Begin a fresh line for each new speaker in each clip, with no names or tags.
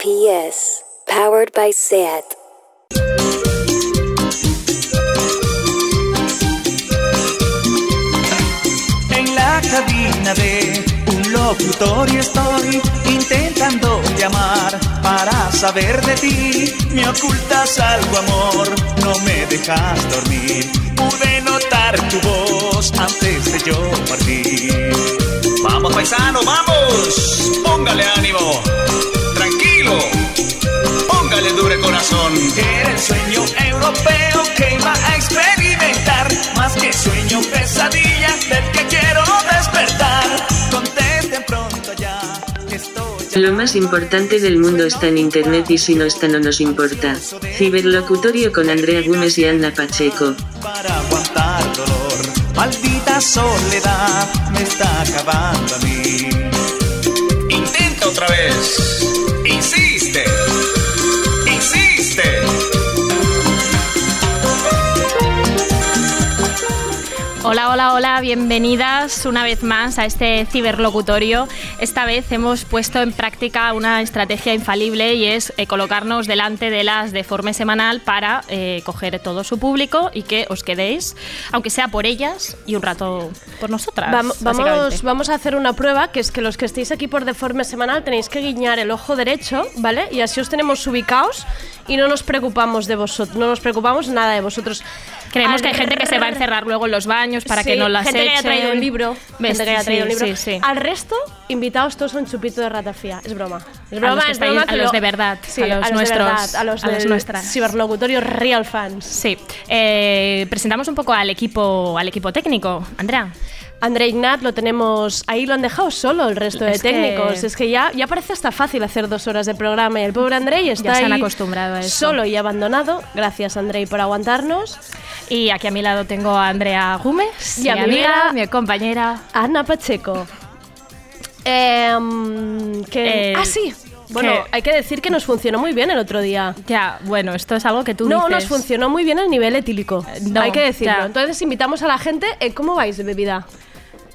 PS. Powered by SAT.
En la cabina de un locutorio estoy intentando llamar para saber de ti. Me ocultas algo, amor, no me dejas dormir. Pude notar tu voz antes de yo partir. Vamos, paisano, vamos. Póngale ánimo. Tranquilo. Póngale dure corazón. Era el sueño europeo que iba a experimentar. Más que sueño, pesadilla del que quiero despertar. Contesten pronto ya. que Estoy
Lo más importante del mundo está en internet y si no está no nos importa. Ciberlocutorio con Andrea Gómez y Ana Pacheco.
para aguantar dolor. Maldita soledad me está acabando a mí. Intenta otra vez. Insiste. Insiste.
Hola, hola, hola, bienvenidas una vez más a este ciberlocutorio. Esta vez hemos puesto en práctica una estrategia infalible y es eh, colocarnos delante de las de forma semanal para eh, coger todo su público y que os quedéis, aunque sea por ellas y un rato por nosotras.
Vam-
básicamente.
vamos, vamos a hacer una prueba, que es que los que estéis aquí por deforme semanal tenéis que guiñar el ojo derecho, ¿vale? Y así os tenemos ubicados y no nos preocupamos de vosotros, no nos preocupamos nada de vosotros.
Creemos que hay gente que se va a encerrar luego en los baños para que
Sí,
no las
gente que haya
echen.
traído un libro,
Ves,
gente que haya traído un
sí,
libro.
sí, sí.
Al resto, invitados todos a un chupito de rata fría. Es broma. Es broma,
los que
es broma
estáis- a
que
los
lo-
de verdad,
Sí,
a los
de
nuestros,
verdad, a los
a los
del
nuestras.
ciberlocutorio real fans.
Sí, Eh, presentamos un poco al equipo, al equipo técnico. Andrea,
André Ignat lo tenemos ahí, lo han dejado solo el resto de
Es que-
técnicos. Es que ya, ya parece hasta fácil hacer dos horas de programa y el pobre André está
Ya se han
ahí
acostumbrado a eso.
solo y abandonado. Gracias André por aguantarnos.
Y aquí a mi lado tengo a Andrea Gómez,
Y
mi
a mi
amiga,
vera-
mi compañera.
Ana Pacheco. Em, que,
Eh,
ah, sí. Bueno,
que-
hay que decir que nos funcionó muy bien el otro día.
Ya, bueno, esto es algo que tú
No,
dices.
nos funcionó muy bien el nivel etílico.
no,
hay que decirlo.
ya.
Entonces invitamos a la gente. eh, ¿Cómo vais de bebida?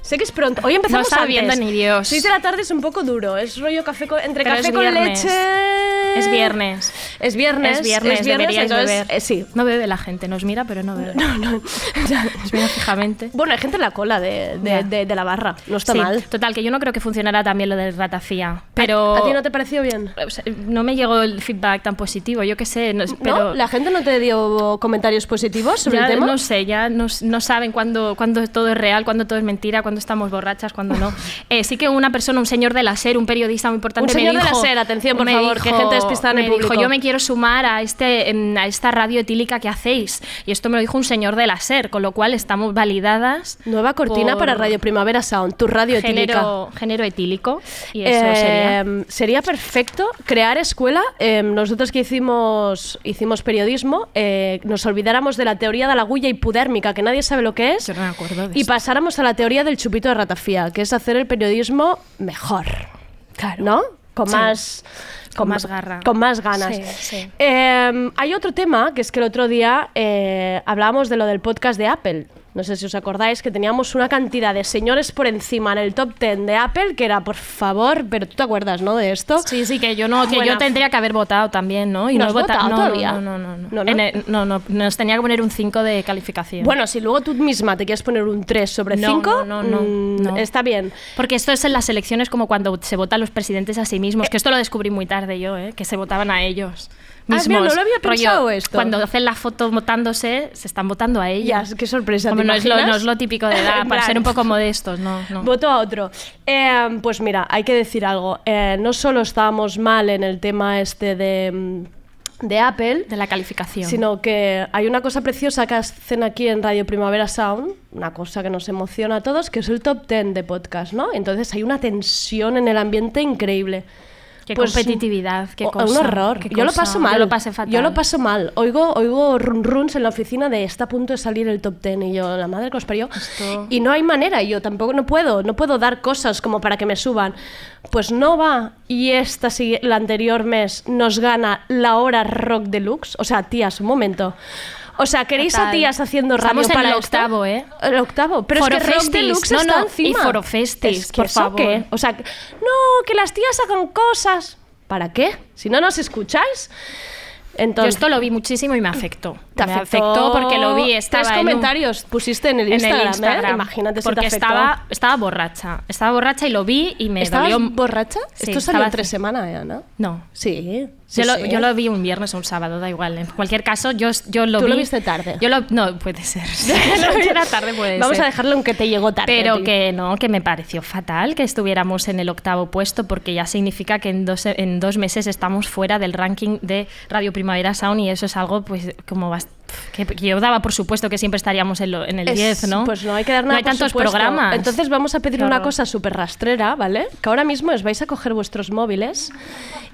Sé que es pronto. Hoy empezamos
está
antes.
viendo ni Dios.
6 de la tarde es un poco duro. Es rollo café con- entre
Pero
café
es
con
viernes.
leche.
Es viernes.
Es viernes.
Es viernes,
es viernes,
deberíais
entonces,
beber.
eh, sí.
No bebe la gente, nos mira, pero no bebe.
No, no.
Nos mira fijamente.
bueno, hay gente en la cola de, de-
Ya.
de- de la barra. No está
Sí,
mal.
Total, que yo no creo que funcionara también lo del ratafía. Pero.
¿A, ti no te pareció bien?
o sea, no me llegó el feedback tan positivo, yo qué sé. No, pero
¿No? ¿La gente no te dio comentarios positivos sobre
ya
el tema?
No sé, ya no, no saben cuándo, cuándo todo es real, cuándo todo es mentira, cuándo estamos borrachas, cuándo no. Eh, sí que una persona, un señor de la SER, un periodista muy importante,
Un señor
me
de la
dijo-
SER, atención, por
me
favor, que
dijo-
gente despistada en
me
el público.
dijo, yo me quiero sumar a, este, em, a esta radio etílica que hacéis. Y esto me lo dijo un señor de la SER, con lo cual estamos validadas.
Nueva cortina
por
para Radio Primavera Sound, tu radio etílica.
género, género etílico. Y eso
Eh,
sería.
sería perfecto crear escuela. Eh, nosotros que hicimos, hicimos periodismo, eh, nos olvidáramos de la teoría de la agulla hipodérmica, que nadie sabe lo que es,
Yo no me acuerdo de
y
eso.
pasáramos a la teoría del chupito de ratafía, que es hacer el periodismo mejor. Claro. ¿No? Con
Sí.
más.
Con más garra.
Con más ganas.
Sí, sí.
Eh, hay otro tema, que es que el otro día eh, hablábamos de lo del podcast de Apple. No sé si os acordáis que teníamos una cantidad de señores por encima en el top 10 de Apple, que era, por favor, pero tú te acuerdas, ¿no? De esto.
Sí, sí, que yo no, que
Buena.
yo tendría que haber votado también, ¿no?
¿No
no
has
he vota-
votado
no,
todavía?
No, no, no. No,
No, no.
En el- no, no, nos tenía que poner un 5 de calificación.
Bueno, si luego tú misma te quieres poner un 3 sobre
No,
5,
no, no, no, no.
está bien.
Porque esto es en las elecciones como cuando se votan los presidentes a sí mismos, que esto lo descubrí muy tarde yo, ¿eh? que se votaban a ellos.
Ah,
Mismos.
mira, no lo había
Rollo,
pensado esto.
Cuando hacen la foto votándose, se están votando a ellos.
Ya, qué sorpresa,
Como
¿te
no, es lo,
imaginas?
no es lo típico de edad,
En
para
plan,
ser un poco modestos, no. no.
Voto a otro. Eh, pues mira, hay que decir algo. Eh, no solo estábamos mal en el tema este de, mm, de Apple,
De la calificación.
sino que hay una cosa preciosa que hacen aquí en Radio Primavera Sound, una cosa que nos emociona a todos, que es el top 10 de podcast, ¿no? Entonces hay una tensión en el ambiente increíble. Pues
Qué competitividad, qué
o-
cosa,
un horror.
qué
Yo lo
cosa.
paso mal.
Yo lo pasé fatal.
Yo lo paso mal. Oigo, oigo run runs en la oficina de está a punto de salir el top 10 y yo, la madre que os parió.
Esto-
Y no hay manera, yo tampoco no puedo, no puedo dar cosas como para que me suban. Pues no va. Y esta sigue- la anterior mes nos gana la hora rock deluxe, o sea, tías, un momento. O sea, queréis a
Fatal.
tías haciendo radio
Estamos en
para
el
esto?
octavo, ¿eh?
El octavo, pero
Foro
es que rock
Festis.
deluxe
No,
está
no, y
encima.
Foro Festis,
Es que
por
¿eso
favor.
qué? O sea, que- no, que las tías hagan cosas. ¿Para qué? Si no nos escucháis.
Yo
Entonces,
esto lo vi muchísimo y me afectó.
te
me
afectó,
porque lo vi. Estaba
Tres
en un-
comentarios pusiste en el
en
Instagram,
el
¿eh?
Instagram.
Imagínate si te
porque
afectó.
estaba, estaba borracha. Estaba borracha y lo vi y me
¿Estabas
dolió.
borracha?
Sí,
Esto salió
estaba-
en tres semanas, ¿eh, Ana?
No.
Sí. sí,
Yo, lo,
sí.
yo lo vi un viernes o un sábado, da igual. En cualquier caso, yo, yo lo
Tú
vi.
lo viste tarde.
Yo lo, no, puede ser. lo vi era tarde, puede
Vamos
ser.
a dejarlo aunque te llegó tarde. a
Pero
ti.
que no, que me pareció fatal que estuviéramos en el octavo puesto, porque ya significa que en dos, en dos meses estamos fuera del ranking de Radio Primavera Sound y eso es algo, pues, como bast- que, que yo daba por supuesto que siempre estaríamos en, lo- en el
Es-
10, ¿no?
Pues no hay que dar nada.
No hay
por
tantos
supuesto.
programas.
Entonces vamos a pedir
Qué
una
horror.
cosa súper rastrera, ¿vale? Que ahora mismo os vais a coger vuestros móviles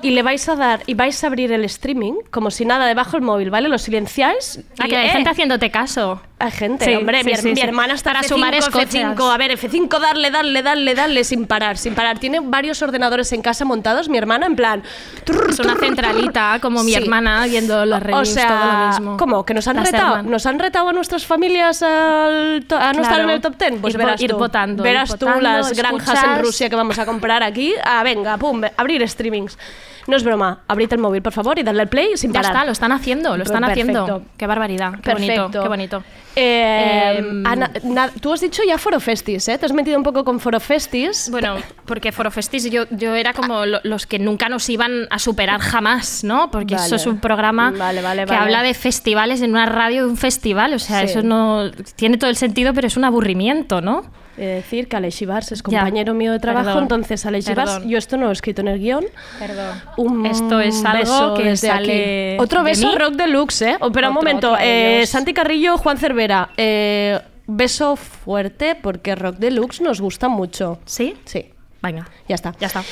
y le vais a dar y vais a abrir el streaming como si nada debajo el móvil, ¿vale? Lo silenciáis.
Ah,
y,
que hay
eh,
gente haciéndote caso.
hay gente,
Sí,
hombre,
sí,
mi,
sí,
mi
sí.
hermana está
Para
F5,
sumar escochas.
F5, a ver, F5, darle, darle, darle, darle, sin parar, sin parar. Tiene varios ordenadores en casa montados, mi hermana, en plan... trrr,
Es una
trrr,
centralita, como mi
Sí.
hermana viendo las
O
revistas, todo lo
sea,
mismo.
¿cómo? ¿Que nos han
Las
retado?
hermanas.
¿Nos han retado a nuestras familias al to- a no estar
Claro.
en el top 10? Pues
Ir vo-
verás
ir
tú.
votando, ir
Verás tú
votando,
las granjas en
escuchas.
Rusia que vamos a comprar aquí. Ah, venga, pum, abrir streamings. No es broma, abrid el móvil, por favor, y darle al play sin
Ya
parar. Pues
está, lo están haciendo, lo están
Perfecto.
haciendo. Qué barbaridad, qué bonito, qué bonito.
Eh,
Em,
Ana, na- tú has dicho ya Foro Festis, ¿eh? Te has metido un poco con Foro Festis.
Bueno, porque Forofestis yo, yo era como lo- los que nunca nos iban a superar jamás, ¿no? Porque
Vale.
eso es un programa
Vale, vale,
que
vale.
habla de festivales en una radio de un festival, o sea,
Sí.
eso no tiene todo el sentido, pero es un aburrimiento, ¿no?
He de decir que Alex Ibars es
Ya.
compañero mío de trabajo,
Perdón.
entonces Alex Ibars,
Perdón.
yo esto no lo he escrito en el guión.
Perdón.
Un
Esto es algo
beso
que
desde
sale
aquí. Otro
de
beso
mí.
rock deluxe, ¿eh? Oh, pero un
Otro,
momento,
otro,
eh,
adiós.
Santi Carrillo, Juan Cervera, eh, beso fuerte porque rock deluxe nos gusta mucho.
¿Sí?
Sí,
Venga.
ya está.
Ya está.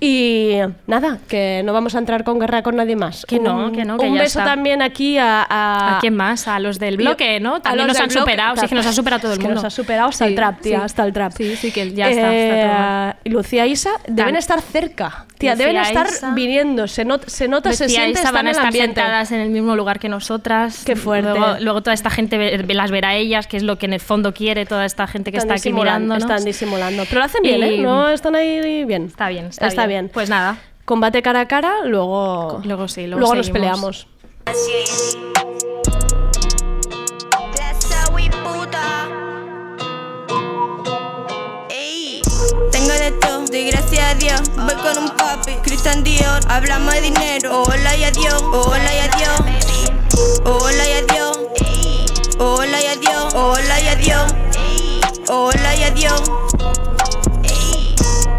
Y nada, que no vamos a entrar con guerra con nadie más.
Que no,
Un-
que no, que
Un
ya
beso
está.
también aquí a... a-
¿A quién más? A los del bloque,
a
¿no? También
los
nos
del
han
bloque.
superado, sí, es que nos ha superado todo
Es
el
que
mundo.
Nos ha superado hasta el
Sí,
trap, tía,
sí.
hasta el trap.
Sí, sí, que ya está, está todo mal.
Eh, y Lucía e Isa deben
Tan-
estar cerca, tía,
Lucía
deben estar
Isa.
viniendo, se, not- se nota, se
Lucía y
siente,
Isa
están
van
en
a
el
estar
ambiente.
sentadas en el mismo lugar que nosotras.
Qué fuerte.
Luego, luego toda esta gente ve- ve- las verá ellas, que es lo que en el fondo quiere toda esta gente que está aquí
disimulando,
mirándonos.
están disimulando, pero lo hacen bien,
Y-
¿eh? No están ahí bien.
Está bien, está,
bien.
Pues nada.
Combate cara a cara, luego,
Luego sí, luego
nos
seguimos.
peleamos.
Ey. Tengo de todo, doy gracias a Dios. Voy con un papi, Christian Dior. Hablamos de dinero, hola y adiós, hola y adiós. Hola y adiós, Ey. hola y adiós, hola y adiós. Ey. Hola y adiós. Ey.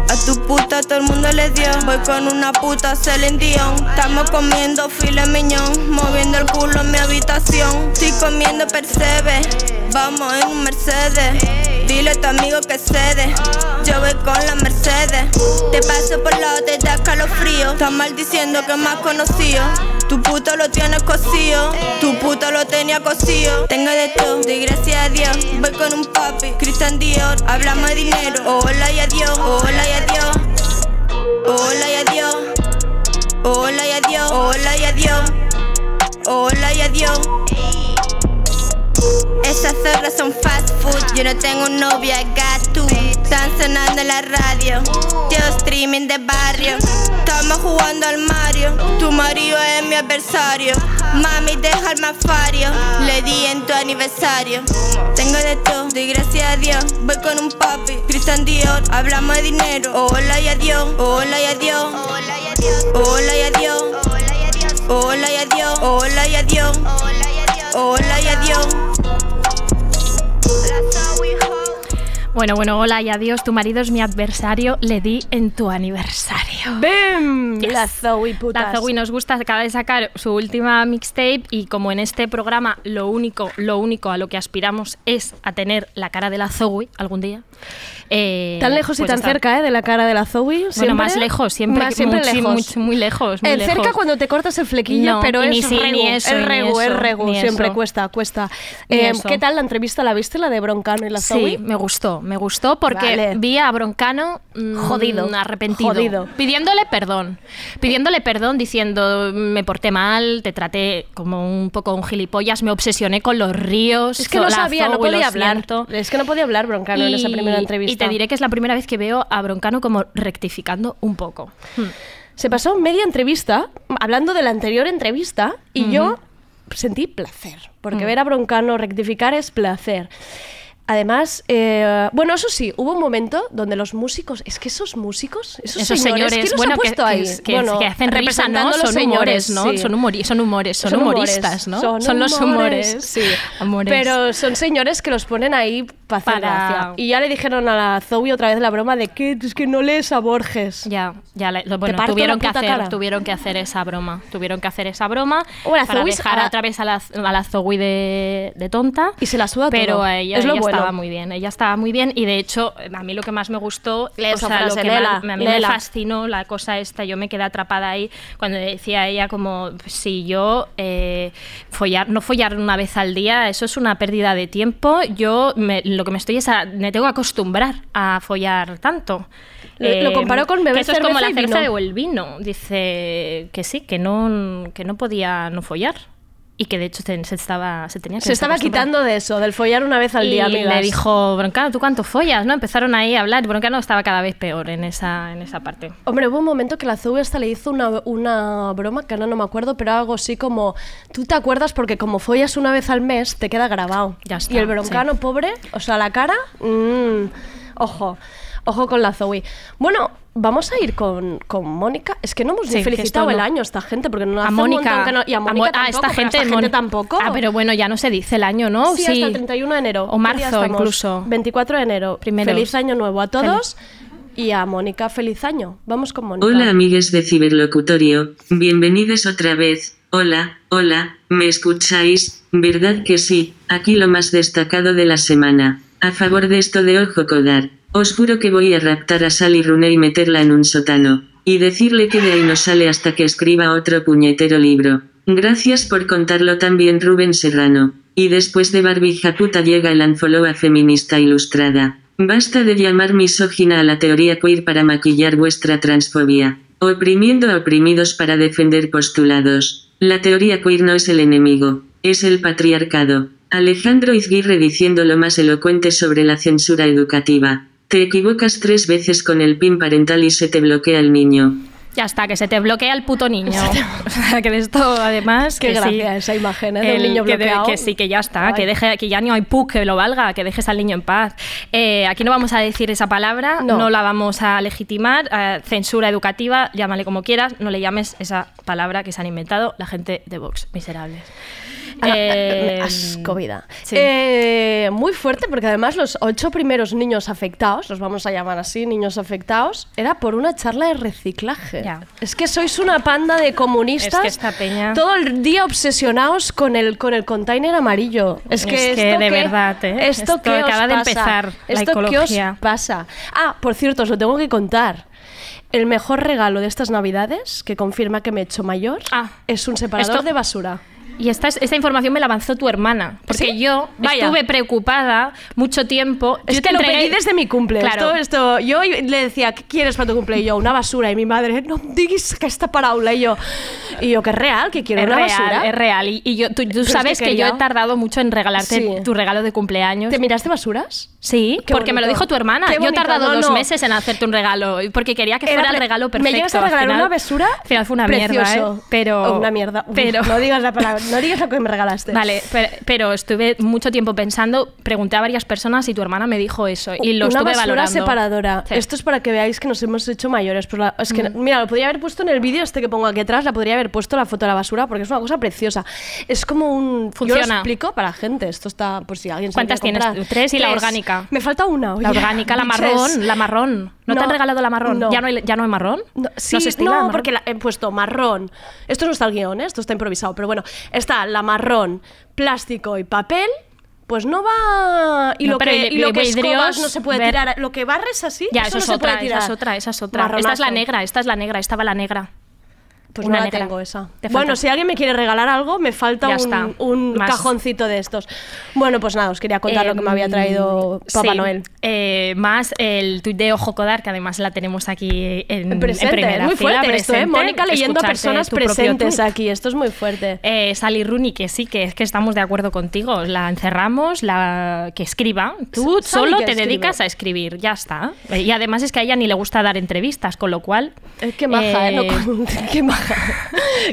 A tu puta todo el mundo le dio. Voy con una puta Celine Dion. Estamos comiendo filet mignon. Moviendo el culo en mi habitación. Estoy comiendo percebe. Vamos en un Mercedes. Dile a tu amigo que cede. Yo voy con la Mercedes. Te paso por la te da calofrío. Estás maldiciendo que más conocido. Tu puto lo tienes cosido. Tu puto lo tenía cosido. Tengo de todo, doy gracias a Dios. Voy con un papi, Christian Dior. Hablamos de dinero. Hola y adiós, hola y adiós. Hola y adiós. Hola y adiós, hola y adiós. Hola y adiós. Esas zorras son fast food. Yo no tengo novia, gato. Están sonando en la radio. Yo streaming de barrio. Estamos jugando al Mario. Tu marido es mi adversario. Mami, deja el mafario. Le di en tu aniversario. Tengo de todo, doy gracias a Dios. Voy con un papi, Christian Dior. Hablamos de dinero. Hola y adiós. Hola y adiós. Hola y adiós. Hola y adiós. Hola y adiós. Hola y adiós. Hola y adiós.
Bueno, bueno, hola y adiós. Tu marido es mi adversario. Le di en tu aniversario.
¡Bem!
Yes.
La Zoe,
La
putas.
Zoe nos gusta, acaba de sacar su última mixtape y como en este programa lo único, lo único a lo que aspiramos es a tener la cara de la Zoe algún día. eh,
Tan lejos y
pues
tan
está.
cerca, ¿eh? De la cara de la Zoe. siempre.
Bueno, más lejos, siempre,
Más siempre
muchi-
lejos.
much- muy lejos. Muy
Eh,
lejos.
cerca cuando te cortas el flequillo,
No,
pero
y ni
es
sí,
regu,
ni eso,
es
ni
regu, es
eso,
regu,
ni
siempre
eso.
cuesta, cuesta.
Ni
Eh,
eso.
¿Qué tal la entrevista? ¿La viste, la de Broncano y la Zoe?
Sí, me gustó, me gustó porque
Vale.
vi a Broncano mm,
Jodido,
arrepentido,
jodido.
pidiéndole perdón, pidiéndole perdón diciendo me porté mal, te traté como un poco un gilipollas, me obsesioné con los ríos,
Es que no
la
sabía, no
Zoe, lo
podía hablar.
siento".
Es que no podía hablar Broncano en esa primera
y
entrevista.
te diré que es la primera vez que veo a Broncano como rectificando un poco. Hmm.
se pasó media entrevista hablando de la anterior entrevista y yo sentí placer, porque
Mm.
ver a Broncano rectificar es placer. Además, eh, bueno, eso sí, hubo un momento donde los músicos, es que esos músicos, esos,
Esos señores,
¿quién los ha
bueno, que,
puesto
que-
ahí?
que-
Bueno,
que hacen risa,
representando
¿no?
a los
Son humores,
señores,
¿no?
sí.
Son, humori- son humores, son, humoristas, ¿no?
Son,
los
humores,
humores.
Sí.
Amores.
Pero son señores que los ponen ahí para hacer
Para-
gracia. Y ya le dijeron a la Zoe otra vez la broma de que es que no lees a Borges.
Ya, ya, la- lo- bueno,
parto
tuvieron
la
que,
puta
hacer,
cara.
tuvieron que hacer esa broma. Tuvieron que hacer esa broma
Bueno, la
para
Zoe es-
dejar
a la-
otra vez a la, a la Zoe de, de tonta.
Y se la suda
Pero
todo.
a ella,
Es lo
ella
bueno.
estaba muy bien, ¿eh? ella estaba muy bien y de hecho a mí lo que más me gustó,
Lee
o
esa
sea, lo
frase,
que más-
léela,
a mí
léela.
me fascinó la cosa esta, yo me quedé atrapada ahí cuando decía ella como si yo eh, follar, no follar una vez al día, eso es una pérdida de tiempo, yo me- lo que me estoy es a- me tengo que acostumbrar a follar tanto. Eh,
Lo- lo comparó con
que
beber
eso es como
cerveza
la
y
cerveza
vino.
o el vino. Dice que sí, que no, que no podía no follar. Y que de hecho se, se estaba, se tenía que
Se estaba
acostumbrar
quitando de eso, del follar una vez al
y
día, amigas.
le dijo, Broncano, ¿tú cuánto follas? ¿No? Empezaron ahí a hablar. Broncano estaba cada vez peor en esa, en esa parte.
Hombre, hubo un momento que la Zoe hasta le hizo una, una broma, que ahora no me acuerdo, pero algo así como, tú te acuerdas porque como follas una vez al mes, te queda grabado.
Ya está,
y el broncano pobre, o sea, la cara, mm, ojo, ojo con la Zoe. Bueno, vamos a ir con, con Mónica. Es que no hemos
Sí,
ni
que
felicitado
esto no.
el año a esta gente, porque no hace
a
un
Mónica.
montón que no- y a
Mo-
Mónica
ah,
tampoco,
esta
pero a
gente,
esta
Mon-
tampoco.
Ah, pero bueno, ya no se dice el año, ¿no?
Sí, hasta el 31 de enero.
O
¿Qué día
marzo
estamos?
incluso.
24 de enero.
Primeros.
Feliz año nuevo a todos. Y a Mónica, feliz año. Vamos con Mónica.
Hola amigues de Ciberlocutorio, bienvenidos otra vez. Hola, hola, ¿me escucháis? ¿Verdad que sí? Aquí lo más destacado de la semana. A favor de esto de Ojo Codar, os juro que voy a raptar a Sally Rooney y meterla en un sótano. Y decirle que de ahí no sale hasta que escriba otro puñetero libro. Gracias por contarlo también Rubén Serrano. Y después de Barbija puta llega el unfollow a feminista ilustrada. Basta de llamar misógina a la teoría queer para maquillar vuestra transfobia. Oprimiendo a oprimidos para defender postulados. La teoría queer no es el enemigo, es el patriarcado. Alejandro Izguirre diciendo lo más elocuente sobre la censura educativa. Te equivocas tres veces con el pin parental y se te bloquea el niño.
Ya está, que se te bloquea el puto niño. o sea, que de esto, además.
Qué
que sí.
gracia esa imagen, ¿eh? De un niño
que de-
bloqueado.
que sí, que ya está,
Ay.
que deje, que ya no hay PUC que lo valga, que dejes al niño en paz. Eh, aquí no vamos a decir esa palabra,
No.
no, la vamos a legitimar. eh, censura educativa, llámale como quieras, no le llames esa palabra que se han inventado la gente de Vox, miserables.
Ah,
Eh,
asco vida.
sí.
Eh, muy fuerte, porque además los ocho primeros niños afectados, los vamos a llamar así, niños afectados, era por una charla de reciclaje.
Ya.
Es que sois una panda de comunistas.
Es que esta peña-
Todo el día obsesionados con el, con el container amarillo. Es que,
Es que
esto
de
qué-
verdad, ¿eh?
Esto,
Esto
qué os
acaba de
pasa?
empezar la
¿Esto qué os
ecología.
pasa? Ah, por cierto, os lo tengo que contar. El mejor regalo de estas navidades, que confirma que me he hecho mayor,
Ah.
es un separador
Esto-
de basura.
Y esta, es- esta información me la avanzó tu hermana, porque
¿Ah, ¿Sí?
yo
Vaya.
estuve preocupada mucho tiempo.
Es
Yo
que
te
lo
entregué-
pedí desde mi cumple.
Claro.
Esto, esto, yo le decía, ¿qué quieres para tu cumple? Y yo, una basura. Y mi madre, no digas que está para aula. Y yo, y yo, que es real, que quiero
es
una
real,
basura.
es real. Y, y yo, tú, tú
es que
sabes que, yo
quería-
he tardado mucho en regalarte
Sí.
tu regalo de cumpleaños.
¿Te miraste basuras?
Sí,
Qué
porque me lo
bonito.
dijo tu hermana.
Qué
Yo he
bonito,
tardado
no,
dos
no.
meses en hacerte un regalo, y porque quería que
Era
fuera el
pre-
regalo perfecto.
Me llegas a
Al
regalar
final-
una basura.
Al final fue una mierda,
precioso.
¿eh? Pero,
O una mierda. Uf,
pero,
No digas la palabra, no digas lo que me regalaste.
Vale, pero, pero estuve mucho tiempo pensando, pregunté a varias personas y tu hermana me dijo eso. Y lo
una
estuve
basura
valorando.
separadora.
Sí. Mm.
Esto es para que veáis que nos hemos hecho mayores. Pues la- es que, mira, lo podría haber puesto en el vídeo este que pongo aquí atrás, la podría haber puesto la foto de la basura porque es una cosa preciosa. Es como un... Yo lo
Funciona.
explico para la gente. Esto está, por si alguien se lo
¿Cuántas
quiere
tienes
comprar.
tú? Tres y la orgánica.
Me falta una.
La
oye.
orgánica, la
Bitches.
marrón, la marrón. ¿No,
No,
te han regalado la marrón?
no.
¿Ya, no hay, ¿Ya no hay marrón?
No, sí,
se estila la
no,
marrón?
porque la- he puesto marrón. Esto no está al guión, ¿eh? esto está improvisado, pero bueno, está la marrón, plástico y papel. Pues no va. Y
No,
lo
pero
que,
y-
y lo
y
que
vidrios,
escobas no se puede
ver-
tirar. Lo que barres así,
Ya,
eso,
eso,
no
es
se
otra,
puede tirar.
esa es otra, esa es otra. Esta es
Marronazo.
la negra, esta es la negra, estaba la negra.
Pues
Una
no la
negra.
tengo esa.
Te falta.
Bueno, si alguien me quiere regalar algo, me falta
Ya está.
un, un
Más.
cajoncito de estos. Bueno, pues nada, os quería contar lo que me había
Em,
traído Papá
sí.
Noel.
Eh, más el tuit de Ojo Codar, que además la tenemos aquí en, en
Presente,
primera
muy
fila,
fuerte esto, ¿eh?
presente.
Mónica leyendo a
Escucharte
personas
tu propio
presentes
tuit.
aquí, esto es muy fuerte.
Eh, Sally Rooney, que sí, que es que estamos de acuerdo contigo. La encerramos, la que escriba. Tú
S- Sally
solo
que
te
escribe.
dedicas a escribir, ya está. Eh, Y además es que a ella ni le gusta dar entrevistas, con lo cual.
Eh, Qué maja, eh, no con- qué maja,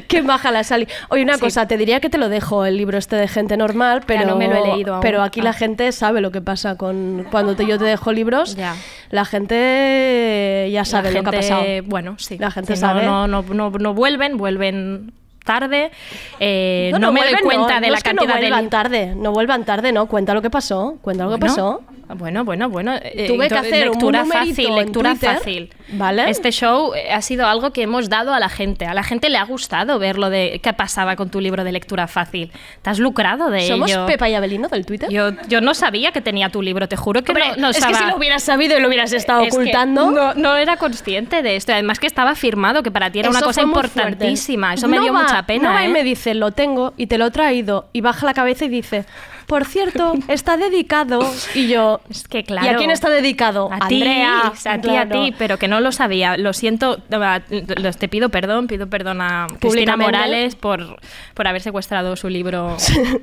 qué maja la Sally. Oye, una
Sí.
cosa, te diría que te lo dejo el libro este de gente normal, pero
no me lo he leído aún.
Pero aquí la
Ah.
gente sabe lo que pasa con cuando te- yo te dejo libros.
Ya.
La gente ya sabe
la
lo que ha
gente-
pasado.
Bueno, sí.
La gente
Sí, no-
sabe.
No, no, no, no vuelven, vuelven tarde. Eh,
No,
no,
no
me
vuelven,
doy cuenta
no,
de
no
la
es que
cantidad
no
de.
vuelvan
li-
tarde, no vuelvan tarde, no, cuenta lo que pasó, cuenta lo que pasó.
Bueno, bueno, bueno. eh,
Tuve que
entonces,
hacer un
lectura
numerito
fácil,
en
lectura
Twitter,
fácil.
¿vale?
Este show eh, ha sido algo que hemos dado a la gente. A la gente le ha gustado ver lo de qué pasaba con tu libro de lectura fácil. Te has lucrado de
Somos
ello.
Pepa y Abelino del Twitter.
Yo, yo no sabía que tenía tu libro, te juro que
Hombre,
no, no
es que
estaba- Eh,
si lo hubieras sabido y lo hubieras estado
Es que
ocultando.
No, no era consciente de esto. Además que estaba firmado, que para ti era una
Eso
cosa
fue muy
importantísima.
fuerte.
Eso me
No
dio
va-
mucha pena.
No va y
¿eh?
me dice, lo tengo y te lo he traído. Y baja la cabeza y dice, por cierto, está dedicado. Y yo,
Es que
¿y
claro.
a quién está dedicado?
A ti,
Andrea,
a ti, a
claro.
ti, pero que no lo sabía. Lo siento, los- te pido perdón, pido perdón a Cristina
Públicamente.
Morales por, por haber secuestrado su libro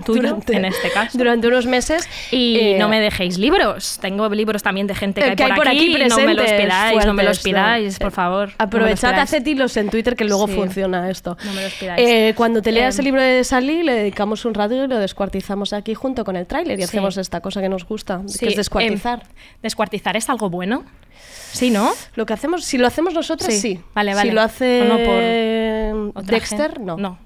tuyo,
Durante-
en este caso.
Durante unos meses.
Y
eh,
no me dejéis libros. Tengo libros también de gente
eh,
que, hay por aquí. y no me los
presentes,
pidáis, no me los
fuertes,
pidáis,
¿no?
por favor.
Aprovechad,
a
haced hilos en Twitter que luego
Sí.
funciona esto.
No me los pidáis.
Eh, cuando te leas
Em.
el libro de Sally, le dedicamos un rato y lo descuartizamos aquí junto con el tráiler y
Sí.
hacemos esta cosa que nos gusta,
Sí,
que es descuartizar.
em, ¿Descuartizar es algo bueno? Sí, ¿no?
Lo que hacemos, si lo hacemos nosotras, sí.
Sí, vale, vale.
Si lo hace em,
No, por Otra
Dexter,
gen-
no.
No.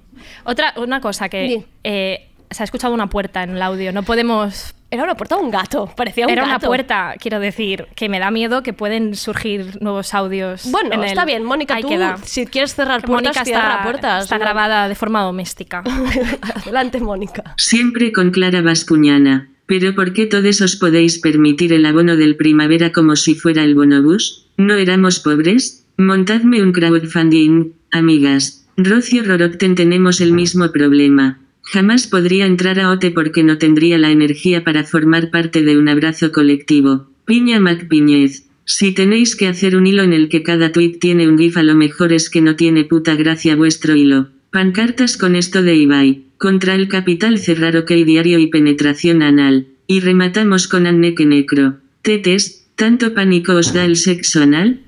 Otra, una cosa que
Di.
eh, se ha escuchado una puerta en el audio. No podemos.
Era una puerta o un gato, parecía un
Era una
gato.
puerta, quiero decir, que me da miedo que pueden surgir nuevos audios.
Bueno,
en el-
está bien, Mónica,
Ahí
tú
queda.
si quieres cerrar
Que
puertas,
Mónica
cierra
está,
puertas.
está
¿no?
grabada de forma doméstica.
Adelante, Mónica.
Siempre con Clara Bascuñana. Pero ¿por qué todos os podéis permitir el abono del primavera como si fuera el bonobús? ¿No éramos pobres? Montadme un crowdfunding, amigas. Rocio Rorocten tenemos el mismo problema. Jamás podría entrar a OTE porque no tendría la energía para formar parte de un abrazo colectivo. Piña Macpiñez. Si tenéis que hacer un hilo en el que cada tweet tiene un gif, a lo mejor es que no tiene puta gracia vuestro hilo. Pancartas con esto de Ibai. Contra el capital cerrar OK diario y penetración anal. Y rematamos con Anneke Necro. Tetes, ¿tanto pánico os da el sexo anal?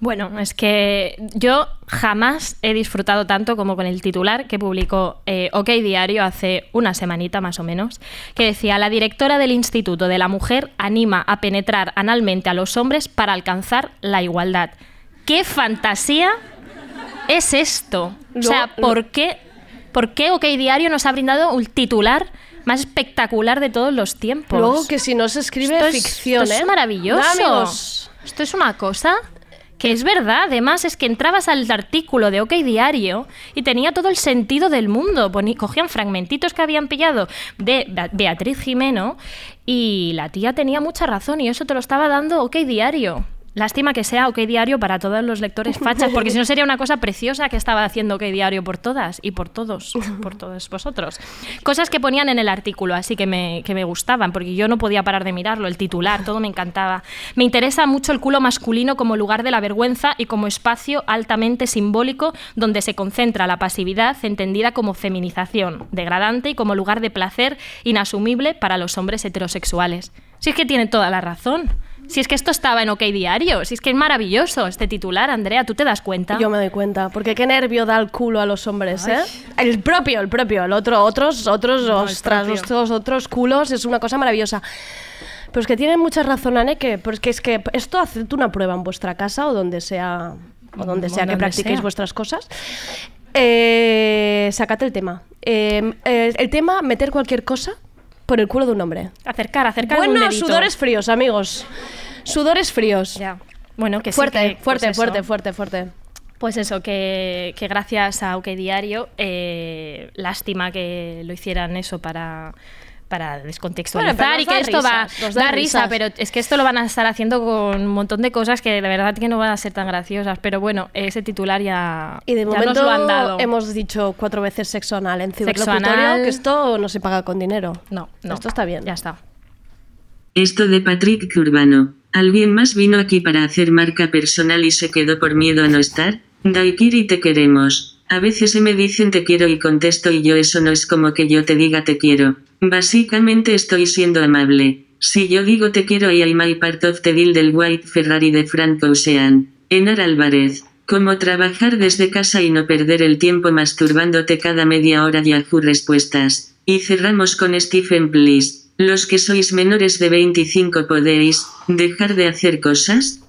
Bueno, es que yo jamás he disfrutado tanto como con el titular que publicó eh, OK Diario hace una semanita más o menos, que decía, la directora del Instituto de la Mujer anima a penetrar analmente a los hombres para alcanzar la igualdad. ¿Qué fantasía es esto? o sea,
Luego-
¿por qué, ¿por qué OK Diario nos ha brindado un titular más espectacular de todos los tiempos?
Luego que si no se escribe
Esto es-
ficción,
esto es
¿eh?
maravilloso.
Nada, amigos.
Esto es una cosa que es verdad. Además, es que entrabas al artículo de OK Diario y tenía todo el sentido del mundo. Poni- cogían fragmentitos que habían pillado de Be- Beatriz Jimeno y la tía tenía mucha razón y eso te lo estaba dando OK Diario. Lástima que sea OK Diario para todos los lectores fachas, porque si no sería una cosa preciosa que estaba haciendo OK Diario por todas y por todos, por todos vosotros. Cosas que ponían en el artículo, así que me, que me gustaban, porque yo no podía parar de mirarlo, el titular, todo me encantaba. Me interesa mucho el culo masculino como lugar de la vergüenza y como espacio altamente simbólico donde se concentra la pasividad entendida como feminización, degradante y como lugar de placer inasumible para los hombres heterosexuales. Si es que tiene toda la razón. Si es que esto estaba en OK Diario, si es que es maravilloso este titular, Andrea, ¿tú te das cuenta?
Yo me doy cuenta, porque qué nervio da el culo a los hombres, ¿eh? El propio, el propio, el otro, otros, otros,
No, el
ostras,
propio.
otros, otros culos, es una cosa maravillosa. Pero es que tienen mucha razón, Ane, que, porque es que esto haced una prueba en vuestra casa o donde sea, o donde
Mm,
sea que
donde
practiquéis
sea.
vuestras cosas. Eh, sacad el tema. Eh, eh, el tema, meter cualquier cosa por el culo de un hombre.
Acercar, acercar un
Bueno,
dedito.
sudores fríos, amigos. Sudores fríos.
Ya. Bueno, que sí,
Fuerte,
que-
fuerte,
pues eso.
fuerte, fuerte, fuerte.
Pues eso, que, que gracias a OK Diario, eh, lástima que lo hicieran eso para, para descontextualizar
Bueno, pero nos
y que
da
esto va
risas, nos da
da risa,
risas.
pero es que esto lo van a estar haciendo con un montón de cosas que de verdad que no van a ser tan graciosas. Pero bueno, ese titular ya,
Y de
ya
momento
nos lo han dado.
hemos dicho cuatro veces sexo anal en ciberlocutorio,
anal.
que esto no se paga con dinero.
No, no.
Esto está bien.
Ya está.
Esto de Patrick Urbano. ¿Alguien más vino aquí para hacer marca personal y se quedó por miedo a no estar? Daikiri te queremos. A veces se me dicen te quiero y contesto y yo eso no es como que yo te diga te quiero. Básicamente estoy siendo amable. Si yo digo te quiero y hay my part of the deal del White Ferrari de Franco Ocean. Enar Álvarez. ¿Cómo trabajar desde casa y no perder el tiempo masturbándote cada media hora Yahoo Respuestas? Y cerramos con Stephen Please. Los que sois menores de 25 podéis dejar de hacer cosas.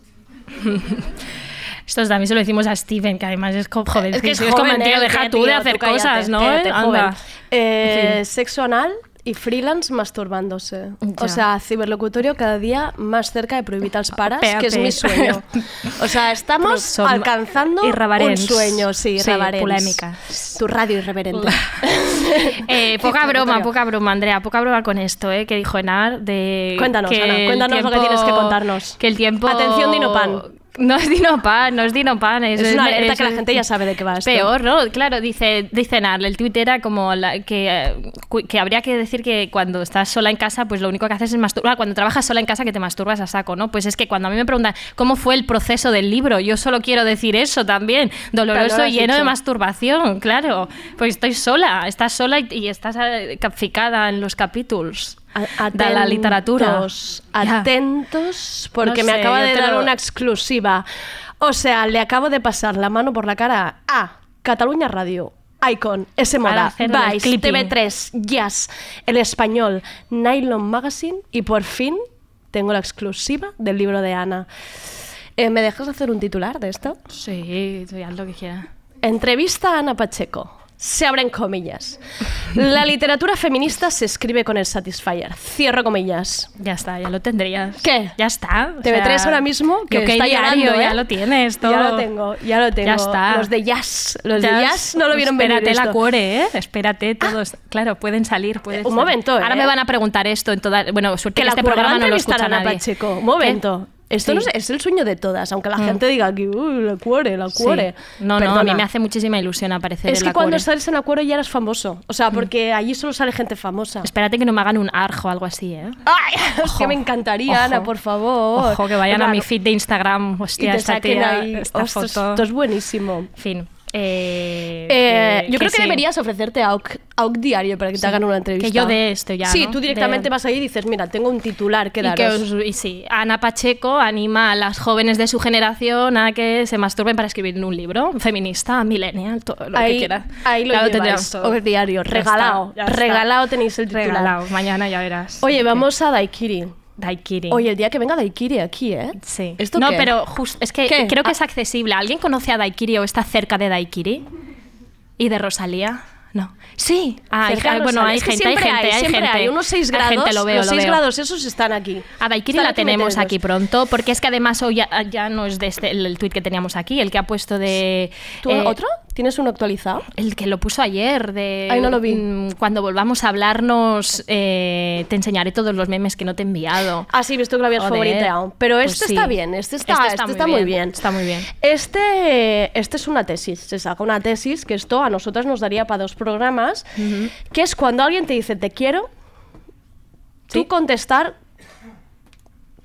Esto también se lo decimos a Steven, que además es co- joven.
joven,
como, tío,
¿eh?
deja
Qué
tú
tío,
de hacer
cállate,
cosas, ¿no?
cállate,
¿Eh?
joven.
Anda.
Eh,
En
Sexo anal y freelance masturbándose.
Ya.
O sea, ciberlocutorio cada día más cerca de prohibir als paras,
Espérate.
que es mi sueño. O sea, estamos
Som-
alcanzando un
irreverents.
sueño, sí,
Pues Sí,
irreverents.
polémicas.
Tu radio irreverente.
Eh, poca broma,
Ciberlocutorio.
poca broma, Andrea, poca broma con esto, ¿eh? Que dijo Enar de...
Cuéntanos,
que
Ana,
el
cuéntanos lo que tienes que contarnos.
Que el tiempo...
Atención, Dinopan.
No es Dinopan, no es Dinopan.
Es
eso
una alerta
eso
que la
es-
gente ya sabe de qué va esto.
Peor, ¿no? Claro, dice, dice Enar, el tuit era como la- que, eh, cu- que habría que decir que cuando estás sola en casa, pues lo único que haces es masturbar. Cuando trabajas sola en casa, que te masturbas a saco, ¿no? Pues es que cuando a mí me preguntan cómo fue el proceso del libro, yo solo quiero decir eso también. Doloroso
Claro, lo has
y lleno de
dicho.
masturbación, claro. Pues estoy sola, estás sola y, y estás eh, capficada en los capítulos
A-
de la literatura.
atentos,
Ya.
Atentos, porque
No
me
sé,
acaba
yo
de
te
dar
lo-
una exclusiva. O sea, le acabo de pasar la mano por la cara a Cataluña Radio. Icon, S
Para
Moda,
hacerle el
Vice,
clipping.
TV3, Jazz, El Español, Nylon Magazine y por fin tengo la exclusiva del libro de Ana. Eh, ¿Me dejas hacer un titular de esto?
Sí, tú haz lo que quieras.
Entrevista a Ana Pacheco. Se abren comillas. La literatura feminista se escribe con el Satisfyer. Cierro comillas.
Ya está, ya lo tendrías.
¿Qué?
Ya está. o
TV3
sea,
ahora mismo, que
lo que
está
hay diario,
llorando, ¿eh?
ya lo tienes todo.
Ya lo tengo, ya lo tengo.
Ya está.
Los de jazz, los de
Ya
jazz no lo vieron venir
Espérate la
esto. Ah.
cuore, ¿eh? Espérate todos. Claro, pueden salir. pueden
un
salir.
momento,
Ahora
¿eh?
me van a preguntar esto en toda... Bueno, suerte
que
que
la
este programa no lo escucha
Ana
nadie.
Pacheco. Un momento.
¿Qué?
Esto
Sí. Mm.
no es, es el sueño de todas, aunque la gente diga que "Uy, la cuore, la
Sí.
cuore.
No, no, a mí
Perdona.
me hace muchísima ilusión aparecer
Es
en
que
la
cuando
cuore. Mm.
sales en la cuore ya eres famoso. O sea, porque allí solo sale gente famosa.
Espérate que no me hagan un arjo o algo así, ¿eh?
Ay, es
Ojo.
que me encantaría,
Ojo.
Ana, por favor.
Ojo, que vayan a
Claro. Eh,
mi feed de Instagram.
Y
Hostia,
te
esta
saquen
tía,
ahí.
esta
Ostras,
foto.
esto es buenísimo.
En fin. eh,
Eh,
que-
yo creo que
sí.
deberías ofrecerte a AUC, AUC Diario para que te hagan una entrevista.
Que yo dé esto ya,
Sí,
¿no?
tú directamente
De-
vas ahí y dices, mira, tengo un titular que
Y, que
daros.
os- y sí, Ana Pacheco anima a las jóvenes de su generación a que se masturben para escribir un libro feminista, millennial, todo lo que
ahí,
quiera.
ahí lo
Ya
lleváis,
todo.
AUC Diario,
Ya
regalado,
está, ya está.
regalado tenéis el titular.
Regalado, mañana ya verás.
Oye, vamos a Daikiri.
Daikiri.
Oye, el día que venga Daikiri aquí, ¿eh?
Sí.
¿Esto
no,
qué?
pero justo es que
¿Qué?
creo que
Ah.
es accesible. ¿Alguien conoce a Daikiri o está cerca de Daikiri? ¿Y de Rosalía? No. Sí. Ah, hay-
Cerca
ah,
de
bueno,
Rosalía.
hay
Es que
gente, hay
siempre
gente, hay
siempre
gente.
hay unos 6
Hay
grados.
gente, lo veo,
los
lo
6
veo.
grados esos están aquí.
A Daikiri
Están
la tenemos
meterlos.
aquí pronto, porque es que además hoy ya, ya no es de este- el, el tuit que teníamos aquí, el que ha puesto de...
¿Tú
eh,
otro? ¿Tienes uno actualizado?
El que lo puso ayer de...
Ay, no lo vi.
mm, Cuando volvamos a hablarnos, eh, te enseñaré todos los memes que no te he enviado.
Ah, sí, he visto que lo habías
Joder.
favoriteado. Pero
Pues
este está
sí.
bien, este está,
Este
este está, muy, bien.
Está muy bien.
Este, este es una tesis, se saca una tesis que esto a nosotras nos daría para dos programas, que es cuando alguien te dice te quiero, tú contestar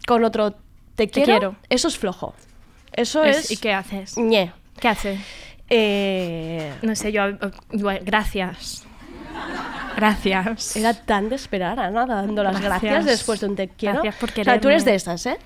con otro te quiero,
quiero".
eso es flojo. Eso
Es-
es...
¿Y qué haces?
ñe.
¿Qué haces?
Eh,
No sé, yo... eh, bueno, Gracias. Gracias.
era tan de esperar, Ana, dando las gracias,
Gracias.
después de un te quiero.
Gracias por
O sea, tú
quererme.
eres de esas, ¿eh?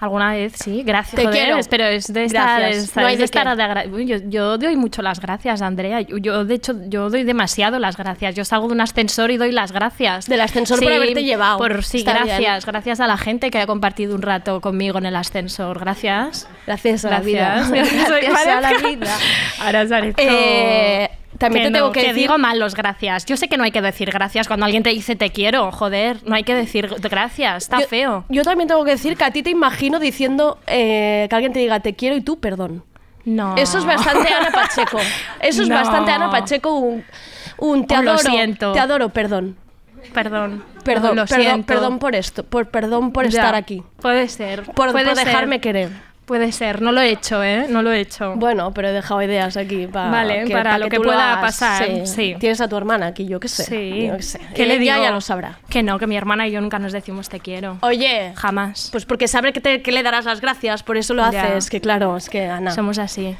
Alguna vez, sí, gracias.
Te
joder,
quiero.
Pero es de estar.
Gracias.
es-
No hay
es de
de
estar
qué.
de agra- Uy, yo, yo doy mucho las gracias, Andrea. Yo, yo, de hecho, yo doy demasiado las gracias. Yo salgo de un ascensor y doy las gracias.
Del ascensor por haberte llevado.
Por, sí,
Está bien.
gracias. Gracias a la gente que ha compartido un rato conmigo en el ascensor. Gracias.
Gracias a la vida.
Soy
Gracias a la
Marezca.
vida.
Ahora sale
Eh, también te
no,
tengo que decir-
digo mal los gracias. Yo sé que no hay que decir gracias cuando alguien te dice te quiero, joder. No hay que decir gracias, está
yo,
feo.
Yo también tengo que decir que a ti te imagino diciendo eh, que alguien te diga te quiero y tú perdón.
No.
Eso es bastante Ana Pacheco. Eso es
No.
bastante Ana Pacheco, un, un te
Un lo
adoro.
siento.
Te adoro, perdón.
Perdón.
Perdón,
lo
perdón,
siento.
perdón por esto, por perdón por
Ya.
estar aquí.
Puede ser.
Por,
puede
por
ser.
dejarme querer.
Puede ser, no lo he hecho, ¿eh? No lo he hecho.
Bueno, pero he dejado ideas aquí para
Vale, para lo que pueda pasar, sí.
Tienes a tu hermana aquí, yo qué sé.
sí.
yo qué sé.
¿Qué le
Ella
digo?
ya lo sabrá.
Que no, que mi hermana y yo nunca nos decimos te quiero.
Oye,
Jamás.
pues porque sabe que, te- que le darás las gracias, por eso lo
Ya.
haces. Que claro, es Pues que Ana.
Somos así.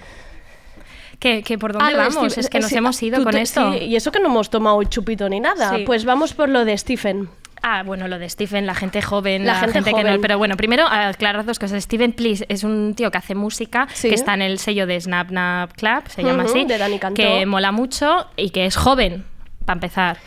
¿Qué, qué, por dónde
Ah, lo de
vamos?
Steve-
Es que nos
sí,
hemos ido
tú
con
te-
esto.
sí, y eso que no hemos tomado chupito ni nada.
Sí.
Pues vamos por lo de Stephen.
Ah, bueno, lo de Stephen, la gente joven,
La
la,
gente
gente, que
joven.
no. Pero bueno, primero aclarar dos cosas. Stephen Please es un tío que hace música,
Sí.
que está en el sello de Snap Snap Club, se llama
Ujú,
así,
de Dani Cantó.
que mola mucho y que es joven, para empezar.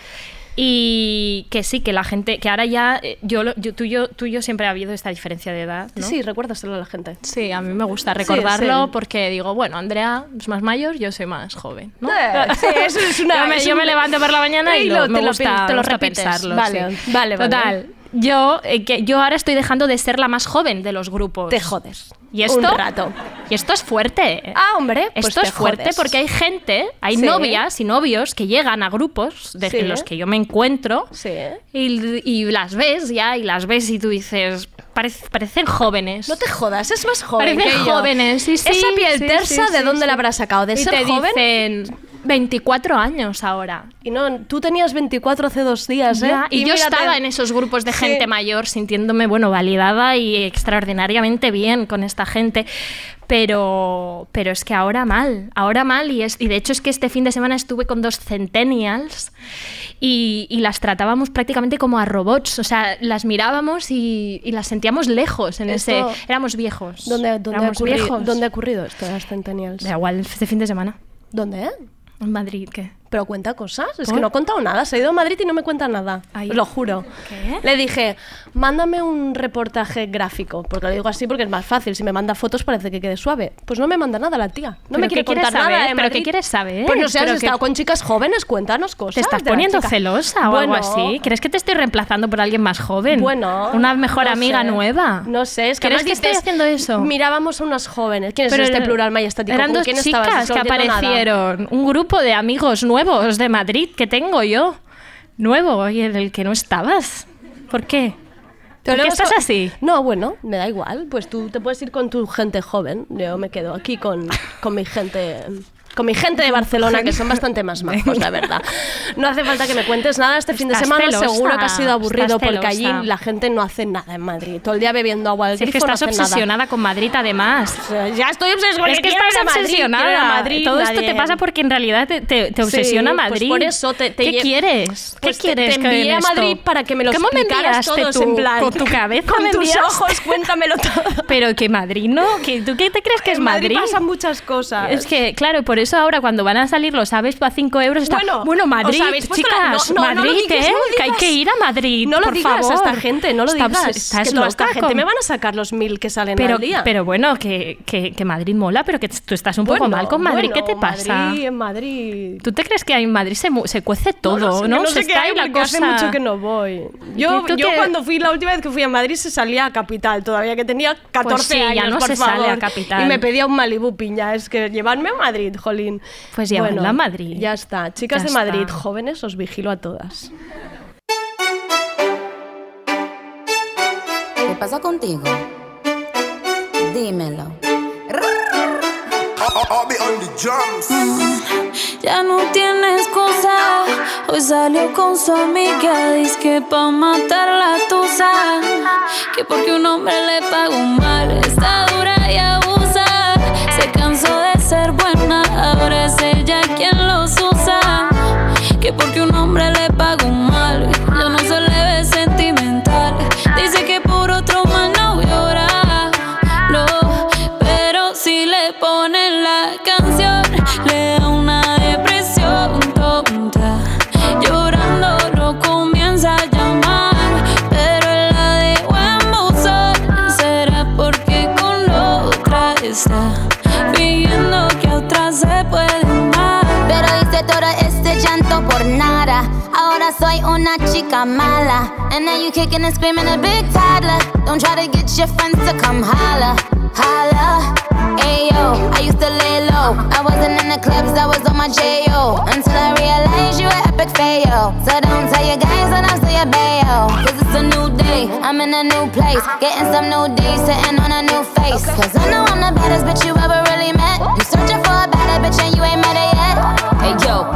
Y que sí, que la gente, que ahora ya, eh, yo, lo- yo- tú, y yo, tú y yo siempre ha habido esta diferencia de edad. ¿no?
Sí, recuérdaselo a la gente.
Sí, a mí me gusta
es recordarlo él.
porque digo, bueno, Andrea es más mayor, yo soy más joven.
Eh, sí, eso es una-
yo me,
es
yo
un-
me levanto por la mañana y,
Y
lo,
lo-
me
te lo
gusta,
pi- te lo
me gusta
repites.
pensarlo.
Vale,
sí.
vale, vale.
Total, yo, eh, que yo ahora estoy dejando de ser la más joven de los grupos.
Te jodes.
¿Y esto?
Un rato.
Y esto es fuerte. eh.
Ah, hombre, pues
Esto
te
es fuerte
jodes.
porque hay gente, hay
Sí.
novias y novios que llegan a grupos de
Sí.
en los que yo me encuentro
Sí.
y, y las ves ya, y las ves y tú dices, "Parec- parecen jóvenes.
No te jodas, es más joven.
Parecen
que yo.
jóvenes, sí, sí,
Esa piel
sí,
tersa,
sí,
¿de
sí,
dónde
sí.
la habrás sacado? ¿De
y
ser
te
joven?
dicen 24 años ahora.
Y no, tú tenías 24 hace dos días, ¿eh?
Ya, y, yo
mírate.
estaba en esos grupos de gente
Sí.
mayor sintiéndome, bueno, validada y extraordinariamente bien con esta gente. Pero, pero es que ahora mal, ahora mal. Y, es, y de hecho es que este fin de semana estuve con dos centennials y, y las tratábamos prácticamente como a robots. O sea, las mirábamos y, y las sentíamos lejos. En ese,
Esto-
éramos viejos.
¿Dónde, dónde, ha
éramos
ocurrido,
viejos.
¿Dónde ha ocurrido esto de las Centennials?
Da igual, este fin de semana.
¿Dónde, eh?
En Madrid, ¿qué?
Pero cuenta cosas. Es
¿Por?
que no ha contado nada. Se ha ido a Madrid y no me cuenta nada.
Ay.
Os lo juro.
¿Qué?
Le dije, mándame un reportaje gráfico. Porque lo digo así porque es más fácil. Si me manda fotos parece que quede suave. Pues no me manda nada la tía. No
¿Pero
me quiere
qué quieres
contar
saber?
nada. de
¿Pero qué
Madrid.
quieres saber?
Pues no sé, has
¿Pero qué-
estado con chicas jóvenes. Cuéntanos cosas.
¿Te estás
de la
poniendo
chica.
celosa o
Bueno,
algo así? ¿Crees que te estoy reemplazando por alguien más joven?
Bueno,
Una mejor
Oh, no
amiga
sé.
nueva.
No sé, es que
¿Crees
además
que estoy
dices,
haciendo eso?
Mirábamos a unas jóvenes. ¿Quién es
Pero
este
era-
plural mayestático?
Eran
¿Con
dos
quién estabas?
chicas
No
que
entiendo nada.
aparecieron. Un grupo de amigos nuevos de Madrid que tengo yo. Nuevo y en el que no estabas. ¿Por qué?
Te
¿Por qué
volvemos
estás
a-
así?
No, bueno, me da igual. Pues tú te puedes ir con tu gente joven. Yo me quedo aquí con, con mi gente. Con mi gente de Barcelona, que son bastante más majos, la verdad. No hace falta que me cuentes nada este fin de
Estás
semana.
celosa,
seguro que ha sido aburrido
estás
porque allí
celosa.
la gente no hace nada en Madrid. Todo el día bebiendo agua del
Si es que
grifo, no
estás
hacen nada.
obsesionada con Madrid además.
O sea, Ya estoy obsesionada.
Es que
Quiero
estás
ir a Madrid, quiero ir a
obsesionada.
Madrid,
Todo esto te
nadie-
pasa porque en realidad te, te- te obsesiona
Sí, pues
Madrid.
por eso te- te
¿Qué
lle-
quieres?
Pues
¿Qué
te-
quieres?
te
que en
envié a
esto?
Madrid para que me lo
¿Cómo me
explicaras
enviaste
todos
tú
en plan?
con tu cabeza?
Con
me
tus
enviaste?
ojos, cuéntamelo todo.
Pero que Madrid no, que ¿tú qué te crees que es
En Madrid
Madrid?
pasan muchas cosas.
Es que, claro, por eso ahora cuando van a salir los aves a 5 euros está...
Bueno,
Bueno, Madrid,
os habéis puesto la-
chicas,
no, no, no lo
Madrid,
digas,
¿eh?
no lo
que hay
digas.
que ir a Madrid,
No lo
por
digas
favor.
a esta gente, no lo
Está obs-
digas.
Estás
que toda esta
loca
gente
con-
me van a sacar los mil que salen
pero,
al día.
pero bueno, que, que, que Madrid mola, pero que t- tú estás un poco
Bueno,
mal con Madrid.
bueno,
¿Qué te pasa?
Madrid, en Madrid.
¿Tú te crees que en Madrid se, mu- se cuece todo? No,
sé, que no
se
sé qué
está
hay
ahí la
porque
cosa.
hace mucho que no voy. Yo,
tú
yo
qué-
cuando fui la última vez que fui a Madrid se salía a Capital todavía, que tenía 14
Pues sí, ya
años,
no
por
se
favor.
sale a Capital.
Y me pedía un Malibú piña, es que llevarme a Madrid, jolín.
Pues llevadla a Madrid.
Ya está, chicas
Ya
de Madrid,
está.
jóvenes, os vigilo a todas.
¿Qué pasa contigo? Dímelo.
Ya no tiene excusa. Hoy salió con su amiga. Dice que pa' matar la tusa. Que porque un hombre le pagó mal. Está dura y abusa. Se cansó de ser buena. Ahora es ella quien los usa. Que porque un hombre le pagó mal. Ya no se le ve sentimental. Dice que por otro mal no llora. No, pero si le ponen la canción, le da una depresión tonta. Llorando lo comienza a llamar, pero él la de buen buzón. Será porque con la otra está, fingiendo que a otra se puede amar.
Pero hice todo este llanto por nada. Ahora soy una chica mala. And now you kicking and screaming a big toddler. Don't try to get your friends to come holla, holla. Ayo, I used to lay low. I wasn't in the clubs, I was on my J.O. Until I realized you were up epic fail. So don't tell your guys when I say a bail. Cause it's a new day, I'm in a new place. Getting some new days, sitting on a new face. Cause I know I'm the baddest bitch you ever really met. You searching for a better bitch and you ain't met her yet.
Hey yo,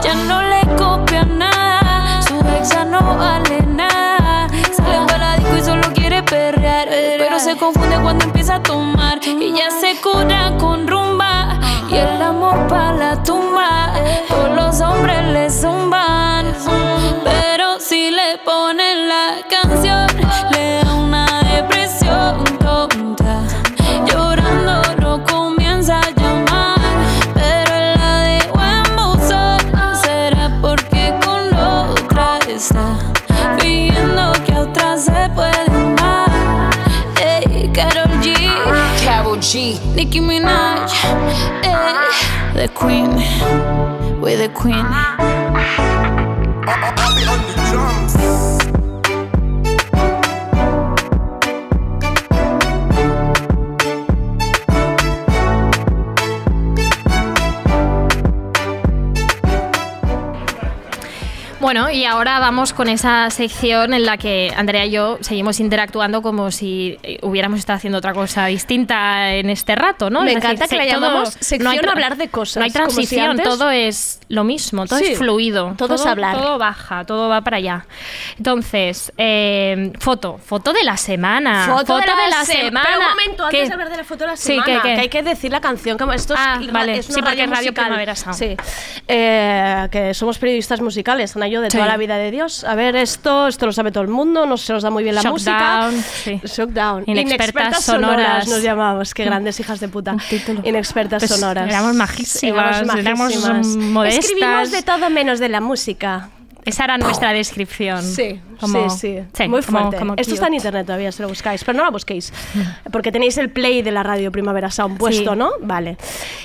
Ya no le copia nada, su ex ya no vale nada. Sale para la disco y solo quiere perrear, pero se confunde cuando empieza a tomar y ya se cura con rumba y el amor para la tumba. Todos los hombres le zumban, pero si le ponen la canción le da una depresión tonta. Llorando lo comienza a llamar, pero él la dejó en buzón. Será porque con la otra está, pidiendo que a otra se puede amar. Ey, Karol G.
Carol G,
Nicki Minaj, eh, the queen, we're the queen.
Bueno, y ahora vamos con esa sección en la que Andrea y yo seguimos interactuando como si eh, hubiéramos estado haciendo otra cosa distinta en este rato, ¿no?
Me
Es
encanta que la
se- todo-
llamamos sección
tra-
hablar de cosas,
No hay
como si
transición,
antes-
todo es lo mismo, todo
Sí,
es fluido.
todo es hablar.
Todo baja, todo va para allá. Entonces, eh, foto, foto de la semana.
sema- Pero un momento, antes
¿Qué?
de hablar de la foto de la
Sí,
semana,
¿qué, qué?
que hay que decir la canción. Que esto es,
Ah,
ra-
vale,
es una
sí, porque es Radio
musical.
Primavera Sound.
Sí, Eh, que somos periodistas musicales, Ana y yo, de
Sí.
toda la vida de Dios. A ver, esto esto lo sabe todo el mundo, nos, se nos da muy bien la música.
Shockdown, sí.
Shockdown.
Inexpertas
sonoras.
sonoras. Mm.
nos llamamos, qué grandes hijas de puta.
Un título.
Inexpertas
Pues
sonoras.
éramos majísimas, éramos,
majísimas.
mm, modestas.
Escribimos de todo menos de la música.
Esa era nuestra descripción.
Sí,
Como-
sí, sí, Muy
como-
fuerte.
como
Esto
cute.
está en internet todavía, si lo buscáis, pero no lo busquéis. Porque tenéis el play de la radio Primavera Sound puesto,
Sí.
¿no? Vale.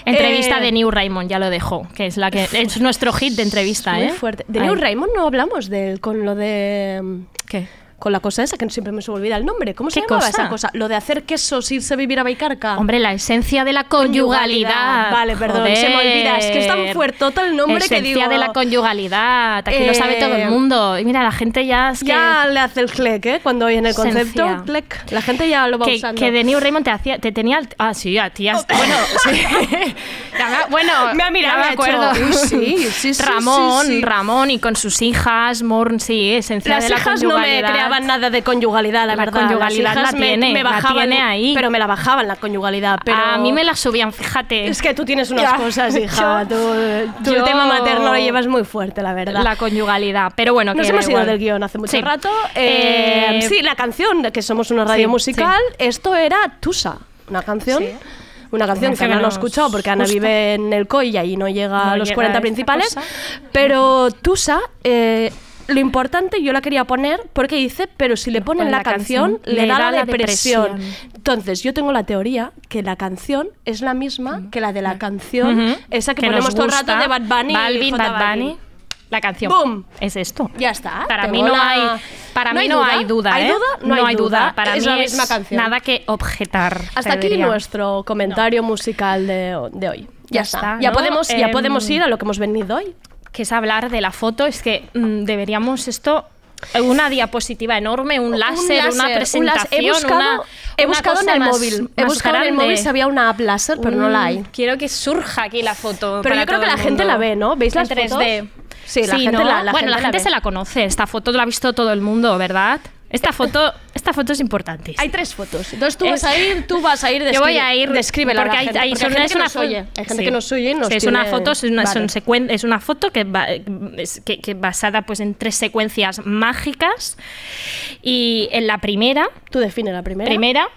Entrevista
Eh,
de New Raymond, ya lo dejó, que es la que es nuestro hit de entrevista,
Muy
¿eh?
fuerte. De
Ay.
Neil Raymond no hablamos de él con lo de. mm,
¿Qué?
Con la cosa esa que siempre me se me olvida el nombre. ¿Cómo se
¿Qué
llamaba
cosa?
esa cosa? Lo de hacer quesos, irse a vivir a Baicarca.
Hombre, la esencia de la conyugalidad.
Vale, perdón, se me
Joder.
olvida, es que es tan fuerte todo el nombre que
Esencia
digo.
de la conyugalidad. Aquí lo sabe todo
Eh,
el mundo. Y mira, la gente ya es que-
Ya le hace el click, ¿eh? Cuando oyen el concepto,
Esencia.
click. La gente ya lo va
que,
usando. Oh,
que de New Raymond te hacía, te tenía, al- ah sí, a ti, hasta- bueno, sí. Ya me- bueno,
Me ha mirado,
ya
me ha
me acuerdo, Oh,
hecho, "Uy, sí, sí, sí,
Ramón,
sí, sí".
Ramón y con sus hijas, Morn, sí, esencia
Las
de la
hijas no me
conyugalidad.
creaban nada de conyugalidad,
La
la, verdad.
conyugalidad
Las hijas
la
me-
tiene,
me,
la
bajaban,
tiene ahí.
Pero me la bajaban la conyugalidad. Pero
A mí me la subían, fíjate.
Es que tú tienes unas
Ya.
cosas, hija.
Yo-
Tú, tú el
yo-
tema materno lo llevas muy fuerte, la verdad.
la conyugalidad, pero bueno,
Nos
que
hemos
da
ido
igual.
del guión hace mucho
Sí.
rato. Eh,
Eh,
sí, la canción, que somos una radio
sí,
musical, esto era Tusa, una canción.
Sí.
Una canción
Una que
que Ana no ha
nos
escuchado porque Ana
gusta.
vive en el COI y ahí no llega
No
a los
llega
40
esta
principales.
cosa.
Pero Tusa, eh, lo importante, yo la quería poner porque dice, pero si le ponen
pone
la,
la
canción,
canción,
le da, la, depresión. Entonces, yo tengo la teoría que la canción es la misma que la de la canción,
Mm. Ujú.
esa que,
nos
ponemos todo el
gusta.
rato de Bad Bunny. y
Balvin,
J
Bad Bunny. La canción.
¡Bum!
Es esto.
Ya está.
Para
tengo
mí no
la-
hay, para mí no hay duda.
¿Hay
¿eh?
duda? No, hay duda.
Para
es
mí
la misma
es
canción.
nada que objetar.
Hasta
te
aquí
diría.
nuestro comentario musical de, de hoy. Ya,
Ya
está.
está,
ya,
¿no?
podemos, ya
Em,
podemos ir a lo que hemos venido hoy.
Que es hablar de la foto. Es que mm, deberíamos esto. eh, Una diapositiva enorme, un láser,
láser,
una
un
presentación.
láser. He buscado,
una-
he
una
buscado en
cosa
el
más-
móvil. He
más
buscado en el
grande.
móvil si había una app láser, pero no la hay.
Mm, Quiero que surja aquí la foto.
Pero
para
yo creo
todo
que la
el
gente
mundo.
la ve, ¿no? ¿Veis
En
las
3D.
fotos? Sí, la gente la- la
bueno,
gente
la
la
gente
ve.
se la conoce. Esta foto la ha visto todo el mundo, ¿verdad? Esta foto, esta foto es importante.
Hay tres fotos. Entonces tú
Es-
vas a ir, tú vas a ir.
Yo voy
describe-
a ir
Descríbela. a la
porque hay,
gente,
hay-
porque
son-
hay gente
es
que
una
nos
foto-
oye. Hay gente
sí.
que nos oye y nos
Sí, es una
tiene-
foto, es una, son
Vale.
secuen- es una foto que, va- es- que- que basada pues en tres secuencias mágicas Y en la primera,
Tú define la primera.
primera,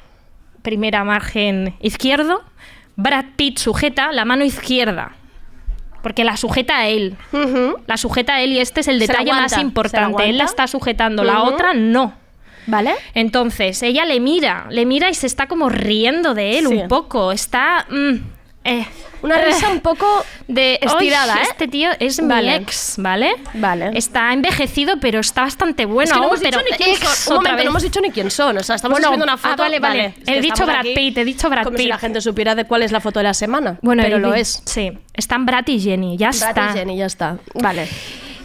primera margen izquierdo, Brad Pitt sujeta la mano izquierda. Porque la sujeta a él.
Ujú.
La sujeta a él y este es el
Se la
detalle
aguanta,
más
se la
importante. Él la
aguanta.
está sujetando, la
Ujú.
otra no.
¿Vale?
Entonces, ella le mira, le mira y se está como riendo de él
Sí.
un poco. Está... mm, eh,
Una risa un poco
de
estirada,
"Ay,
¿eh?
Este tío es mi
Vale.
ex, ¿vale?
Vale.
Está envejecido, pero está bastante bueno.
Es que no
aún,
hemos dicho
pero
ni quién
ex
son. Un
otra
momento,
vez.
no hemos dicho ni quién son. O sea, estamos
Bueno,
subiendo
ah,
una foto.
vale, vale.
Es que
He dicho
estamos
Brad
aquí
Pitt, he dicho Brad
como
Pitt.
si la gente supiera de cuál es la foto de la semana. pero
Eddie,
lo es.
Sí, están Brad y Jenny, ya
Brad
está.
y Jenny, ya está. Vale.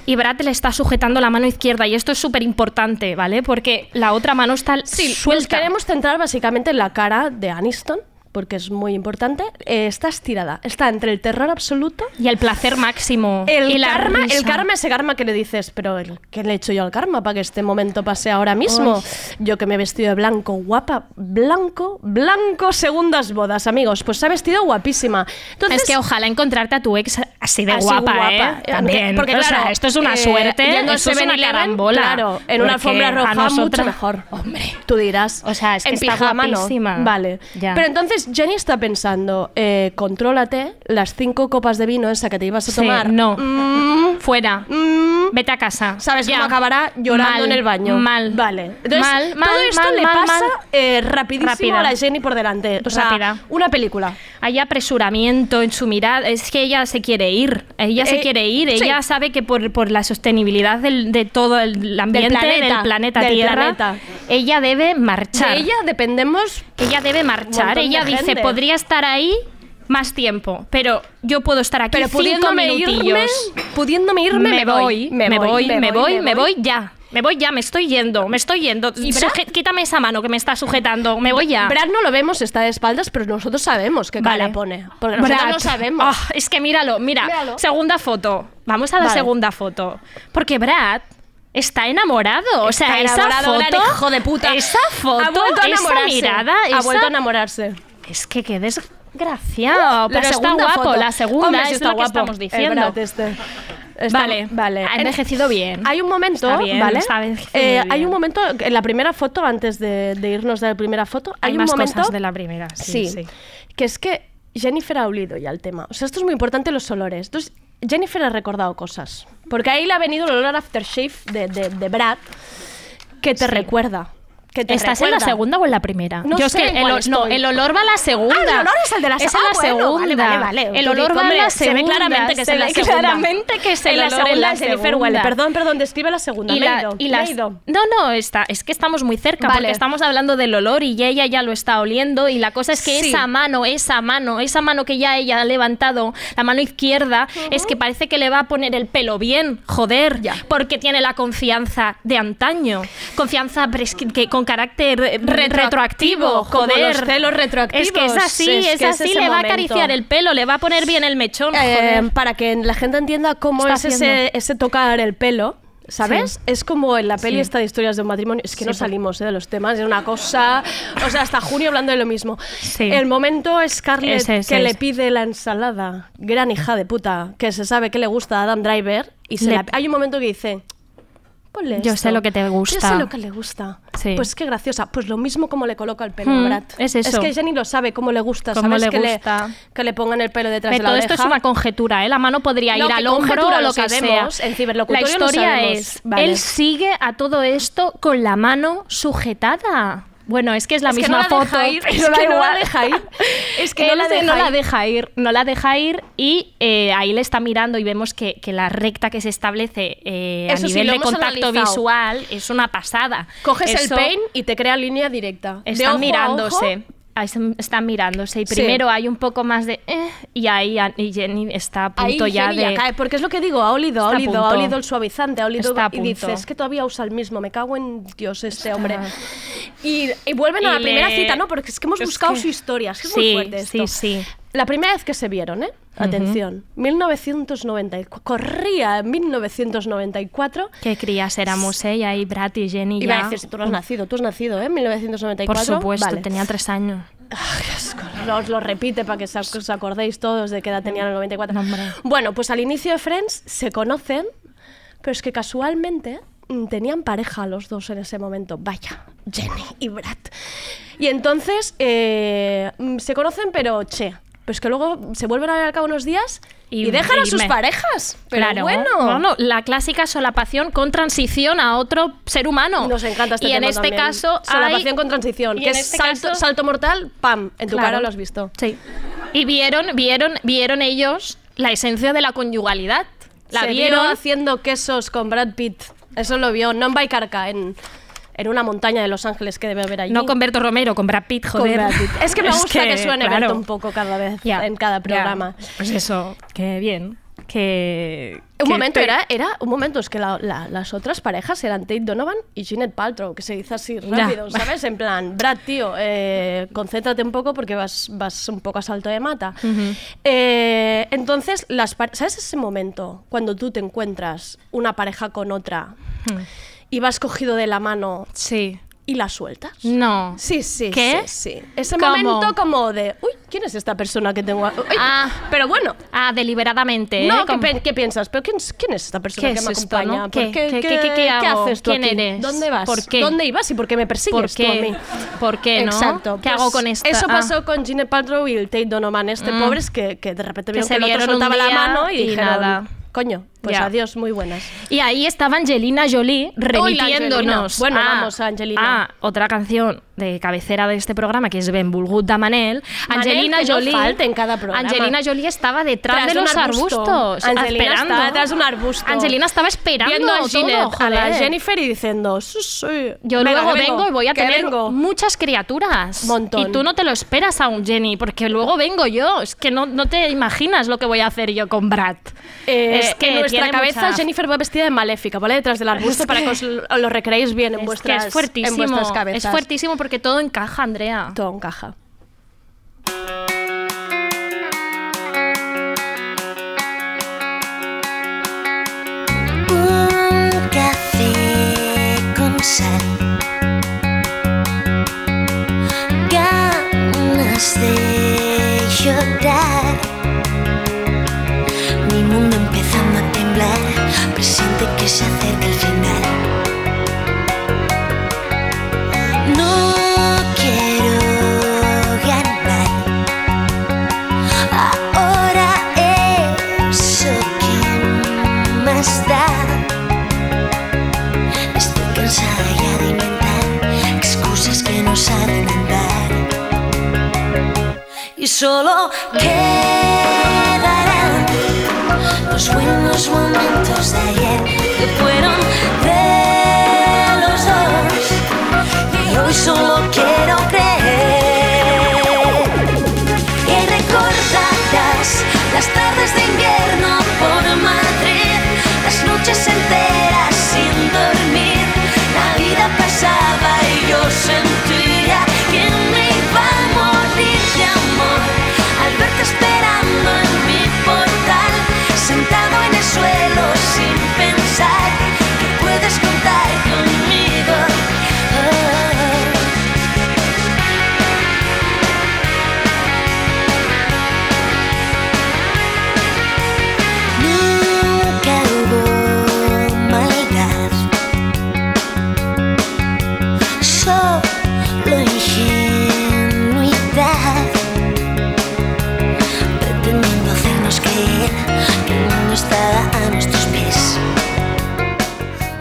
Y Brad le está sujetando la mano izquierda y esto es súper importante, ¿vale? Porque la otra mano está
Nos
suelta.
queremos centrar básicamente en la cara de Aniston, porque es muy importante. Eh, está estirada. Está entre el terror absoluto.
Y el placer máximo.
El
y la
karma, el
risa.
karma, ese karma que le dices, pero el- ¿qué le he hecho yo al karma para que este momento pase ahora mismo? Yo que me he vestido de blanco, guapa, blanco, blanco, segundas bodas, amigos. Pues se ha vestido guapísima. Entonces,
Es que ojalá encontrarte a tu ex así de
así
guapa, ¿eh?
Eh,
También.
Porque,
O
porque,
sea,
claro,
esto es una
eh,
suerte,
yendo al
esto es una
7-Eleven,
carambola.
Claro, en
Porque
una alfombra
a
roja
nosotras-
mucho mejor.
Hombre.
Tú dirás.
O sea, es que
en
está
pijama no.
guapísima.
Vale.
Ya.
Pero entonces Jenny está pensando, eh, contrólate las cinco copas de vino esa que te ibas a
Sí,
tomar.
no.
Mm,
Fuera.
mm,
Vete a casa.
¿Sabes
Ya.
cómo acabará llorando
Mal,
en el baño?
Mal.
Vale. Entonces,
mal, mal,
todo esto
mal,
le
mal,
pasa
mal.
eh, rapidísimo
Rápida.
a la Jenny por delante. O sea,
Rápida.
una película.
Hay apresuramiento en su mirada. Es que ella se quiere ir. Ella se
Eh,
quiere ir.
sí.
Ella sabe que por, por la sostenibilidad del- de todo el ambiente, del planeta,
planeta, del
Tierra,
planeta.
ella debe marchar.
De ella dependemos
Ella debe marchar.
montón de
Ella dice,
gente.
podría estar ahí más tiempo, pero yo puedo estar aquí
Pero
cinco
pudiéndome irme,
minutillos.
pudiéndome irme, me voy,
me voy, me voy, me voy ya. Me voy ya, me estoy yendo, me estoy yendo.
¿Y Brad?
Suje- quítame esa mano que me está sujetando, me voy ya.
Brad no lo vemos, está de espaldas, pero nosotros sabemos qué cara pone. Porque nosotros
Brad.
no sabemos.
Ah, es que míralo, mira,
Míralo.
segunda foto. Vamos a la
Vale.
segunda foto. Porque Brad está enamorado. O sea,
Está
esa
enamorado, gran
foto.
hijo de puta.
Esa foto,
ha vuelto a
esa
enamorarse.
mirada,
ha
esa-
vuelto a enamorarse.
Es que qué desgraciado.
La
Pero está
segunda
guapo,
foto.
la segunda
Hombre, sí
es
está
lo que
guapo,
estamos
el
diciendo.
Brad este. Está- Eh,
Vale, ha envejecido bien.
Hay un momento,
Está bien,
¿vale?
está envejecido
Eh,
muy
Hay
bien.
un momento, en la primera foto, antes de, de irnos de la primera foto, hay,
Hay
un
más
momento
cosas de la primera, sí,
Sí,
sí.
que es que Jennifer ha olido ya el tema. O sea, esto es muy importante, los olores. Entonces, Jennifer ha recordado cosas. Porque ahí le ha venido el olor aftershave de, de, de Brad, que te
Sí.
recuerda. Que te
¿Estás en
recuerda.
la segunda o en la primera?
No
Yo es
sé
que
en
el,
cuál
o- no,
estoy.
el olor va a la segunda.
Ah, el olor es el de la
Es
se-
en
ah,
la
bueno,
segunda.
vale, vale, vale.
El
Tú
olor
dices,
va en la
hombre, se ve
segunda.
claramente que es
se
en la
ve
segunda.
Claramente que es en
El
la
olor en
segunda.
la Jennifer huele. Perdón, perdón, describe la segunda.
Y
me he
la,
ido,
y
me
las-
he ido.
No, no, está, es que estamos muy cerca
Vale.
porque estamos hablando del olor y ya ella ya lo está oliendo y la cosa es que
Sí.
esa mano, esa mano, esa mano que ya ella ha levantado, la mano izquierda, es que parece que le va a poner el pelo bien, joder,
Ya.
porque tiene la confianza de antaño, confianza prescri- que, con carácter eh,
Retroactivo,
retroactivo,
como
joder.
los celos retroactivos.
Es que es así, es,
Es que es
así,
ese
le va a
momento.
acariciar el pelo, le va a poner bien el mechón,
Eh,
joder.
para que la gente entienda cómo
Está
es ese,
haciendo.
ese tocar el pelo. ¿Sabes?
Sí.
Es como en la peli
Sí.
esta de historias de un matrimonio. Es que
Sí,
no
por-
salimos eh, de los temas, es una cosa. O sea, hasta junio hablando de lo mismo.
Sí.
El momento es Scarlett
Ese, ese,
que le
ese.
pide la ensalada. Gran hija de puta, que se sabe que le gusta a Adam Driver. Y se
Le-
la- hay un momento que dice: Ponle
Yo
esto.
sé lo que te gusta.
Yo sé lo que le gusta.
Sí.
Pues qué graciosa. Pues lo mismo como le coloca el pelo a
Mm,
Brad.
es eso.
Es que Jenny lo sabe cómo le gusta.
Cómo
¿sabes?
le
que
gusta.
que le pongan el pelo detrás
Pero
de la
todo esto es
oreja.
una conjetura, ¿eh? La mano podría
Lo
ir
que
al hombro
conjetura
o lo
lo
que
sabemos,
sea.
en
La
ciberlocutorio lo
historia
sabemos.
es,
Vale.
él sigue a todo esto con la mano sujetada. Bueno, es que es la
Es que
misma
no la deja
foto.
ir,
pero
es
da
que no la
igual.
deja ir. Es que no
Él
la
se-
deja
no
ir.
la deja ir. No la deja ir y eh, ahí le está mirando y vemos que, que la recta que se establece eh, a
Eso sí,
nivel
lo
de
hemos
contacto
analizado.
visual es una pasada.
Coges
Eso-
el paint y te crea línea directa. De
están
ojo a
mirándose.
ojo,
Ah, están- Están mirándose y
Sí.
primero hay un poco más de... eh, y ahí a- y Jenny está a
ahí
punto ya
Jenny
de...
cae, porque es lo que digo, ha olido, ha
Está a
olido, ha
punto.
olido el suavizante, ha olido
Está a
y
punto.
dices, es que todavía usa el mismo, me cago en Dios este hombre. Y, y vuelven a
Y
la primera
le-
cita, ¿no? Porque es que hemos
Es
buscado
que-
su historia, es que es
Sí,
muy fuerte
sí,
esto.
sí.
La primera vez que se vieron, ¿eh? Atención, 1990, corría en 1994
Qué crías éramos, ¿eh? Y ahí Brad y Jenny
Iba
ya...
a decir, si tú no has nacido, tú has nacido, ¿eh? En 1994.
Por supuesto,
Vale.
tenía tres años.
Ay, qué asco. Lo- Os lo repite para que sa- que os acordéis todos de qué edad tenían en el 94.
No, hombre.
Bueno, pues al inicio de Friends se conocen, pero es que casualmente mm, tenían pareja los dos en ese momento. Vaya, Jenny y Brad. Y entonces eh, mm, se conocen, pero che. Pero es que luego se vuelven a ver al cabo de unos días y,
Y-
dejan a
y
sus
me-
parejas. Pero
claro, ¿eh?
bueno.
bueno, la clásica solapación con transición a otro ser humano.
Nos encanta este
Y en
tema
este
también.
caso
Solapación
hay-
con transición,
y
que
en
es
este
salto,
caso-
salto mortal, pam, en tu
Claro.
cara lo has visto.
Sí. Y vieron, vieron, vieron ellos la esencia de la conyugalidad. La
Se vio
vieron
haciendo quesos con Brad Pitt. Eso lo vio Non by Carca en, en una montaña de Los Ángeles que debe haber allí.
no con Berto Romero, con Brad Pitt,
Con
joder.
Brad Pitt. Es que me gusta que, suene
claro.
Berto un poco cada vez
Ya,
en cada
ya.
programa.
Pues eso, qué bien. Que que
Un momento,
te-
era, era un momento, es que la- la- las otras parejas eran Tate Donovan y Jeanette Paltrow, que se dice así rápido, ¿sabes? En plan, Brad, tío, eh, concéntrate un poco porque vas, vas un poco a salto de mata. Eh, entonces, las pa- ¿sabes ese momento cuando tú te encuentras una pareja con otra
Hmm.
y vas cogido de la mano
Sí.
y la sueltas?
No.
Sí, sí,
¿Qué?
sí, sí. Ese
¿Cómo?
momento como de, uy, ¿quién es esta persona que tengo? a- uy,
Ah.
pero bueno,
Ah, deliberadamente. ¿eh?
no, ¿qué,
Como-
pi- qué piensas? ¿Pero quién, es- quién es esta persona
¿Qué
que
es
me
esto,
acompaña?
no?
¿Por
¿Qué- qué- qué- qué- qué hago?
haces tú
¿Quién
aquí?
eres?
¿Dónde vas?
¿Por qué?
¿Dónde ibas y por qué me persigues
¿Por
tú a
qué?
mí?
¿Por qué, no?
Exacto.
¿Qué
Pues
hago con esta?
Eso
Ah. Mm.
pasó con Gene Paltrow y el Tate Donovan. Este pobre es que, que de repente
Que
vieron
se
que el otro
vieron un
soltaba la
día
mano y,
y
dijeron,
nada.
coño, pues
Ya.
adiós, muy buenas.
Y ahí estaba Angelina Jolie remitiéndonos.
Angelina. Bueno,
a-
vamos, Angelina.
a otra canción de cabecera de este programa que es Ben Bulgut da Manel.
Manel,
Angelina
que no
Jolie.
falte en cada programa.
Angelina Jolie estaba detrás
Tras
de
un
los
arbusto.
arbustos.
Angelina
esperando.
estaba detrás de un arbusto.
Angelina estaba esperando
Viendo a
todo,
Jeanette, a la
joder.
Jennifer y diciendo, sí, sí,
¿eh? Yo
venga,
luego
que
vengo, y voy a
que
tener
vengo".
muchas criaturas.
Montón.
Y tú no te lo esperas aún, Jenny, porque luego vengo yo. Es que no, no te imaginas lo que voy a hacer yo con Brad.
Eh,
es que
en nuestra
tiene
cabeza
mucha-
Jennifer va vestida de maléfica, ¿vale? Detrás del arbusto para que os lo lo recreéis bien en,
Es
vuestras,
que es fuertísimo.
en vuestras cabezas.
Es fuertísimo porque todo encaja, Andrea.
Todo encaja.
Un café con sal. Ganas de llorar. Mi mundo empezando a temblar. Presente que se acerca el final. No quiero ganar. Ahora eso que más da. Estoy cansada ya de inventar excusas que no saben andar. Y solo quedarán los buenos momentos de ayer que fueron de los dos. Y hoy solo quiero creer. Y recordarás las tardes de invierno por Madrid, las noches enteras sin dormir. La vida pasaba y yo sentía que me iba a morir de amor al verte esperando en mi portal, sentado en el suelo sin pensar que puedes contar conmigo. Oh, oh, oh. Nunca hubo maldad, solo ingenuidad, pretendiendo hacernos creer que el mundo estaba a nuestros pies.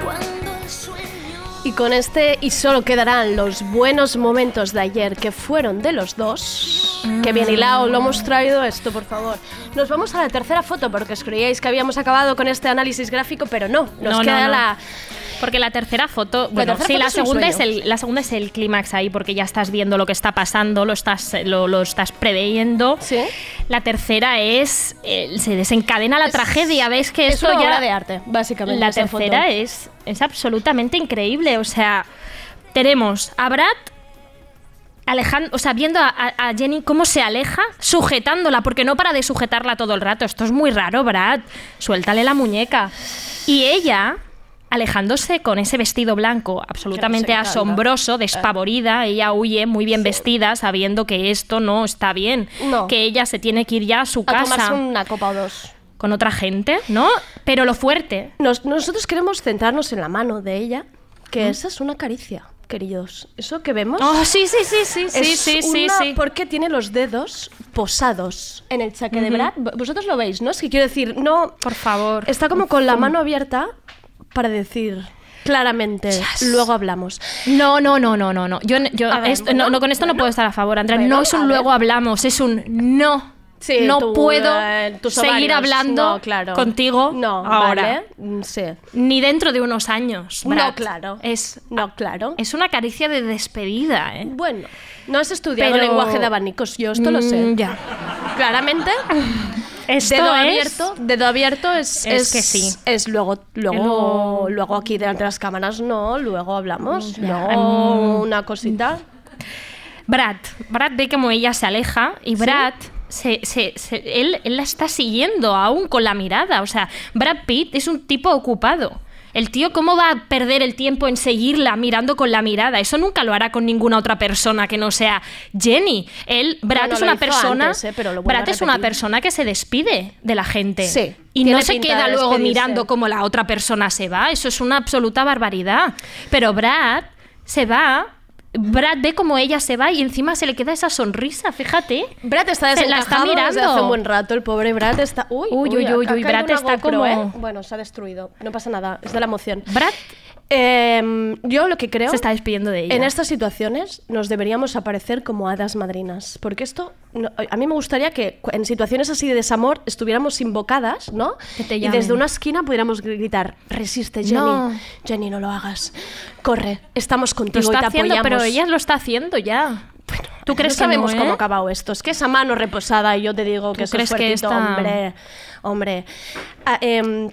Cuando el sueño
Y con este y solo quedarán los buenos momentos de ayer que fueron de los dos. Que bien hilado, lo hemos traído esto, por favor. Nos vamos a la tercera foto porque os creíais que habíamos acabado con este análisis gráfico, pero no. Nos
No, no,
queda
no.
la
Porque la tercera foto, bueno,
tercera
sí,
foto
la,
es un
segunda es
sueño.
el, la segunda es el clímax ahí, porque ya estás viendo lo que está pasando, lo estás, lo, lo estás preveyendo.
Sí.
La tercera es, eh, se desencadena la tragedia, ves que
es
esto
una
ya
obra de arte, básicamente,
La
esa foto.
tercera es, es absolutamente increíble, o sea, tenemos a Brad alejando, o sea, viendo a, a- a Jenny cómo se aleja, sujetándola, porque no para de sujetarla todo el rato. Esto es muy raro, Brad. Suéltale la muñeca. Y ella, alejándose con ese vestido blanco, absolutamente
encanta.
asombroso, despavorida, ella huye muy bien vestida, sabiendo que esto no está bien,
No.
que ella se tiene que ir ya a su
a
casa
tomarse una copa o dos.
con otra gente, ¿no? Pero lo fuerte.
Nos- nosotros queremos centrarnos en la mano de ella, que esa es una caricia, queridos. Eso que vemos.
Oh, sí, sí, sí, sí, sí,
es
sí, sí,
una-
sí.
Porque tiene los dedos posados en el chaque de
Ujú.
Brad. V- Vosotros lo veis, ¿no? Es que quiero decir, no.
Por favor.
Está como con la mano abierta para decir claramente. Luego hablamos.
No, no, no, no, no, no. Yo, yo
A ver,
esto-
bueno,
no, no, con esto no puedo estar a favor, Andrea.
Bueno,
no es
a
un
ver.
luego hablamos, es un no.
Sí,
no
tú,
puedo
eh, tus
seguir
ovarios.
hablando
No, claro.
contigo
No,
ahora.
vale. Mm, Sí.
Ni dentro de unos años. Brad.
No, claro.
Es,
No, claro.
es una caricia de despedida, ¿eh?
Bueno, no has estudiado
Pero-
lenguaje de abanicos, yo esto lo sé.
Mm, ya.
Claramente.
Esto es-
dedo abierto, dedo abierto es,
Es que sí.
Es luego, luego,
Luego-
luego aquí delante de las cámaras no, luego hablamos,
Ya, Mm.
luego una cosita.
Brad, Brad ve como ella se aleja y Brad, se, se- se- él, él la está siguiendo aún con la mirada. O sea, Brad Pitt es un tipo ocupado. El tío, ¿cómo va a perder el tiempo en seguirla mirando con la mirada? Eso nunca lo hará con ninguna otra persona que no sea Jenny. Él, Brad
Bueno,
es
lo
una
hizo
persona.
antes, ¿eh? Pero lo vuelvo a
Brad es una
repetir.
persona que se despide de la gente.
Sí,
Y
tiene
no se
pinta
queda
de
luego
despedirse.
mirando como la otra persona se va. Eso es una absoluta barbaridad. Pero Brad se va. Brad ve como ella se va y encima se le queda esa sonrisa, fíjate.
Brad está
Se la está
desencajado desde
mirando.
hace un buen rato, el pobre Brad está... Uy,
Uy, uy, uy,
acá
uy,
ha caído
Brad
una
está
GoPro,
como-
¿eh? Bueno, se ha destruido, no pasa nada, es de la emoción.
Brad
Em, yo lo que creo...
se está despidiendo de ella.
En estas situaciones nos deberíamos aparecer como hadas madrinas, porque esto, no- a mí me gustaría que cu- en situaciones así de desamor estuviéramos invocadas, ¿no?
Que te
y
llamen.
desde una esquina pudiéramos gritar, resiste Jenny,
No.
Jenny no lo hagas, corre, estamos
lo
contigo y
está
te
haciendo,
apoyamos.
pero ella lo está haciendo ya. ¿Tú crees
no
que
sabemos
no,
cómo ha
eh?
acabado esto. Es que esa mano reposada, y yo te digo que eso
crees
es
que
fuertito,
esta-
hombre, hombre. Ah, em,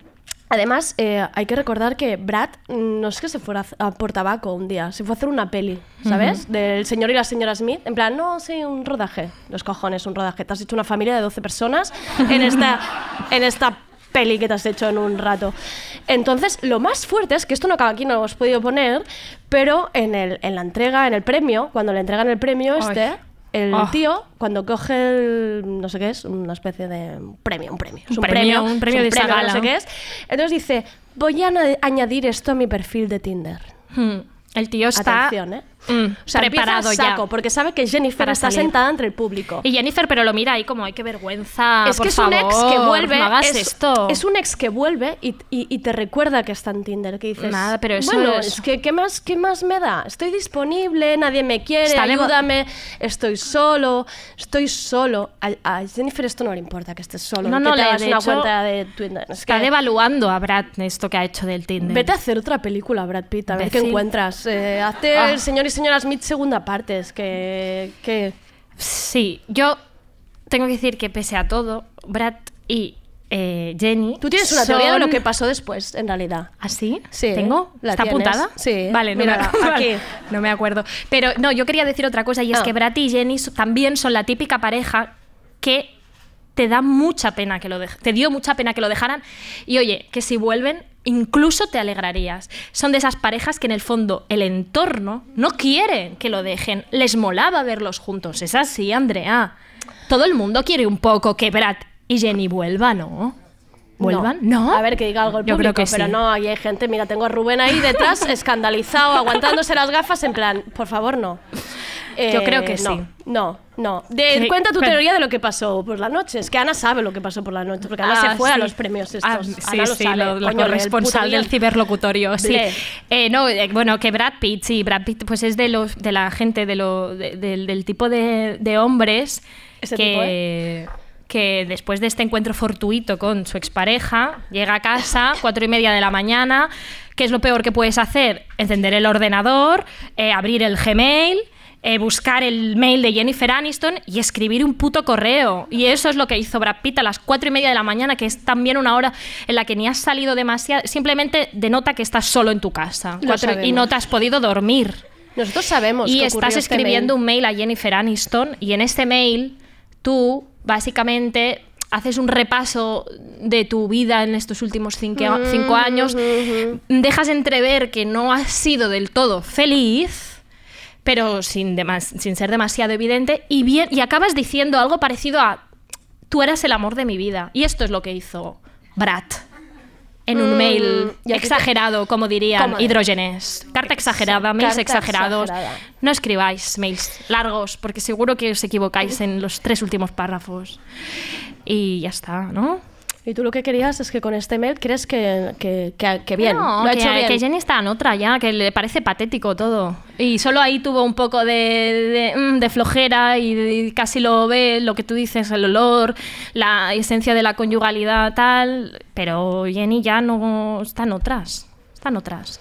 además, eh, hay que recordar que Brad mm, no es que se fuera a c- a por tabaco un día, se fue a hacer una peli, ¿sabes? Del señor y la señora Smith. En plan, no, sí, un rodaje. Los cojones, un rodaje. Te has hecho una familia de 12 personas en esta, en esta peli que te has hecho en un rato. Entonces, lo más fuerte es que esto no acaba aquí, no lo hemos podido poner, pero en, el, en la entrega, en el premio, cuando le entregan el premio
Ay.
este, el
Ah.
tío, cuando coge el. no sé qué es, una especie de premio, un premio. Es
Un premio, un premio
es
de esa
No
gala.
sé qué es. Entonces dice: Voy a na- añadir esto a mi perfil de Tinder.
Hmm. El tío está
Atención, ¿eh?
mm,
O sea,
preparado
empieza a saco,
ya.
porque sabe que Jennifer
Para
está
salir.
sentada entre el público.
Y Jennifer, pero lo mira ahí como, ay, qué vergüenza.
es
Ah,
que
por
es un ex que
favor,
vuelve.
No hagas
es,
esto.
es un ex que vuelve y, y- y te recuerda que está en Tinder. Que dices:
Nada, pero eso
Bueno,
es-
es que ¿qué más, ¿qué más me da? Estoy disponible, nadie me quiere,
Está de mo-
ayúdame, estoy solo, estoy solo. A, a Jennifer esto no le importa que estés solo,
No,
ni
no,
que te
le-
hagas
de
una
hecho,
cuenta de Twitter. Es
Está
que-
devaluando a Brad esto que ha hecho del Tinder.
Vete a hacer otra película, Brad Pitt, a ver qué
Imbécil.
encuentras. Eh, hazte
Ah.
el señor y señora Smith segunda parte, es que... que...
Sí, yo tengo que decir que pese a todo, Brad y eh, Jenny.
Tú tienes una teoría de lo
son-
que pasó después, en realidad.
¿Así?
Sí,
¿Tengo?
la
¿Está
tienes.
apuntada?
Sí,
Vale, no,
mírala,
me acuerdo.
aquí.
no me acuerdo. Pero no, yo quería decir otra cosa y es
Ah.
que Brad y Jenny so- también son la típica pareja que te da mucha pena que lo dej- te dio mucha pena que lo dejaran y oye, que si vuelven incluso te alegrarías. Son de esas parejas que en el fondo el entorno no quieren que lo dejen, les molaba verlos juntos. Es así, Andrea. Todo el mundo quiere un poco que Brad y Jenny vuelvan, ¿no? ¿Vuelvan? No.
A ver que diga algo el
Yo
público,
creo que
pero
sí.
no, ahí hay gente, mira, tengo a Rubén ahí detrás, escandalizado, aguantándose las gafas, en plan, por favor, no. Eh,
Yo creo que
no,
sí.
No, no. De-
Sí,
cuenta tu
pero-
teoría de lo que pasó por la noche. Es que Ana sabe lo que pasó por la noche, porque Ana
Ah,
se fue a
sí.
los premios estos.
Ah, sí,
Ana lo
sí,
sabe.
lo- la
Coño, el
corresponsal
puto
del
día-
ciberlocutorio, sí.
Ble.
Eh, no, eh, bueno, que Brad Pitt, sí, Brad Pitt pues es de los de la gente, de lo, de- del- del tipo de, de hombres
Ese
que,
tipo, eh?
que después de este encuentro fortuito con su expareja, llega a casa, cuatro y media de la mañana, ¿qué es lo peor que puedes hacer? Encender el ordenador, eh, abrir el Gmail... eh, buscar el mail de Jennifer Aniston y escribir un puto correo. Y eso es lo que hizo Brad Pitt a las cuatro y media de la mañana, que es también una hora en la que ni has salido demasiado. Simplemente denota que estás solo en tu casa
Lo
Cuatro- y
sabemos.
no te has podido dormir.
Nosotros sabemos
Y
que ocurrió
estás
este
escribiendo
mail.
un mail a Jennifer Aniston y en este mail tú básicamente haces un repaso de tu vida en estos últimos cinque-
Mm,
cinco, años, dejas entrever que no has sido del todo feliz, pero sin, demas- sin ser demasiado evidente, y, bien, y acabas diciendo algo parecido a... tú eras el amor de mi vida. Y esto es lo que hizo Brat en un
Mm,
mail
y a ti te-
exagerado, como dirían
¿Cómo de-
hidrogenes. Carta exagerada, mails
carta
exagerados.
exagerada.
No escribáis mails largos, porque seguro que os equivocáis en los tres últimos párrafos. Y ya está, ¿no?
Y tú lo que querías es que con este mail crees que, que, que- que bien.
No,
lo ha
que,
hecho bien.
que Jenny está en otra ya, que le parece patético todo. Y solo ahí tuvo un poco de, de- mm, de flojera y, y casi lo ve, lo que tú dices, el olor, la esencia de la conyugalidad, tal. Pero Jenny ya no está en otras. Está en otras.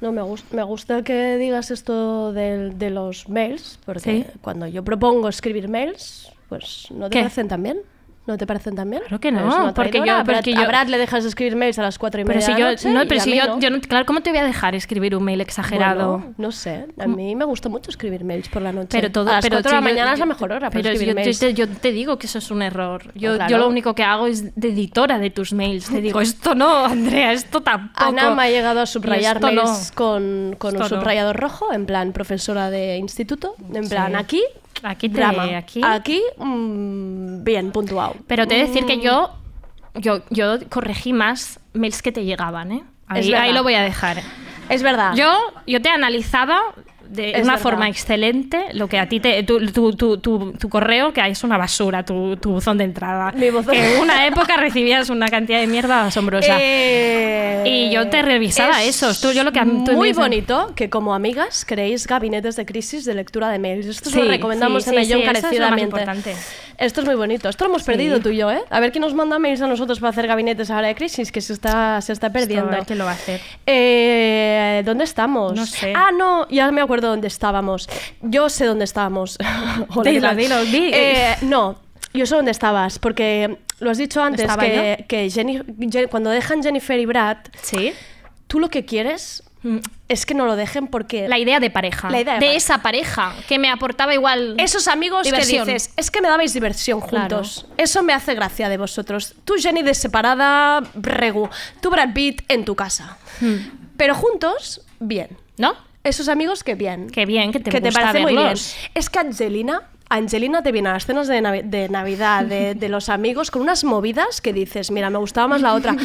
No, me, gus- me gusta que digas esto del- de, los mails, porque
Sí.
cuando yo propongo escribir mails, pues no te
¿Qué?
parecen tan bien. ¿No te parecen tan bien? Claro
que no, porque yo-
A Brad,
porque yo-
a Brad le dejas escribir mails a las cuatro y
Pero
media
si
de
yo.
la noche
no,
y
pero
a
si
mí
yo,
no.
yo no- Claro, ¿cómo te voy a dejar escribir un mail exagerado?
Bueno, no sé, a mí me gusta mucho escribir mails por la noche.
Pero todo,
a las
pero
cuatro de la
yo-
mañana
yo-
es la mejor hora para
Pero
escribir
yo, yo
mails. Oh,
te, yo te digo que eso es un error. Yo,
Claro.
yo lo único que hago es de editora de tus mails. Te digo, esto no, Andrea, esto tampoco.
Ana me ha llegado
Y
a subrayar
esto
mails
no.
con, con un
Esto no.
subrayador rojo, en plan profesora de instituto, en plan aquí,
Aquí te-
drama, Ah,
aquí.
aquí mm, bien puntuado.
Pero te he de decir que
Mm.
yo, yo, yo corregí más mails que te llegaban, ¿eh?
Es
Ahí,
verdad.
ahí lo voy a dejar.
Es verdad.
Yo, yo te analizaba de
Es
eh, una
verdad.
forma excelente lo que a ti te tu, tu- tu- tu- tu correo que es una basura tu, tu buzón de entrada
Mi buzón.
que en una época recibías una cantidad de mierda asombrosa
Eh,
Y yo te revisaba
es
esos, tú- yo lo que a- tú me
muy
dices-
bonito que como amigas creéis gabinetes de crisis de lectura de mails. Esto
Sí,
lo recomendamos
sí,
en
sí,
ello
sí, eso es lo más
encarecidamente.
importante.
Esto es muy bonito. Esto lo hemos perdido tú y yo, ¿eh? A ver quién nos manda mails a nosotros para hacer gabinetes ahora de crisis, que se está, se está perdiendo.
Esto, a ver quién lo va a hacer.
Eh, ¿Dónde estamos?
No sé.
Ah, no, ya me acuerdo dónde estábamos. Yo sé dónde estábamos. Hola, ¿qué
Dilo,
tal?
dilo, di.
Eh, no, yo sé dónde estabas, porque lo has dicho antes,
¿Estaba
que, que Jenny- Jen- cuando dejan Jennifer y Brad,
Sí.
tú lo que quieres Mm, es que no lo dejen porque
La idea de pareja.
La idea de
de
pareja.
esa pareja que me aportaba igual.
esos amigos
Diversión.
que dices, es que me dabais diversión
Claro.
juntos. Eso me hace gracia de vosotros. Tú, Jenny, de separada, regu. Tú, Brad Pitt, en tu casa.
Hmm.
Pero juntos, bien.
¿No?
Esos amigos que bien.
Qué bien, que te,
que te
gusta
parece muy bien.
verlos.
Es que Angelina, Angelina te viene a las cenas de, Navi- de Navidad de, de los amigos con unas movidas que dices, mira, me gustaba más la otra.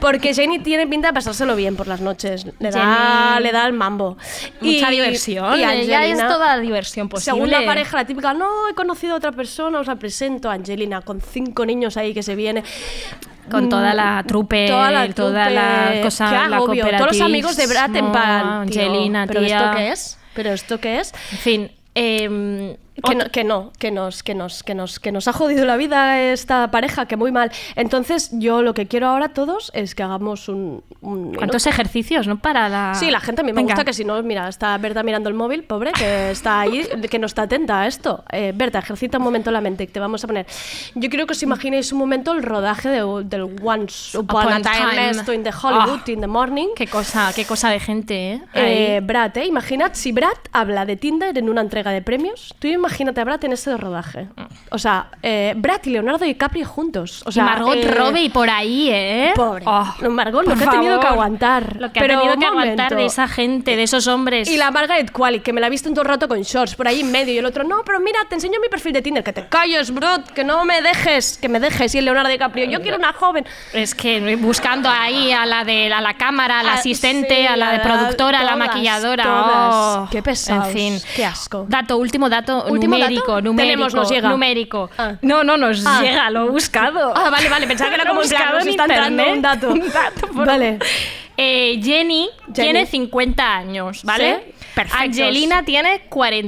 Porque Jenny tiene pinta de pasárselo bien por las noches. Le, da,
Jenny-
le da el mambo.
Mucha
Y-
diversión.
y
Ella es
Angelina-
toda diversión posible.
según la pareja, la típica, no, he conocido a otra persona, os la presento, Angelina, con cinco niños ahí que se viene.
Con
Mm,
toda la trupe, toda la cosa,
Qué
la
agobio. Todos los amigos de Brad en
cooperativismo,
plan, tío,
Angelina,
¿pero
tía.
esto qué es? ¿Pero esto qué es?
En fin. em,
Que no, que no, que nos, que nos, que nos, que nos ha jodido la vida esta pareja, que muy mal. Entonces, yo lo que quiero ahora todos es que hagamos un. un
¿Cuántos ejercicios, no? Para la.
Sí, la gente a mí me
Ah, Venga.
gusta que si no, mira, está Berta mirando el móvil, pobre, que está ahí, que no está atenta a esto. Eh, Berta, ejercita un momento la mente, que te vamos a poner. Yo quiero que os imaginéis un momento el rodaje de- del Once Upon, a Time, esto in the Hollywood,
Oh,
in the morning.
Qué cosa, qué cosa de gente, ¿eh?
Eh,
Ahí.
Brad, eh, imaginad si Brad habla de Tinder en una entrega de premios. Tú imagínate a Brad en ese rodaje. O sea, eh, Brad y Leonardo DiCaprio juntos. O sea,
y Margot
eh,
Robbie por ahí, ¿eh?
Pobre.
Oh,
No, Margot, lo
por
que ha tenido que
favor.
aguantar.
Lo que
Pero,
ha tenido que
un
aguantar de
momento.
esa gente, de esos hombres.
Y la Margaret Qualley, que me la he visto en todo el rato con shorts, por ahí en medio. Y el otro, no, pero mira, te enseño mi perfil de Tinder. Que te calles, Brad, que no me dejes, que me dejes. Y el Leonardo DiCaprio, yo quiero una joven.
Es que buscando ahí a la de a la cámara, a la
Ah,
asistente,
sí,
a la de
a-
productora, a la
todas,
maquilladora.
todas.
Oh,
Qué pesados,
En fin.
qué asco.
Dato, último dato
¿Último
numérico,
dato?
numérico.
Tenemos, nos llega.
Numérico.
Ah.
No, no, nos
Ah.
llega, lo he buscado.
Ah, vale, vale, pensaba que era
Lo he
como en plan,
buscado
nos está entrando
internet.
un dato.
Un dato, por-
Vale.
Eh, Jenny,
Jenny.
tiene 50 años, ¿vale?
Sí, perfectos.
Angelina tiene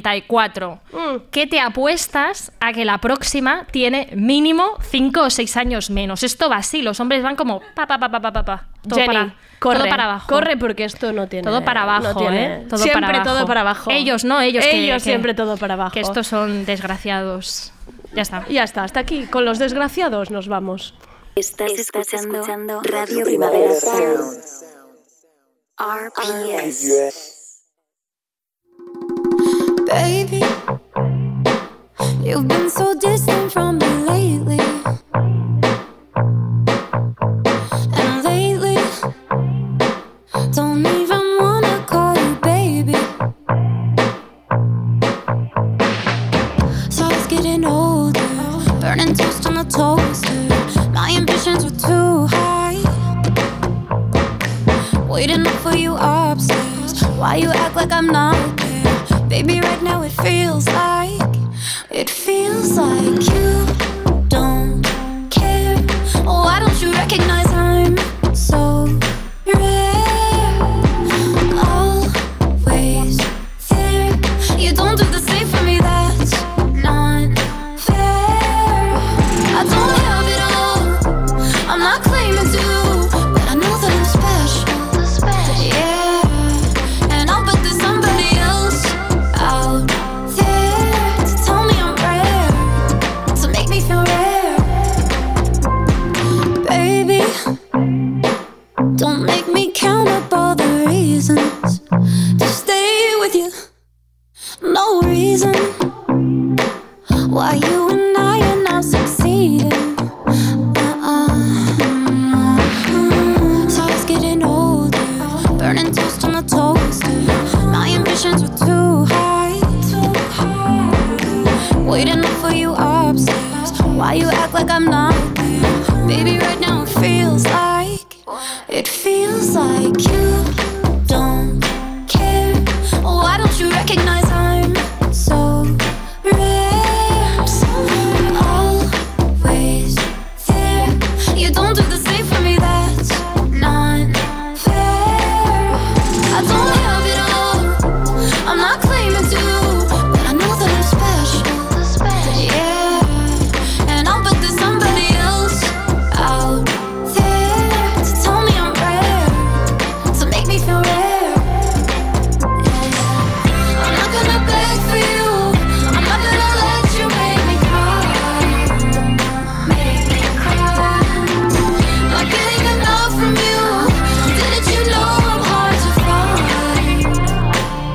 44.
Mm.
¿Qué te apuestas a que la próxima tiene mínimo 5 o 6 años menos? Esto va así, los hombres van como pa pa pa pa pa pa. pa. Todo
Jenny,
para,
corre,
todo para abajo.
Corre porque esto no tiene.
Todo para abajo,
no tiene-
¿eh? Todo
siempre
para abajo.
todo para abajo.
Ellos, no, ellos. que-
Ellos
que-
siempre todo para abajo.
Que estos son desgraciados. Ya está.
Ya está, hasta aquí. Con los desgraciados nos vamos.
Estás, escuchando, Radio Primavera Sound. RPS.
Baby, you've been so distant from me lately. And lately, don't even wanna call you baby. So I was getting older, burning toast on the toast.
I'm not there. Baby, right now it feels like, it feels like you don't care. Oh, why don't you recognize I'm so rare? Always there. You don't do the same for me, that's not fair. I don't have it all. I'm not claiming to, but I know that I'm special. Yeah, and I'll bet there's somebody else out there to tell me I'm rare, to make me feel rare. Baby, don't make me count up all the reasons to stay with you. No reason why you and I are not succeeding. Uh-uh. So I was getting older, burning toast on the toaster. My ambitions were too high, too high. Waiting up for you upstairs. Why you act like I'm not there? Baby, right now it feels like, it feels like you don't care. Oh, why don't you recognize I'm so rare? Always there. You don't do the same for me, that's not fair. I don't have it all. I'm not claiming to, but I know that I'm special. Yeah, and I'll bet there's somebody else out there to tell me I'm rare, to make me feel rare. I'm not gonna beg for you. I'm not gonna let you make me cry. Make me cry. Not getting enough from you. Didn't you know I'm hard to find?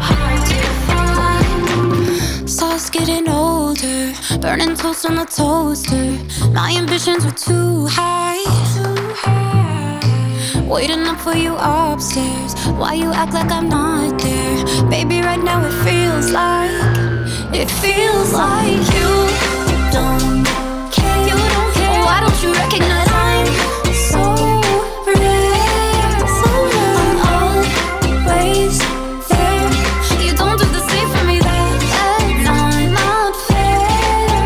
Hard to find. So I was getting older, burning toast on the toaster. My ambitions were too high. Too high. Waiting up for you upstairs. Why you act like I'm not there? Baby, right now it feels like it feels like you don't care. You don't care. Oh, why don't you recognize I'm so rare? So rare. I'm always there. You don't do the same for me. That's not, not fair.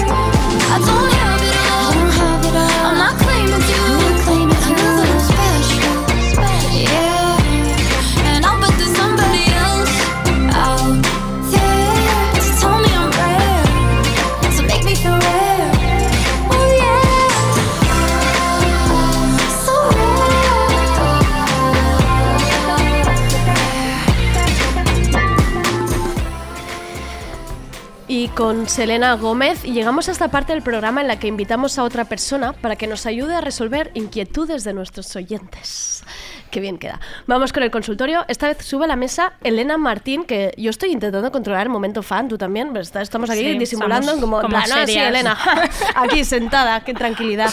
I don't have it all. I don't have it all. I'm not claiming you. I'm not claiming I know that I'm special. Yeah, and I'll bet there's somebody else out there to tell me I'm rare, to make me feel rare. Oh yeah, so
Y con Selena Gómez llegamos a esta parte del programa en la que invitamos a otra persona para que nos ayude a resolver inquietudes de nuestros oyentes. Qué bien queda. Vamos con el consultorio. Esta vez sube a la mesa Elena Martín, que yo estoy intentando controlar el momento fan, tú también, pero está- estamos aquí
Sí,
disimulando
estamos
como, en
como
plan, "Ah, sí,
serias".
Elena, aquí sentada, qué tranquilidad.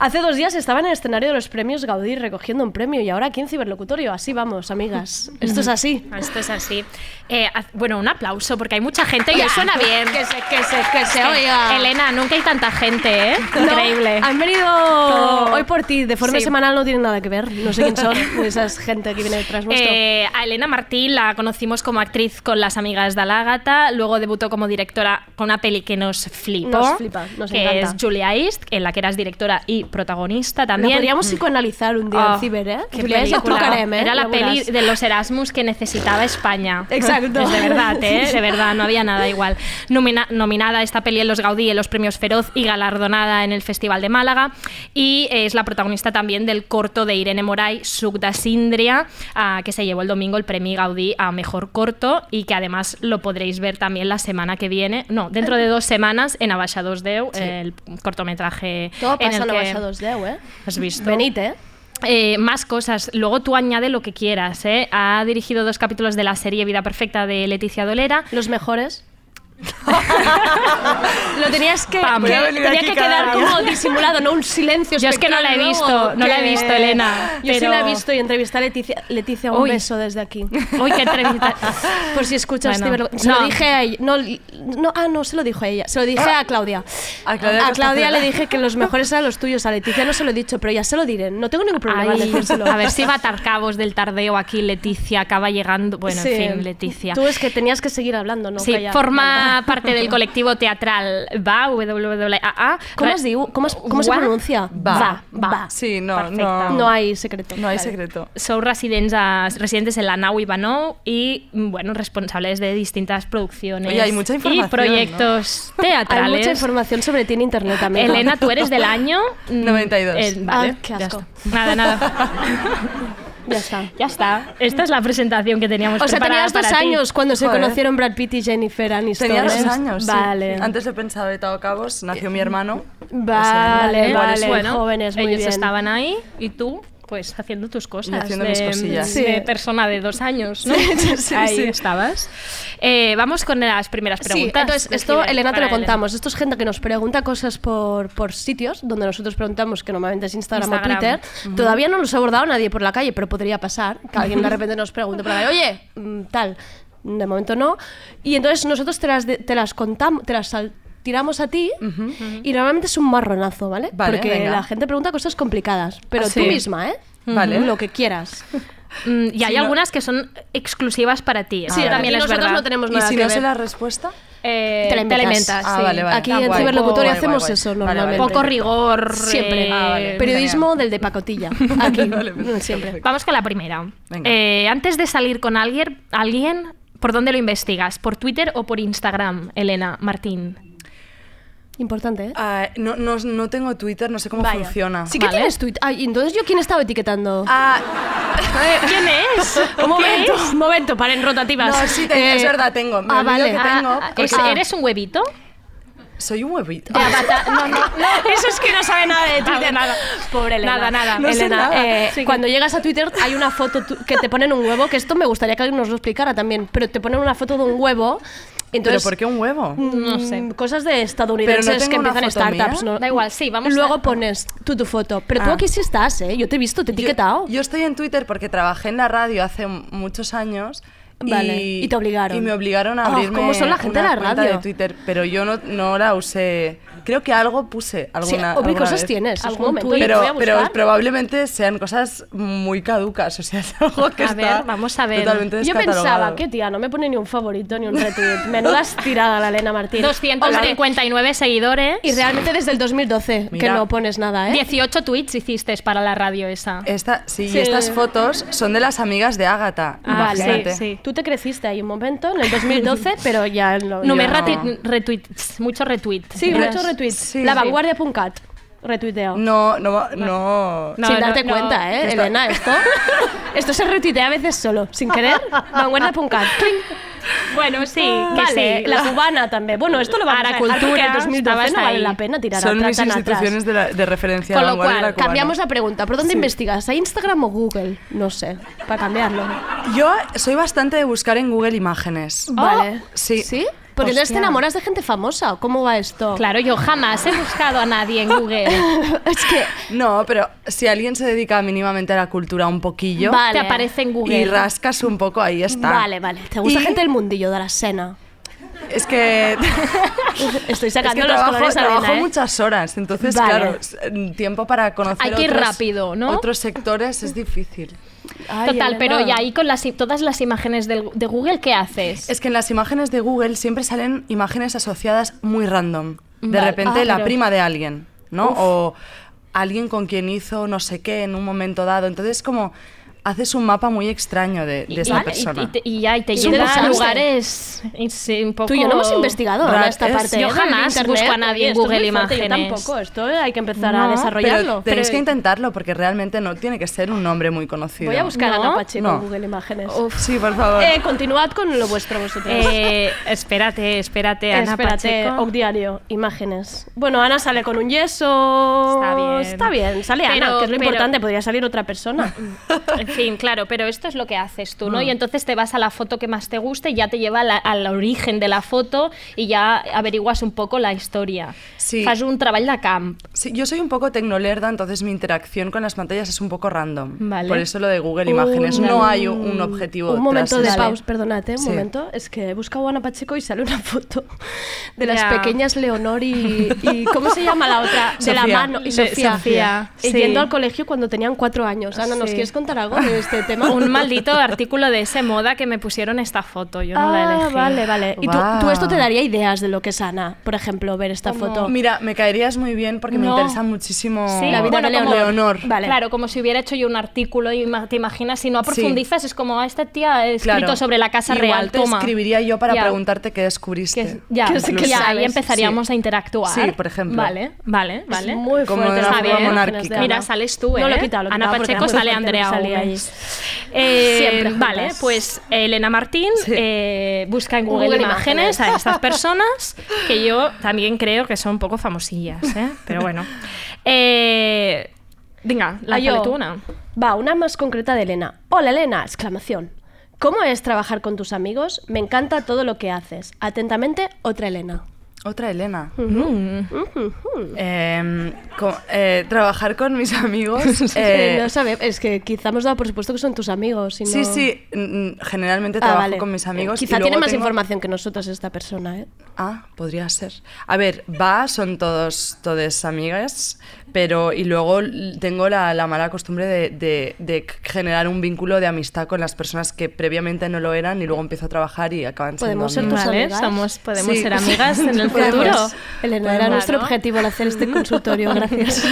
Hace dos días estaba en el escenario de los premios Gaudí recogiendo un premio y ahora aquí en Ciberlocutorio. Así vamos, amigas. Esto es así.
Esto es así. Eh, haz- bueno, un aplauso porque hay mucha gente y hoy suena bien.
Que se, que se, que se
Es que,
oiga.
Elena, nunca hay tanta gente, ¿eh?
No,
Increíble.
han venido
Todo.
hoy por ti, de forma
Sí.
semanal no tienen nada que ver. No sé quién son esas gente que viene detrás nuestro.
Eh, a Elena Martí la conocimos como actriz con Las Amigas de la Ágata, luego debutó como directora con una peli que nos flipó,
Nos flipa, nos
que es
encanta.
Julia East, en la que eras directora y protagonista
Lo
también.
podríamos psicoanalizar un día en
Oh,
ciber, ¿eh?
qué
Julia, eso
película.
tocarem, ¿eh?
Era la
Ya
peli
verás.
de los Erasmus que necesitaba España.
Exacto.
Es de verdad, ¿eh? De verdad, no había nada igual. Nomina- nominada esta peli en los Gaudí, en los premios Feroz y galardonada en el Festival de Málaga. Y eh, es la protagonista también del corto de Irene Moray, Sugda Sindria, ah, que se llevó el domingo el premio Gaudí a mejor corto y que además lo podréis ver también la semana que viene. No, dentro de dos semanas en Abaixados Deu, el cortometraje.
Todo
en
pasa
el
en
que-
Abaixados Deu, ¿eh?
Has visto.
Venite, ¿eh?
Eh, más cosas. Luego tú añade lo que quieras. ¿eh? Ha dirigido dos capítulos de la serie Vida Perfecta de Leticia Dolera.
Los mejores. Lo tenías que,
Pam.
que-
Voy a venir
tenía
aquí
que
cada
quedar
día.
como disimulado, no un silencio.
Yo es que no la he
espectral,
visto, no la he
Que-
visto, Elena,
Yo sí
pero-
la he visto y entrevisté a Leticia, Leticia un
Uy.
beso desde aquí.
Uy, qué entrevista.
Por si escuchas
Bueno,
ciberlo- Se
no.
lo dije a ella. No, no, ah, no, se lo dijo a ella. Se lo dije a Claudia.
A Claudia Costa Cerda.
le dije que los mejores eran los tuyos. A Leticia no se lo he dicho, pero ya se lo diré. No tengo ningún problema en
Ay,
decírselo.
a ver si va a atar cabos del tardeo aquí Leticia, acaba llegando. Bueno,
Sí.
en fin, Leticia.
Tú es que tenías que seguir hablando, ¿no?
sí,
Calla.
forma parte del colectivo teatral VA, E. WWAA.
¿Cómo, has diu- cómo, has- cómo se
Ah, Gua-
pronuncia?
Va, va.
Sí, no,
Perfecta.
no.
No hay secreto.
no hay
Vale.
secreto.
Sou residents, a- residentes en la nau Ivanov y bueno, responsables de distintas producciones
Oye, hay mucha
y
información,
proyectos
Hay
teatrales.
mucha información sobre ti en internet también.
Elena, tú eres del año Mm,
92.
vale,
Ah, qué
ya
asco.
está. Nada, nada.
Ya está.
Ya está. Esta es la presentación que teníamos
O sea,
preparada
tenías dos
para ti.
años cuando se
Joder.
conocieron Brad Pitt y Jennifer Aniston.
Tenía dos
¿eh?
años. sí.
Vale.
Antes de pensar de Tao Cabos, nació mi hermano.
Vale,
Igual
vale,
es bueno,
jóvenes, muy
ellos
bien.
estaban ahí y tú, pues haciendo tus cosas.
haciendo
de,
mis cosillas.
de
Sí.
persona de dos años, ¿no?
sí,
ahí
sí.
estabas. Eh, vamos con las primeras
Sí,
preguntas.
entonces esto
Decide,
Elena te
para
lo contamos. Esto es gente que nos pregunta cosas por, por sitios donde nosotros preguntamos, que normalmente es Instagram,
Instagram.
o Twitter. Todavía no nos ha abordado nadie por la calle, pero podría pasar que alguien de repente nos pregunte por la calle, oye, mm, tal. De momento no. Y entonces nosotros te las, de- te las contamos, te las sal- tiramos a ti y normalmente es un marronazo, ¿vale?
Vale,
Porque
venga.
la gente pregunta cosas complicadas, pero
Ah,
tú
sí.
misma, ¿eh?
Vale.
Lo que quieras.
Mm, y hay
no-
algunas que son exclusivas para ti. Eso
Sí,
Para
también
ti
es
nosotros
verdad.
no tenemos
Ah, Y
nada
si
que
no
ver.
sé la respuesta,
Eh,
Te la inventas.
Ah,
sí.
vale, vale.
Aquí
Guay,
en
guay,
Ciberlocutorio
guay,
hacemos
guay.
eso
Vale, vale,
normalmente.
vale.
Poco rigor.
Siempre.
eh,
Ah, vale.
Periodismo del de pacotilla. Aquí.
Vale, vale,
siempre.
Vamos con la primera.
Venga.
Eh, antes de salir con alguien, alguien, ¿por dónde lo investigas? ¿Por Twitter o por Instagram, Elena Martín?
Importante, ¿eh?
Ah, no, no, no tengo Twitter, no sé cómo
Vaya.
funciona.
Sí que
Vale.
tienes Twitter. Ay, entonces yo quién estaba etiquetando.
Ah,
¿Quién es?
un momento, un momento, paren rotativas.
No, sí, te- es verdad, tengo. Me
ah,
olvido
vale.
que
Ah,
tengo.
Ah,
porque
¿es- ¿Eres un huevito?
Soy un huevito. Ah,
De avatar. No, no, no.
Eso es que no sabe nada de Twitter.
nada.
Pobre Elena.
Nada, nada.
No sé
Elena,
nada.
eh,
Sí que-
cuando llegas a Twitter hay una foto tu- que te ponen un huevo, que esto me gustaría que alguien nos lo explicara también, pero te ponen una foto de un huevo.
¿Pero
Entonces,
por qué un huevo?
No sé.
Mm, Cosas de estadounidenses
Pero no tengo
que
una
empiezan
foto
startups.
mía.
¿no?
Da igual, sí, vamos
Luego
a-
pones tú tu foto. Pero tú
Ah.
aquí sí estás, ¿eh? Yo te he visto, te he etiquetado.
Yo, yo estoy en Twitter porque trabajé en la radio hace m- muchos años.
Vale, y te obligaron.
Y me obligaron a
Oh,
abrirme
¿cómo son la gente
una
de la
cuenta
radio?
de Twitter, pero yo no, no la usé. Creo que algo puse
Sí,
alguna.
hombre,
alguna
cosas
vez.
tienes.
Algún
Algún momento.
tuit.
yo
Pero,
te voy a
pero
buscar.
probablemente sean cosas muy caducas, o sea, es algo que
A
está
ver, vamos a ver.
totalmente
Yo
descatalogado.
pensaba, qué tía, no me pone ni un favorito ni un retweet. Menuda estirada la Elena Martín. Hombre,
259 seguidores.
Y realmente desde el 2012 que
Mira.
no pones nada, ¿eh?
18 tweets hiciste para la radio esa.
Esta, sí, y
Sí.
estas fotos son de las amigas de Ágata.
Ah, vale.
imagínate.
Sí, sí.
Tú te creciste ahí un momento, en el 2012, pero ya no.
No me
no.
rati- retweets, mucho retweet.
Sí,
Re-
muchos retweets.
sí.
La vanguardia.cat, retuiteo.
No, no, no.
No,
sin darte
no.
cuenta, ¿eh?
Que está-
Elena, esto, esto se retuitea a veces solo, sin querer. Vanguardia.cat.
Bueno, sí, que
Ah, Vale,
sí.
la cubana también. Bueno, esto lo vamos
Ara
a dejar porque
Cultura,
en 2012
estabas
no vale
ahí.
la pena tirar
Son
atrás,
mis
tan
instituciones
atrás.
de, la- de referencia.
Con
la
lo
vanguardia
cual,
y cubana.
cambiamos la pregunta. ¿Por dónde
Sí.
investigas? ¿A Instagram o Google? No sé, para cambiarlo.
Yo soy bastante de buscar en Google imágenes.
Oh, vale.
sí.
¿Sí? Porque entonces te
Hostia.
enamoras de gente famosa. ¿Cómo va esto?
Claro, yo jamás he buscado a nadie en Google.
es que...
No, pero si alguien se dedica mínimamente a la cultura un poquillo
Vale.
Te aparece en Google.
y rascas un poco, ahí está.
Vale, vale. Te gusta
Y-
gente del mundillo, de la cena.
Es que,
Estoy
es
sacando
que
los
trabajo,
colores a
trabajo
Elena, ¿eh?
muchas horas, entonces,
Vale.
claro, s- mm, tiempo para conocer
Hay que ir
otros-
rápido, ¿no?
otros sectores es difícil.
Ay,
Total,
Elena.
pero y ahí con las, i- todas las imágenes del- de Google, ¿qué haces?
Es que en las imágenes de Google siempre salen imágenes asociadas muy random. De
Vale.
repente
Ah,
la
pero-
prima de alguien, ¿no? O alguien con quien hizo no sé qué en un momento dado. Entonces como haces un mapa muy extraño de, de esa
Vale,
persona.
Y, te- y ya, y te
Es
lleva
un
a
desastre.
lugares. y sí, un poco...
Tú y yo no hemos investigado ahora
Raro,
esta
es-
parte.
yo
¿eh? del
jamás
internet.
busco a nadie en
Oye, esto es
Google
muy fuerte,
Imágenes.
Yo tampoco. Esto eh, hay que empezar a
No,
desarrollarlo.
Pero tenéis que intentarlo porque realmente no tiene que ser un nombre muy conocido.
Voy a buscar
¿No?
a Apache
No.
con Google Imágenes.
Sí, por favor.
Eh, continuad con lo vuestro vosotros.
Eh, espérate, espérate, Ana
Espérate,
Pacheco.
Oc Diario, imágenes. Bueno, Ana sale con un yeso.
Está bien.
Está bien, sale
Pero-
Ana, que es lo
pero-
importante, podría salir otra persona. Mm.
En fin, claro, pero esto es lo que haces tú, ¿no? Y entonces te vas a la foto que más te guste y ya te lleva a la, al origen de la foto i ja averigues un poco la història.
Sí.
Fas un treball de camp.
Sí, yo soy un poco tecnolerda, entonces mi interacción con las pantallas es un poco random.
Vale.
Por eso lo de Google Imágenes. no hay un, un objetivo.
Un momento de
tras eso.
pausa, perdónate, un
Sí.
momento. Es que he buscado a Ana Pacheco y sale una foto de las
Ya.
pequeñas Leonor y, y- ¿Cómo se llama la otra? De la
Sofía.
mano. Y
De-
Sofía.
Sofía.
Y
Sí.
yendo al colegio cuando tenían cuatro años. Ana, ¿nos
Sí.
quieres contar algo de este tema?
Un maldito artículo de ese moda que me pusieron esta foto, yo no la
Ah,
elegí.
vale, vale. Y tú,
Guau.
tú esto te daría ideas de lo que es Ana, por ejemplo, ver esta foto.
Mira, me caerías muy bien porque me
No.
interesa muchísimo
Sí,
La vida
bueno,
de
como-
Leonor. Vale.
Claro, como si hubiera hecho yo un artículo y ima- te imaginas, si no profundizas, es como, "Ah, esta tía ha escrito
Claro.
sobre la Casa
Igual
Real,
te
toma.
escribiría yo para
Ya.
preguntarte qué descubriste.
Que- ya,
¿Qué es-
y
qué
ya ahí
sabes?
empezaríamos
Sí.
a interactuar.
Sí, por ejemplo.
Vale, vale, vale.
Es muy fuerte.
Como de una
esta
Está
forma
imagen
bien.
monárquica.
de
Mira,
Ana.
sales tú, ¿eh?
No lo he quitado, lo he
Ana
quitado porque era
Pacheco
muy
sale
fuerte lo que
Andrea
salía
Ugas.
ahí.
Eh,
Siempre juntas.
Vale, pues Elena Martín
Sí.
eh, busca en Google,
Google
imágenes,
Imágenes.
a estas personas que yo también creo que son un poco famosillas, ¿eh? Pero bueno. Eh, venga, la
Ah, yo.
tú una.
Va, una más concreta de Elena. Hola Elena, exclamación. ¿Cómo es trabajar con tus amigos? Me encanta todo lo que haces. Atentamente, otra Elena.
Otra Elena. Eh, co- eh, trabajar con mis amigos. eh,
Eh, no sabe, es que quizá hemos dado por supuesto que son tus amigos. si no-
Sí, sí, n- n- generalmente
Ah,
trabajo
vale.
con mis amigos.
Eh,
y
quizá tiene
luego
más
tengo-
información que nosotros esta persona, ¿eh?
Ah, podría ser. A ver, va, son todos, todas amigas, pero y luego l- tengo la, la mala costumbre de, de- de c- generar un vínculo de amistad con las personas que previamente no lo eran y luego empiezo a trabajar y acaban
Podemos
siendo
ser tus
amigas.
Vale,
amigas?
somos, podemos
Sí.
ser amigas en el
Podemos.
futuro.
Elena, era
Claro.
nuestro objetivo al hacer este consultorio, gracias.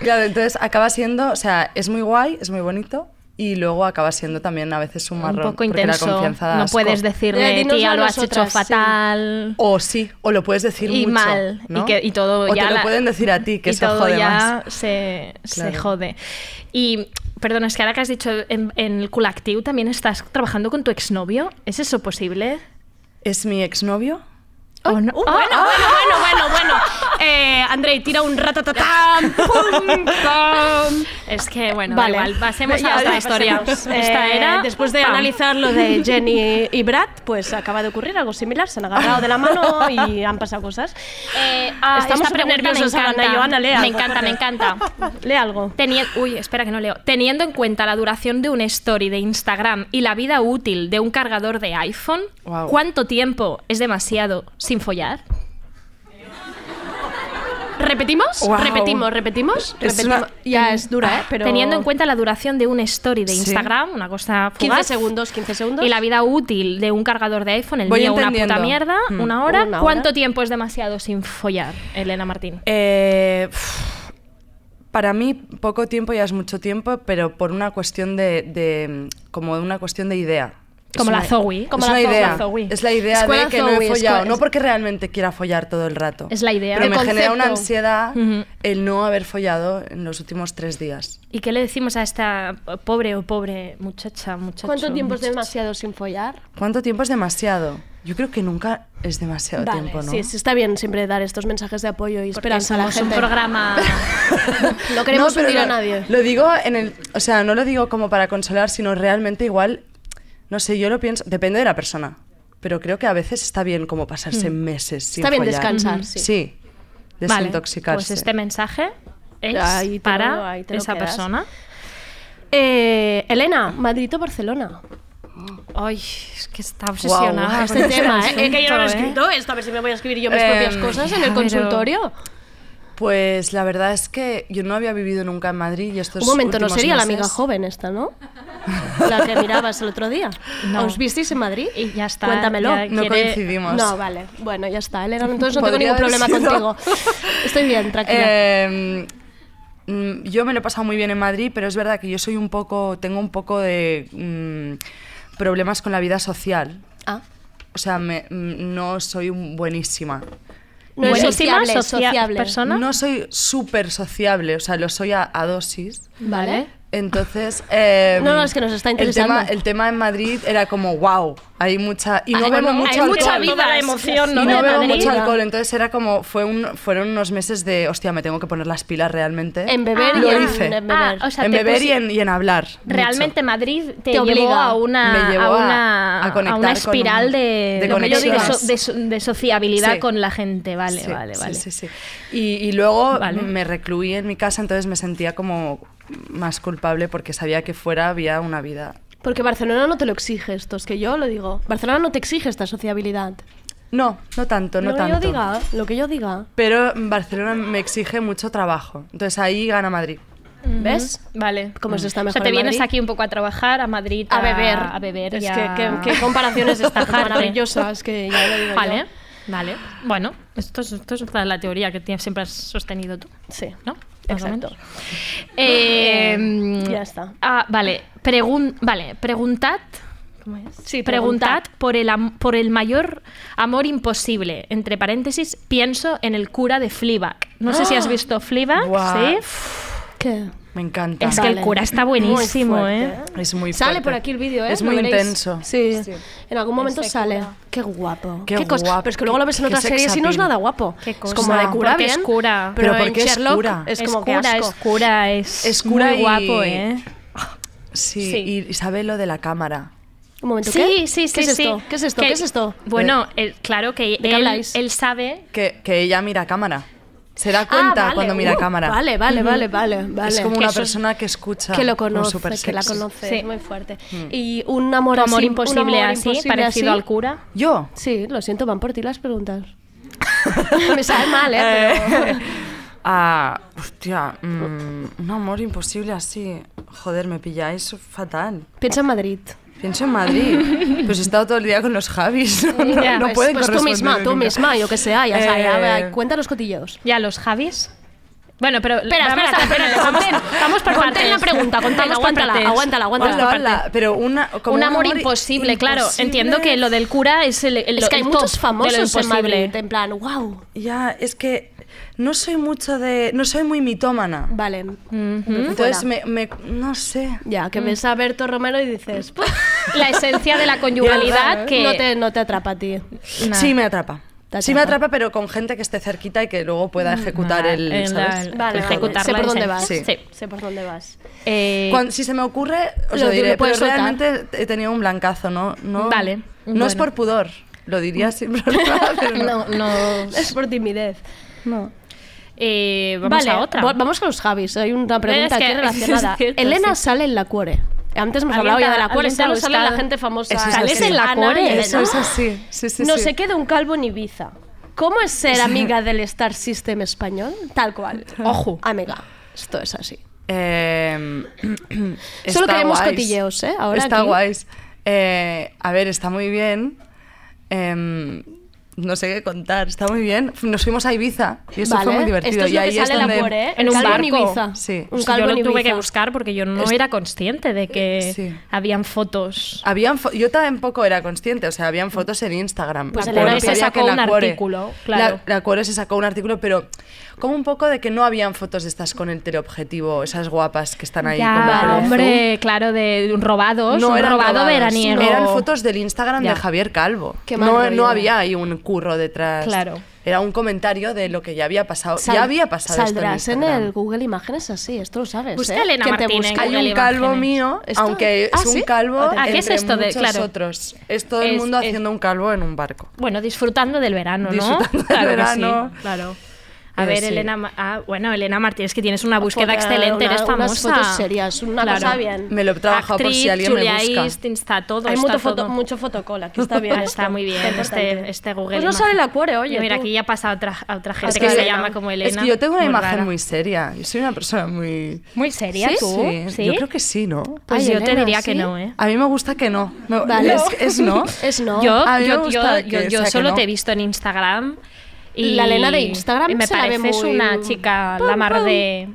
Claro, entonces acaba siendo, o sea, es muy guay, es muy bonito y luego acaba siendo también a veces un
Un
marrón.
poco
porque la
intenso.
confianza da
No
asco.
puedes decirle,
Eh, dinoslo
tía, lo
a
has hecho
nosotras, sí.
fatal.
O sí, o lo puedes decir
y
mucho.
mal
¿no?
y que y todo
o
ya
te lo
la-
pueden decir a ti que
y
se
todo
jode
ya
más.
se, se
Claro.
jode y perdona es que ahora que has dicho en, en el culactiu también estás trabajando con tu exnovio es eso posible
¿Es mi exnovio?
¿O no? Ah, bueno, bueno, bueno, bueno, bueno. Eh, Andrei, tira un ratatatam, pum, pam. Es que, bueno, da
Vale.
igual, pasemos
Ya,
a otra
ya,
historia.
pasemos.
Esta
Eh,
era...
Después de
pam.
analizar lo de Jenny y Brad, pues acaba de ocurrir algo similar. Se han agarrado de la mano y han pasado cosas.
Eh, ah,
Estamos
esta
súper
pregunta me
nerviosos,
encanta.
Ana, Joana, lea
me
algo,
encanta, me
corre.
encanta.
Lee algo.
Teni- uy, espera que no leo. Teniendo en cuenta la duración de un story de Instagram y la vida útil de un cargador de iPhone,
Guau.
¿cuánto tiempo es demasiado sin follar?
¿Repetimos?
Wow.
¿Repetimos? ¿Repetimos?
Es
Repetimos.
una-
Ya es dura, ¿eh? Pero
Teniendo en cuenta la duración de un story de
Sí.
Instagram, una cosa
15
fugaz,
segundos, 15 segundos.
y la vida útil de un cargador de iPhone, el
Voy
mío una puta
entendiendo.
mierda,
Hmm.
una hora.
Una hora.
¿Cuánto tiempo es demasiado sin follar, Elena Martín?
Eh, pf, para mí poco tiempo ya es mucho tiempo, pero por una cuestión de, de- como una cuestión de idea. Es
Como la
una-
Zoe. Como
es
la Zoe.
una idea.
La Zoe.
Es la idea
Escuela
de que no
Zoe,
he follado.
escuela-
No porque realmente quiera follar todo el rato.
Es la idea.
Pero
El
me genera una
concepto.
ansiedad
Ujú.
el no haber follado en los últimos tres días.
¿Y qué le decimos a esta pobre o pobre muchacha, muchacho?
¿Cuánto tiempo es
muchacha?
demasiado sin follar?
¿Cuánto tiempo es demasiado? Yo creo que nunca es demasiado
Vale,
tiempo, ¿no?
sí, sí, está bien siempre dar estos mensajes de apoyo y
Porque
esperanza a la
somos
gente.
un programa.
No queremos
pero
hundir a
lo-
nadie.
Lo digo en el, o sea, no lo digo como para consolar, sino realmente igual, no sé, yo lo pienso, depende de la persona, pero creo que a veces está bien como pasarse meses sin
Mm. Está bien
follar.
descansar,
Ujú.
sí.
Sí.
Vale,
Desintoxicarse.
Pues este mensaje es
Ahí te lo-
para
ahí te lo
esa
quedas.
persona.
Eh, Elena, Madrid o Barcelona.
Ay, es que está
obsesionada
obsesionada.
Guau.
Este tema, ¿eh? Es que yo no lo he escrito esto, a ver si me voy a escribir yo mis
Eh,
propias cosas en
Em, ya,
el
pero-
consultorio.
Pues la verdad es que yo no había vivido nunca en Madrid y estos
Un momento, no
últimos
sería la
meses-
amiga joven esta, ¿no? La que mirabas el otro día.
No.
¿Os visteis en Madrid?
Y ya está,
Cuéntamelo.
ya
No
Quiere-
coincidimos.
No, vale. Bueno, ya está, Elena. Entonces no tengo
Podría
ningún problema
haber sido.
contigo. Estoy bien, tranquila.
Eh, mm, yo me lo he pasado muy bien en Madrid, pero es verdad que yo soy un poco, tengo un poco de mm, problemas con la vida social.
ah.
O sea, me- mm, no soy un- buenísima.
No es
Buenísima,
sociable, es
socia-
sociable.
persona.
No soy súper sociable, o sea, lo soy a, a dosis,
Vale.
Entonces. eh,
No, no, es que nos está interesando.
El tema, el tema en Madrid era como, wow, hay mucha. Y no
Hay-
bebo
hay
mucho alcohol.
mucha vida, Toda la emoción, ¿no?
Y no
de
bebo
Madrid.
mucho alcohol. Entonces era como, fue un, fueron unos meses de, hostia, me tengo que poner las pilas realmente.
En beber
Lo
y en-
hice.
en beber.
Ah, o sea,
en
te
beber
pusi-
y, en, y en hablar. mucho.
Realmente Madrid te,
Te
llevó
obliga.
a una,
Me llevó
a
a-
una, a
a
una
conectar con-
espiral de,
de
lo que yo digo,
conexiones.
so- de, so- de sociabilidad
Sí.
con la gente. Vale,
Sí,
vale,
sí,
vale.
sí, sí. Y, y luego
Vale.
me recluí en mi casa, entonces me sentía como más culpable porque sabía que fuera había una vida.
Porque Barcelona no te lo exige esto, es que yo lo digo. Barcelona no te exige esta sociabilidad.
No, no tanto, no
lo
tanto.
que yo diga, lo que yo diga.
Pero en Barcelona me exige mucho trabajo. Entonces ahí gana Madrid.
Mm.
¿Ves?
Vale.
Cómo se está
O
mejor
sea, te
en
vienes
Madrid.
aquí un poco a trabajar, a Madrid,
a beber.
A beber
Es
y
que
a-
qué, qué comparaciones estas
Tajarte.
maravillosas que ya lo digo
Vale,
yo.
vale. Bueno, esto es, esto es la teoría que tienes- siempre has sostenido tú,
Sí.
¿no? Más o menos.
Exacto.
Eh,
Eh, ya está.
Ah, vale. Pregun- vale, preguntad. ¿Cómo es?
Sí,
preguntad
preguntad.
por el, am- por el mayor amor imposible. Entre paréntesis, pienso en el cura de Fleabag. No sé si
¡Ah!
has visto Fleabag.
Guau.
¿sí?
¿Qué?
Me encanta.
Es que
Vale.
el cura está
Muy
buenísimo,
fuerte,
¿eh?
Es muy
Sale
fuerte.
por aquí el vídeo, ¿eh?
Es
Lo
muy
veréis.
intenso.
Sí. En algún momento
Ese
sale.
Este cura.
Qué guapo.
Qué
cosa.
guapo.
Pero es que luego lo ves en
Qué
otras
sex
series y no es
appeal.
nada guapo.
Qué
Es
cosa.
como de cura
Porque es
bien.
cura.
Pero,
Pero
en
porque es
Sherlock
cura.
es
Es
como que
cura,
asco.
es cura, es,
Es cura
muy
y-
guapo, ¿eh?
Sí,
Sí.
Y, y sabe lo de la cámara.
Un momento,
Sí,
¿qué?
sí, sí.
¿Qué es
sí.
esto? ¿Qué es esto?
Que-
¿Qué es esto?
Bueno, él- claro que
qué
él,
habláis?
él sabe
Que, que ella mira a cámara. Se da cuenta
Ah, vale,
cuando mira a
uh,
cámara.
Vale, vale, vale, vale, vale.
Es como una
eso
persona que escucha.
que lo
como
conoce,
súper
que la
sexy. Mm.
conoce,
Sí.
es muy fuerte. Y un amor,
tu amor
así- un
imposible
amor
así,
imposible
parecido
así.
al cura.
Yo.
Sí, lo siento, van por ti las preguntas. Me sabe mal, ¿eh?
Eh, ah, hostia, mm, un amor imposible así. Joder, me pilláis fatal.
Pero piensa en Madrid.
Pienso en Madrid. Pues he estado todo el día con los Javis. No, no,
Ya,
no
pues,
pueden
pues tú
corresponder
misma, tú
nunca.
misma, yo que sé, ya, ya, ya,
Eh,
ya, cuenta los cotilleos.
Ya, los Javis. Bueno, pero
Espera,
vamos,
espera,
a-
espera,
vamos,
contén,
vamos por
contén
partes.
la pregunta, contén,
Vamos por
aguántala,
partes.
aguántala, aguántala.
Hola, hola, pero una, como
un amor imposible, claro.
imposible.
Entiendo que lo del cura es el, el-
Es que hay
el top
muchos
de lo
famosos en
imposible.
Madrid, en plan, wow.
Ya, es que no soy mucho de... No soy muy mitómana.
Vale,
Entonces me, me- No sé.
ya, que ves a Berto Romero y dices, pues,
La esencia de la
Ya,
conyugalidad que...
no, te, no te atrapa a ti.
Nah.
Sí, me atrapa.
Te
Sí me
atrapa.
atrapa, pero con gente que esté cerquita y que luego pueda ejecutar
Nah,
el...
en la-
¿sabes?
el-
Vale,
Ejecutar
vale, sé
la
por dónde vas.
esencia. Sí.
Sé por dónde vas.
Eh,
Cuan- si se me ocurre, os
Lo-
lo,
lo
diré, pero
puedes soltar.
realmente he tenido un blancazo, ¿no? no
Vale,
No
bueno.
es por pudor, lo diría sin problema, pero no.
no, no.
Es por timidez. No.
Eh, vamos
vale,
a otra.
vo- Vamos con los Javis. Hay una pregunta
Es que-
aquí relacionada.
es cierto,
Elena
sí.
sale en la cuore. Antes hemos
Alguien
hablado
te
ya
ha-
de la cuore.
alguien te ha
Solo sale la
buscado.
gente famosa.
Eso es
Sales
así.
en la
Ana
cuore.
y
Eso
¿no?
es así. Sí, sí,
No
sí.
se queda un calvo en Ibiza. ¿Cómo es ser amiga del Star System español? Tal cual.
Ojo.
Amiga. Esto es así.
Eh,
Solo
está
queremos
guays.
cotilleos, ¿eh? Ahora
está
aquí.
guays. Eh, a ver, está muy bien. Em, no sé qué contar. Está muy bien. Nos fuimos a Ibiza y eso
Vale.
fue muy divertido.
Esto es
y
lo que
ahí
sale
es
en
donde...
la cuore, ¿eh?
En un
calvo
barco.
Ibiza.
Sí.
Un
Sí, yo
calvo
lo
en
tuve que
Ibiza.
buscar porque yo no
Es-
era consciente de que
Sí.
habían fotos.
Habían fo- yo tampoco era consciente, o sea, habían fotos en Instagram.
Pues
La
el
Cuore
Elena se
sabía
sacó
que la
un
Cuore-
artículo, claro.
La, la Cuore se sacó un artículo, pero como un poco de que no habían fotos de estas con el teleobjetivo, esas guapas que están ahí. como con
Ya,
el zoom.
hombre, claro, de robados. un
eran
robado
robadas,
veraniego.
Eran fotos del Instagram
Ya.
de Javier Calvo.
Qué mal
no,
rollo.
no había ahí un curro detrás.
Claro.
Era un comentario de lo que ya había pasado.
Sal-
Oh, ya había pasado esto en
Saldrás en,
Instagram.
el Google Imágenes así, esto lo sabes.
Busca
¿eh?
a Elena
¿Quién te
Martínez.
busca?
Hay un
Google
calvo
Imágenes.
mío,
¿Esto?
aunque
¿Ah,
es un
sí?
calvo
Ah, ¿qué es
entre
esto de-
muchos
claro.
otros. Es todo el
Es-
mundo
es-
haciendo un calvo en un barco.
Bueno, disfrutando del verano, ¿no?
Disfrutando del
claro que
verano.
sí, claro.
Eh,
A ver,
sí.
Elena, Ma- ah, bueno, Elena Martínez, que tienes una búsqueda
Foto-
Pues excelente,
una-
eres
unas
famosa.
fotos serias, una cosa bien.
Me lo he trabajado por si
Actriz,
alguien
Julia
me busca.
East, Insta, todo.
Hay
está
mucho, foto,
todo.
mucho fotocola, que está bien.
Ah, está
esto,
muy bien este,
qué importante.
este Google.
Pues no
Imágenes.
sale la cuore, oye.
Y Mira,
tú.
aquí ya pasa a otra, a otra gente
Es
que,
que
se
yo-
llama como Elena.
Es que yo tengo una
muy
imagen
rara.
muy seria. Yo soy una persona muy.
¿Muy seria tú?
Sí,
¿Sí?
Yo creo que sí, ¿no?
Pues
Ay,
yo te
Elena,
diría que
¿sí?
no, ¿eh?
A mí me gusta que no. No,
Vale.
Es, es no.
Es no.
Yo,
A mí me
yo, yo,
gusta
yo,
que
yo
sea que
solo
no.
te he visto en Instagram. Y
La Elena de Instagram
y me
se la ve
pareces
muy-
una chica
Pum,
la mar
pum.
de.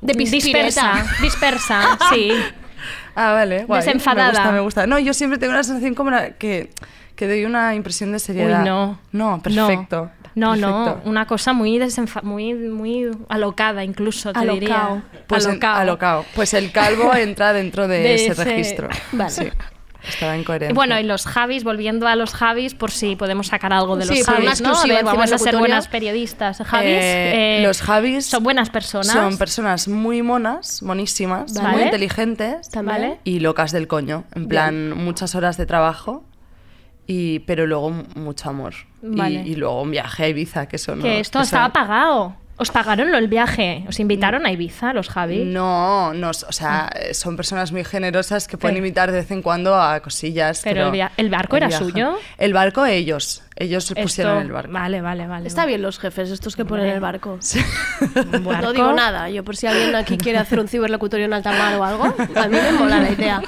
De pispireta.
dispersa. Dispersa, sí.
Ah, vale. guay.
Desenfadada.
Me gusta, me gusta. No, yo siempre tengo la sensación como la que, que doy una impresión de seriedad.
Uy, no.
No, perfecto.
No, No, no,
Perfecto.
una cosa muy, desenfa- muy, muy alocada incluso, te diría.
Pues en-
Alocao.
alocao. Pues el calvo entra dentro de,
De
ese,
ese-
registro.
Vale.
Sí. Estaba en
Y
coherencia.
bueno, y los Javis, volviendo a los Javis, por si podemos sacar algo de los
Sí, por una
Javis, ¿no? A
exclusiva
ver, vamos a ser
ciberlocutoria.
buenas periodistas. Javis,
Eh,
eh,
los Javis
son buenas personas.
son personas muy monas, monísimas,
Vale.
muy inteligentes
También. Vale.
y locas del coño. En plan, muchas horas de trabajo, y, pero luego m- mucho amor. Y-
Vale.
Y, luego un viaje a Ibiza, que eso no...
que esto
eso-
estaba pagado. Os pagaron el viaje, os invitaron a Ibiza, los Javis.
No, no, o sea, eh, son personas muy generosas que pueden
Pero-
imitar de vez en cuando a cosillas.
Pero el via- ¿el barco era
viaje.
suyo?
El barco ellos, ellos
Esto-
pusieron el barco.
Vale, vale, vale.
Está bien los jefes, estos que ponen el barco.
Un barco.
No digo nada, yo por si alguien aquí quiere hacer un ciberlocutorio en alta mar o algo, a mí me mola la idea.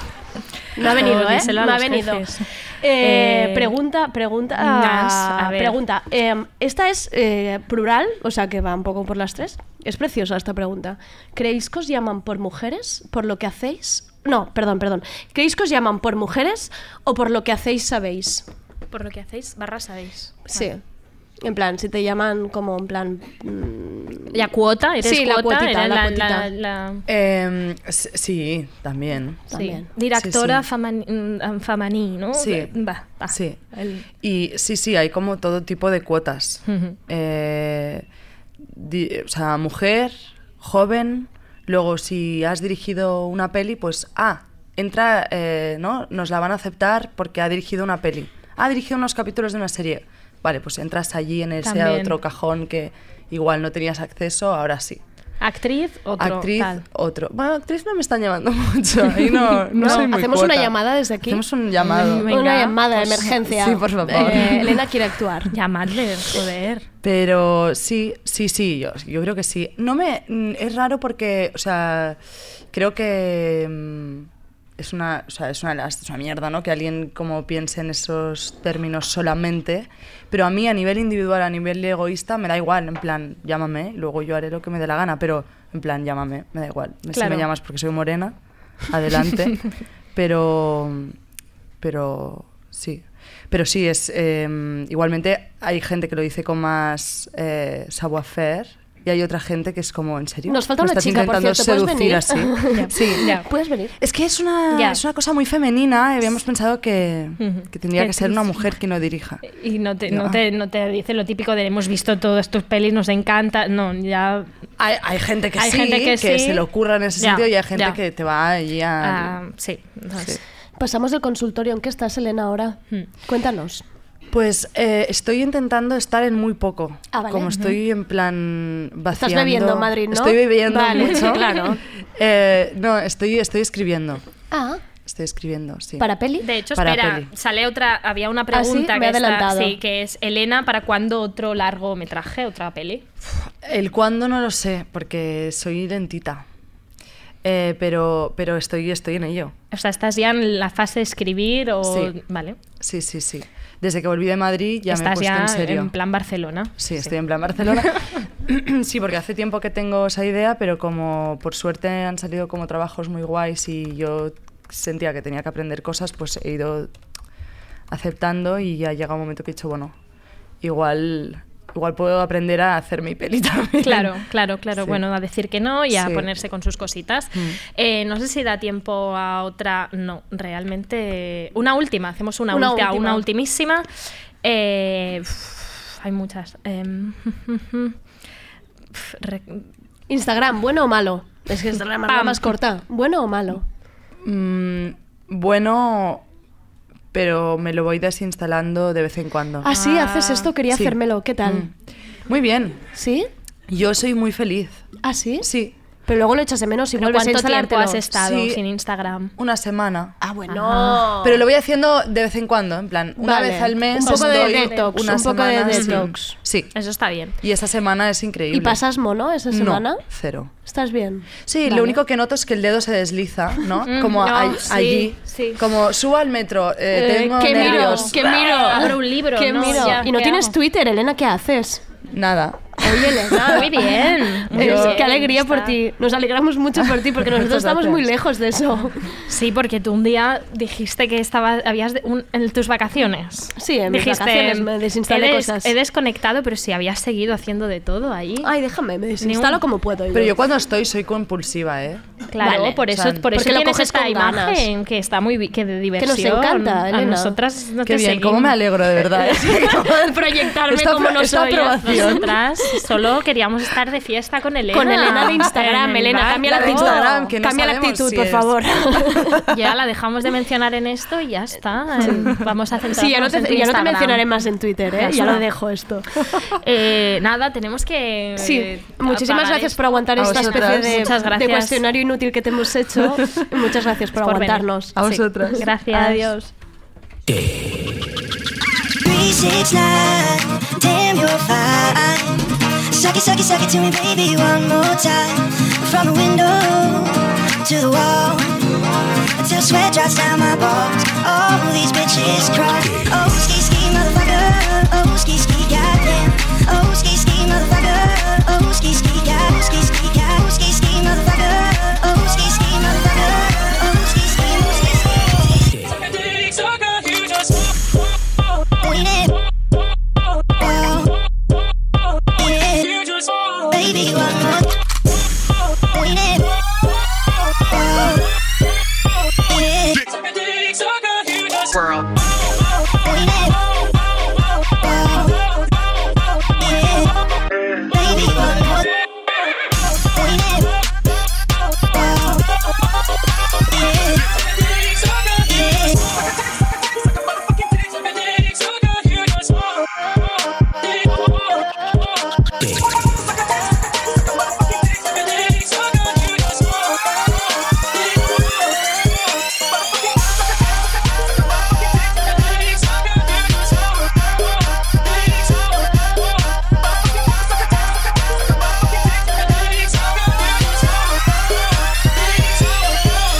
No ha venido, ¿eh?
díselo a
No ha
los
venido.
jefes.
Eh,
Eh,
pregunta, pregunta,
Nas, a ver.
pregunta. Eh, esta es eh, plural, o sea que va un poco por las tres. Es preciosa esta pregunta. ¿Creéis que os llaman por mujeres, por lo que hacéis? No, perdón, perdón. ¿Creéis que os llaman por mujeres o por lo que hacéis sabéis?
Por lo que hacéis, barra sabéis.
Sí. En plan, si te llaman como en plan... mm,
La cuota, eres
Sí, la
cuota,
cuotita,
eres
la
la,
cuotita.
la- la-
Eh, s- sí, también.
También.
Sí. Directora
Sí, sí.
Famani- mm, Famaní, ¿no?
Sí.
Va, va.
Sí.
El-
Y sí, sí, hay como todo tipo de cuotas.
Ujú.
Eh, di- o sea, mujer, joven, luego si has dirigido una peli, pues, ah, entra, eh, ¿no? Nos la van a aceptar porque ha dirigido una peli. Ah, Ha dirigido unos capítulos de una serie. Vale, pues entras allí en ese
También.
otro cajón que igual no tenías acceso, ahora sí.
Actriz, otro.
actriz,
tal.
otro. Bueno, actriz no me están llamando mucho. Ahí no, no,
No,
soy muy
hacemos
cuota.
una llamada desde aquí.
Hacemos un llamado.
Venga,
una llamada
pues,
de emergencia.
sí, por favor.
Eh, Elena quiere actuar.
Llamadle, joder.
Pero sí, sí, sí, yo, yo creo que sí. No me. mm, Es raro porque, o sea, creo que. mm, Es una, o sea, es, una, las- es una mierda, ¿no? Que alguien como piense en esos términos solamente. Pero a mí, a nivel individual, a nivel egoísta, me da igual. En plan, llámame, luego yo haré lo que me dé la gana. Pero, en plan, llámame, me da igual. Si
Claro.
me llamas porque soy morena, adelante. pero. Pero sí. Pero sí, es. eh, igualmente hay gente que lo dice con más eh, savoir-faire y hay otra gente que es como, ¿en serio?
Nos falta
¿Me
una
estás
chica, por
intentando
cierto, ¿puedes venir?
seducir así. sí.
Ya.
Puedes venir.
Es que es una,
Ya.
es una cosa muy femenina. y Habíamos pensado que,
Ujú.
que tendría
Qué
que ser una
triste. Eh,
mujer que no dirija.
Y no te, no.
No.
te, no te dice lo típico de hemos visto todas tus pelis, nos encanta. No, ya.
Hay, hay gente que
Hay
sí,
gente que sí.
se le ocurra en ese
Ya,
sentido y hay gente
ya.
que te va allí a.
ah, sí. no
Sí.
sé.
Pasamos del consultorio. ¿En qué estás, Elena, ahora?
Hmm.
Cuéntanos.
Pues eh, estoy intentando estar en muy poco.
Ah, vale.
Como estoy en plan vaciando.
bebiendo en Madrid, ¿no?
Estoy bebiendo
Vale,
mucho.
claro.
Eh, no, estoy, estoy escribiendo.
Ah,
Estoy escribiendo, sí.
¿para peli?
De hecho,
Para
espera,
peli.
sale otra, había una
Ah, sí,
pregunta
me he
que, está-
adelantado.
sí, que es Elena, ¿para cuándo otro largometraje, otra peli?
El cuándo no lo sé, porque soy lentita. Eh, pero pero estoy, estoy en ello.
O sea, ¿estás ya en la fase de escribir o...?
Sí.
Vale.
Sí, sí, sí. Desde que volví de Madrid ya me he
Estás
puesto
ya
en serio.
plan Barcelona.
Sí, estoy en plan Barcelona. sí, porque hace tiempo que tengo esa idea, pero como por suerte han salido como trabajos muy guays y yo sentía que tenía que aprender cosas, pues he ido aceptando y ya llega un momento que he dicho, bueno, igual, igual puedo aprender a hacer mi peli también.
Claro, claro, claro.
Sí.
Bueno, a decir que no y a
Sí.
ponerse con sus cositas.
Mm.
Eh, no sé si da tiempo a otra. No, realmente. Una última, hacemos una,
Una
última,
última.
una ultimísima. Eh, uf, hay muchas. Em, uf, re-
Instagram, ¿bueno o malo? Es que es la manera
Pam.
más corta. ¿Bueno o malo?
Mm, bueno, pero me lo voy desinstalando de vez en cuando.
Ah, sí, haces esto, quería
Sí.
hacérmelo. ¿Qué tal?
Mm. Muy bien,
¿Sí?
yo soy muy feliz.
¿Ah, sí?
Sí,
Pero luego lo echas de menos y
¿Pero
vuelves a
¿Cuánto tiempo
instalártelo.
has estado
Sí.
sin Instagram?
una semana.
Ah, bueno.
Ajá.
Pero lo voy haciendo de vez en cuando, en plan, una
Vale.
vez al mes.
Un poco
os
de
doy
detox,
una
un poco de
semana, sí.
detox.
Sí.
Eso está bien.
Y esa semana es increíble.
¿Y pasas mono esa
No,
semana?
cero.
¿Estás bien?
Sí,
Vale.
lo único que noto es que el dedo se desliza, ¿no?
Mm,
Como
no,
all-
sí,
allí.
sí.
Como subo al metro, eh,
Eh,
tengo
¿qué miro?
nervios.
¿Qué miro?
Abro un libro,
Ah. ¿Qué
¿no?
miro?
Ya,
y no
¿qué
tienes
hago?
Twitter, Elena, ¿qué haces?
Nada.
Oye, Elena,
Ah, Muy bien, muy
Es-
bien,
Qué alegría por
está.
ti. Nos alegramos mucho por ti porque nosotros
Muchas
estamos muy
gracias.
lejos de eso.
Sí, porque tú un día dijiste que estaba, habías de- un- en tus vacaciones.
Sí, en mis
dijiste,
vacaciones me desinstalé
he
cosas.
He desconectado, pero sí habías seguido haciendo de todo ahí.
Ay, déjame, me
Ni
desinstalo
un-
como puedo.
Pero yo cuando estoy soy compulsiva, ¿eh?
Claro,
Vale,
por
o
eso,
sea,
por eso
porque lo
tienes
coges
esta
con ganas.
imagen que está muy bi- que de
nos
diversión.
encanta,
A
Elena.
nosotras no
Qué
te
bien,
seguimos.
cómo me alegro de verdad. ¿eh? Es que como-
proyectarme
Esta
como
apro-
no
esta
soy
aprobación.
nosotras solo queríamos estar de fiesta con Elena
Con Elena de Instagram,
En el
Elena,
bar.
cambia
la
la
de
actitud.
Instagram, que no
cambia la
sabemos
actitud,
si
por
es-
favor.
ya la dejamos de mencionar en esto y ya está vamos a centrarnos
Sí, ya no,
en
te,
tu
ya no te
Instagram.
mencionaré más en Twitter,
Ya
¿eh? Ya
está.
lo dejo esto.
Eh, nada tenemos que
Sí,
eh,
muchísimas
apagar
gracias
esto.
por aguantar
A
esta especie
vosotras.
de,
Muchas
de
gracias.
cuestionario inútil que te hemos hecho. Y Muchas gracias por,
Por venir.
aguantarnos.
A vosotras.
gracias
Adiós.
369, damn you're fine. Suck it, suck it, suck it to me, baby, one more time. From the window to the wall, until sweat drops down my balls. All these bitches cry. Oh ski ski motherfucker, oh ski ski goddamn. Oh ski ski motherfucker, oh ski ski god, oh, ski ski god, oh ski ski motherfucker, oh ski ski motherfucker, oh ski ski, oh, ski ski. Wait it. Baby, one more. Wait it. Wait it. Baby, one more. Wait it. Yeah.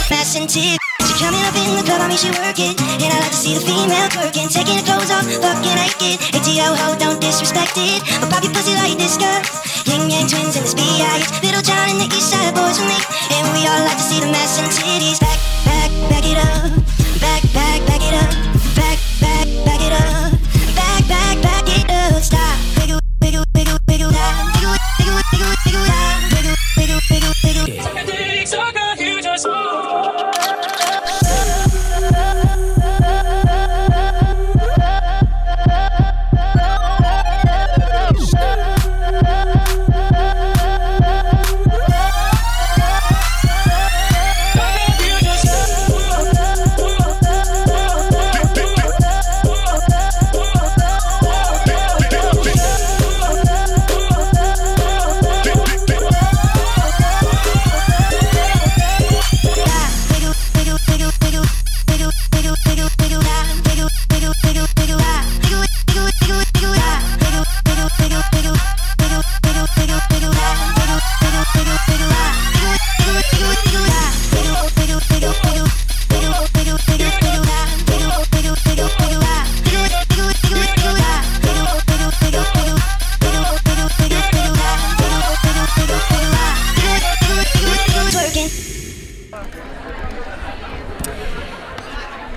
Fashion tip. She coming up in the club, I mean she working. And I like to see the female twerking. Taking her clothes off, fucking naked. ATO ho, don't disrespect it. But pop your pussy like discuss. Yin yang twins in this B.I.H. Little John and the East Side boys from me. And we all like to see the mass and titties. Back, back, back it up. Back, back, back it up. Back, back, back it up. Back, back, back it up. Stop. Wiggle, wiggle, wiggle, wiggle. Stop. Wiggle, wiggle, wiggle, wiggle. Stop. Wiggle, wiggle, wiggle, wiggle.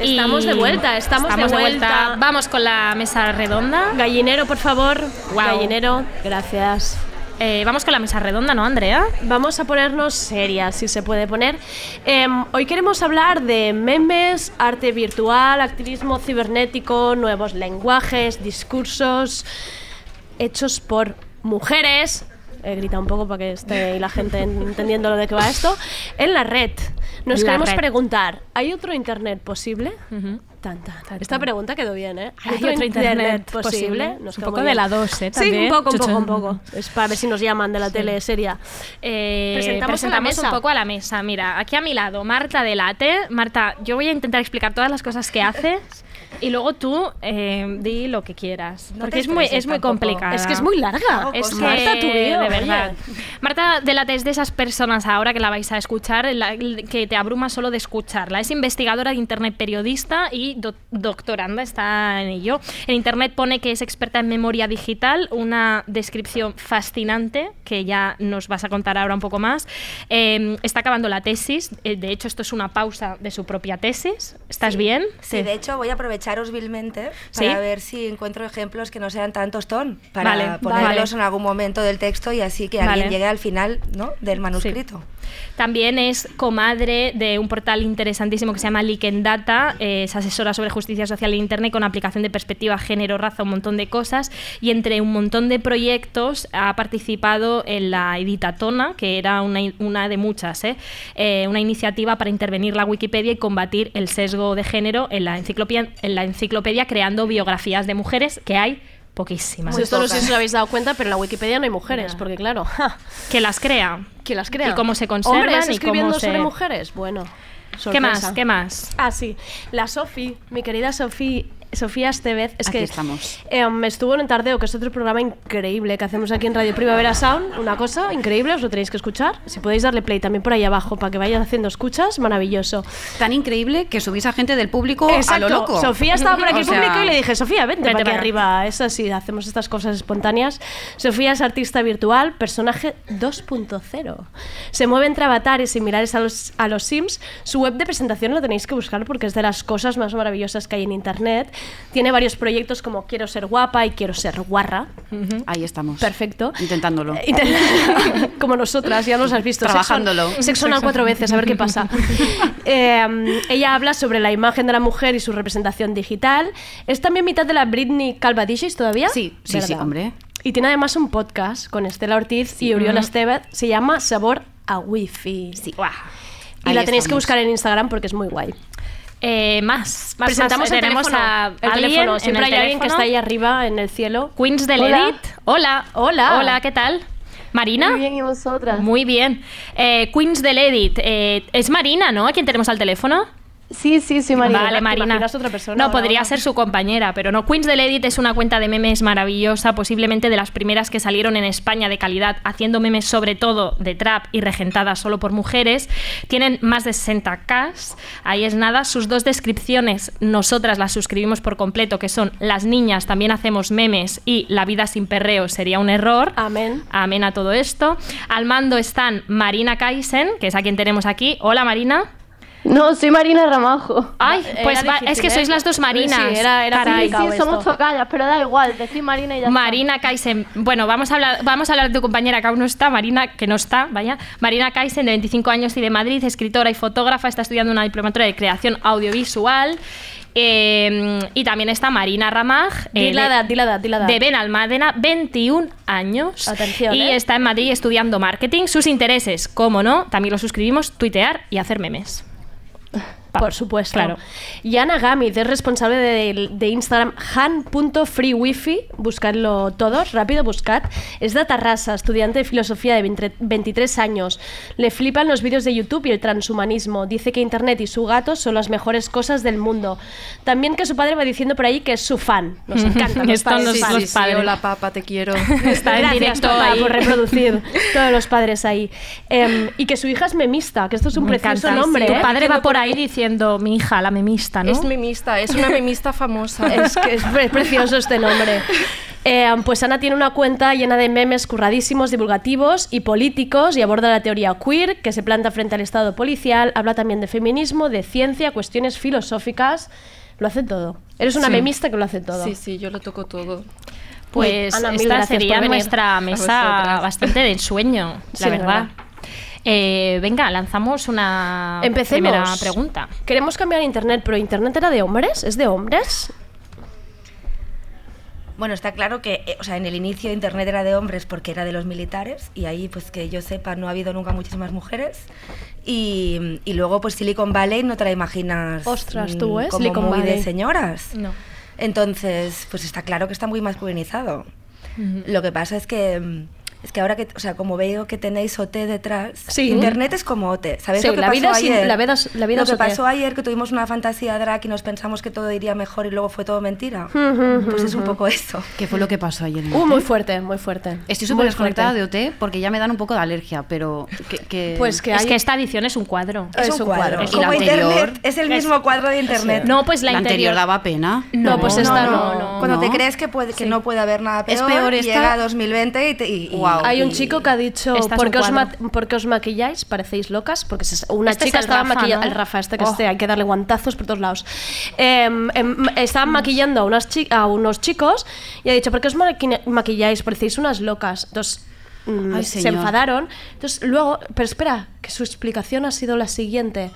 Y
Estamos de vuelta, estamos de vuelta.
vamos con la mesa redonda
Gallinero, por favor.
Guau.
Gallinero, gracias.
Eh, vamos con la mesa redonda no Andrea
Vamos a ponernos serias, si se puede poner. Em, hoy queremos hablar de memes, arte virtual, activismo cibernético, nuevos lenguajes, discursos hechos por mujeres. He gritado un poco para que esté la gente entendiendo lo de qué va esto. En la red. Nos
La
queremos
red.
preguntar, ¿hay otro internet posible? Tan, tan, tan. Esta pregunta quedó bien, ¿eh?
¿Hay otro internet posible?
Nos
Un
quedó
poco
bien.
de la dos, ¿eh?
Sí, un
También.
poco, un poco, un
Chuchun.
poco. Es para ver si nos llaman de la tele seria.
Eh,
Presentamos a la
presentamos,
mesa.
un poco a la mesa. Mira, aquí a mi lado, Marta Delate. Marta, yo voy a intentar explicar todas las cosas que haces. Y luego tú eh, di lo que quieras.
No
porque
te
es muy,
estreses
es muy
tampoco.
complicada.
Es que es muy larga.
Es que,
Marta, tu
de
vida, oye.
verdad. Marta Delate es de esas personas ahora que la vais a escuchar, la- que te abruma solo de escucharla. Es investigadora de Internet, periodista y do- doctoranda, está en ello. En Internet pone que es experta en memoria digital, una descripción fascinante que ya nos vas a contar ahora un poco más. Eh, está acabando la tesis, eh, de hecho esto es una pausa de su propia tesis. ¿Estás bien?
Sí, de hecho voy a aprovecharos vilmente
¿Sí?
para ver si encuentro ejemplos que no sean tan tostón para
Vale,
ponerlos
vale.
en algún momento del texto y así que alguien
Vale.
llegue al final ¿no? del manuscrito.
También es comadre de un portal interesantísimo que se llama Likendata, eh, es asesora sobre justicia social en Internet con aplicación de perspectiva, género, raza, un montón de cosas. Y entre un montón de proyectos ha participado en la Editatona, que era una, i- una de muchas, ¿eh? Eh, una iniciativa para intervenir la Wikipedia y combatir el sesgo de género en la enciclopedia, en la enciclopedia creando biografías de mujeres que hay poquísimas.
Pues esto no sé si os habéis dado cuenta, pero en la Wikipedia no hay mujeres, porque claro, ja,
Que las crea.
¿quién las crea?
Y cómo se conservan y
Hombres
cómo
escribiendo
se-
sobre mujeres, bueno.
¿Qué
sorpresa.
más? ¿Qué más?
Ah, sí. La Sofi, mi querida Sofi, Sofía Estevez, es
Aquí
que
estamos.
eh, me estuvo en el Tardeo, que es otro programa increíble que hacemos aquí en Radio Primavera Sound. Una cosa increíble, os lo tenéis que escuchar. Si podéis darle play también por ahí abajo para que vayan haciendo escuchas, maravilloso.
Tan increíble que subís a gente del público a lo
Exacto.
loco.
Sofía estaba por aquí
O sea,
público y le dije, Sofía, vente,
vente
para aquí
para acá".
arriba. Es así, hacemos estas cosas espontáneas. Sofía es artista virtual, personaje 2.0. Se mueve entre avatares similares a los, a los Sims. Su web de presentación lo tenéis que buscar porque es de las cosas más maravillosas que hay en internet. Tiene varios proyectos como Quiero ser guapa y Quiero ser guarra.
Ahí estamos.
Perfecto.
Intentándolo.
Como nosotras, ya nos has visto.
Trabajándolo.
Sexo, sexo anal
Sexo.
cuatro veces, a ver qué pasa. Eh, ella habla sobre la imagen de la mujer y su representación digital. ¿Es también mitad de la Britney Calvadishis todavía? Sí,
sí, sí, hombre.
Y tiene además un podcast con Estela Ortiz y Uriola Estevez. Se llama Sabor a Wifi. Sí. Y
Ahí
la tenéis que
estamos.
buscar en Instagram porque es muy guay.
Eh, más, más,
Presentamos
más.
el
Tenemos
teléfono.
a
el
alguien
teléfono.
en
Siempre
el
hay alguien que
teléfono.
está ahí arriba en el cielo.
Queens del
Hola.
Edit. Hola.
Hola.
Hola, ¿qué tal? Marina. Muy bien,
¿y vosotras?
Muy bien. Eh, Queens del Edit. eh, es Marina, ¿no? ¿A quién tenemos al teléfono?
Sí, sí, sí,
Marina.
Vale,
¿Te
Marina.
imaginas otra persona
no,
ahora,
podría
ahora?
ser su compañera, pero no. Queens del Edit es una cuenta de memes maravillosa, posiblemente de las primeras que salieron en España de calidad, haciendo memes sobre todo de trap y regentadas solo por mujeres. Tienen más de 60k, ahí es nada. Sus dos descripciones, nosotras las suscribimos por completo, que son Las niñas también hacemos memes y La vida sin perreo sería un error.
Amén.
Amén a todo esto. Al mando están Marina Kaisen, que es a quien tenemos aquí. Hola Marina.
No, soy Marina Ramajo.
Ay, pues va- es que
¿eh?
sois las dos Marinas. Caray.
Sí, sí, somos tocallas, pero da igual, decir Marina y ya
Marina Kaisen. Bueno, vamos a, hablar, vamos a hablar de tu compañera que aún no está, Marina, que no está, vaya. Marina Kaisen, de 25 años y de Madrid, escritora y fotógrafa, está estudiando una diplomatura de creación audiovisual. Eh, y también está Marina Ramaj. eh,
Di la
de-
edad, di la edad, di la edad.
de Benalmádena, 21 años.
Atención,
y
¿eh?
está en Madrid estudiando marketing. Sus intereses, como no, también los suscribimos, tuitear y hacer memes.
Por supuesto.
Claro.
Y Ana Gámez es responsable de, de Instagram han.freewifi. Buscadlo todos, rápido, buscad. Es de Tarrasa, estudiante de filosofía de 20 23 años. Le flipan los vídeos de YouTube y el transhumanismo. Dice que Internet y su gato son las mejores cosas del mundo. También que su padre va diciendo por ahí que es su fan. Nos encanta. los
Esto
padres
nos-
fan.
los padres.
hola papá, te quiero.
Está en
Gracias,
directo
papá,
ahí.
por reproducir todos los padres ahí. Em, y que su hija es memista, que esto es un
Me
precioso
encanta.
nombre.
Tu
¿eh?
padre va por ahí diciendo, mi hija, la memista, ¿no?
Es memista, es una memista famosa.
Es que es pre- precioso este nombre. Eh, pues Ana tiene una cuenta llena de memes curradísimos, divulgativos y políticos y aborda la teoría queer que se planta frente al Estado policial, habla también de feminismo, de ciencia, cuestiones filosóficas, lo hace todo. Eres una
Sí.
memista que lo hace todo.
Sí, sí, yo lo toco todo.
Pues
Uy, Ana, mil
esta
gracias por
sería
venir.
nuestra mesa
vosotras.
bastante de ensueño,
Sí,
la
la
verdad.
verdad.
Eh, venga, lanzamos una
Empecemos.
primera pregunta.
Queremos cambiar Internet, pero Internet era de hombres, es de hombres.
Bueno, está claro que, eh, o sea, en el inicio Internet era de hombres porque era de los militares y ahí, pues que yo sepa, no ha habido nunca muchísimas mujeres. Y, y luego, pues Silicon Valley no te la imaginas
Ostras,
mm,
tú, ¿eh?
como
Silicon
muy
Valley.
de señoras. Entonces, pues está claro que está muy masculinizado. Lo que pasa es que mm, Es que ahora que, o sea, como veo que tenéis OT detrás,
Sí.
internet es como OT. ¿Sabéis
Sí,
lo que
la
pasó
vida sin-
ayer?
la vida es- la vida
lo
es
que
OT.
pasó ayer, que tuvimos una fantasía drag y nos pensamos que todo iría mejor y luego fue todo mentira.
Ujú,
pues es un
ujú.
poco eso.
¿Qué fue lo que pasó ayer? en
Uh,
OT?
muy fuerte, muy fuerte.
Estoy
Muy
súper desconectada
fuerte.
de OT porque ya me dan un poco de alergia, pero que, que-
Pues que
Es
hay-
que esta edición es un cuadro.
Es un cuadro.
Y la
Como
anterior-
internet, es el mismo cuadro de internet.
No, pues la,
la anterior daba pena.
No, pues esta no, no.
Cuando te
No.
crees que, puede, que no puede haber nada
Es
peor,
peor
y
esta-
llega 2020 y... Te, y- y-
Guau.
Hay un
y-
chico que ha dicho,
Esta es
¿por
un
qué, os
cuadro.
ma- por qué os maquilláis? ¿Parecéis locas? Porque se- una
Este es
chica
el
estaba
Rafa,
maquillando,
¿no?
el Rafa este que
Oh.
este, hay que darle guantazos por todos lados. Em, em, estaban maquillando a, unas chi- a unos chicos y ha dicho, ¿por qué os maqui- maquilláis? Parecéis unas locas. Entonces, mm,
Ay,
se
señor.
enfadaron. Entonces, luego, pero espera, que su explicación ha sido la siguiente.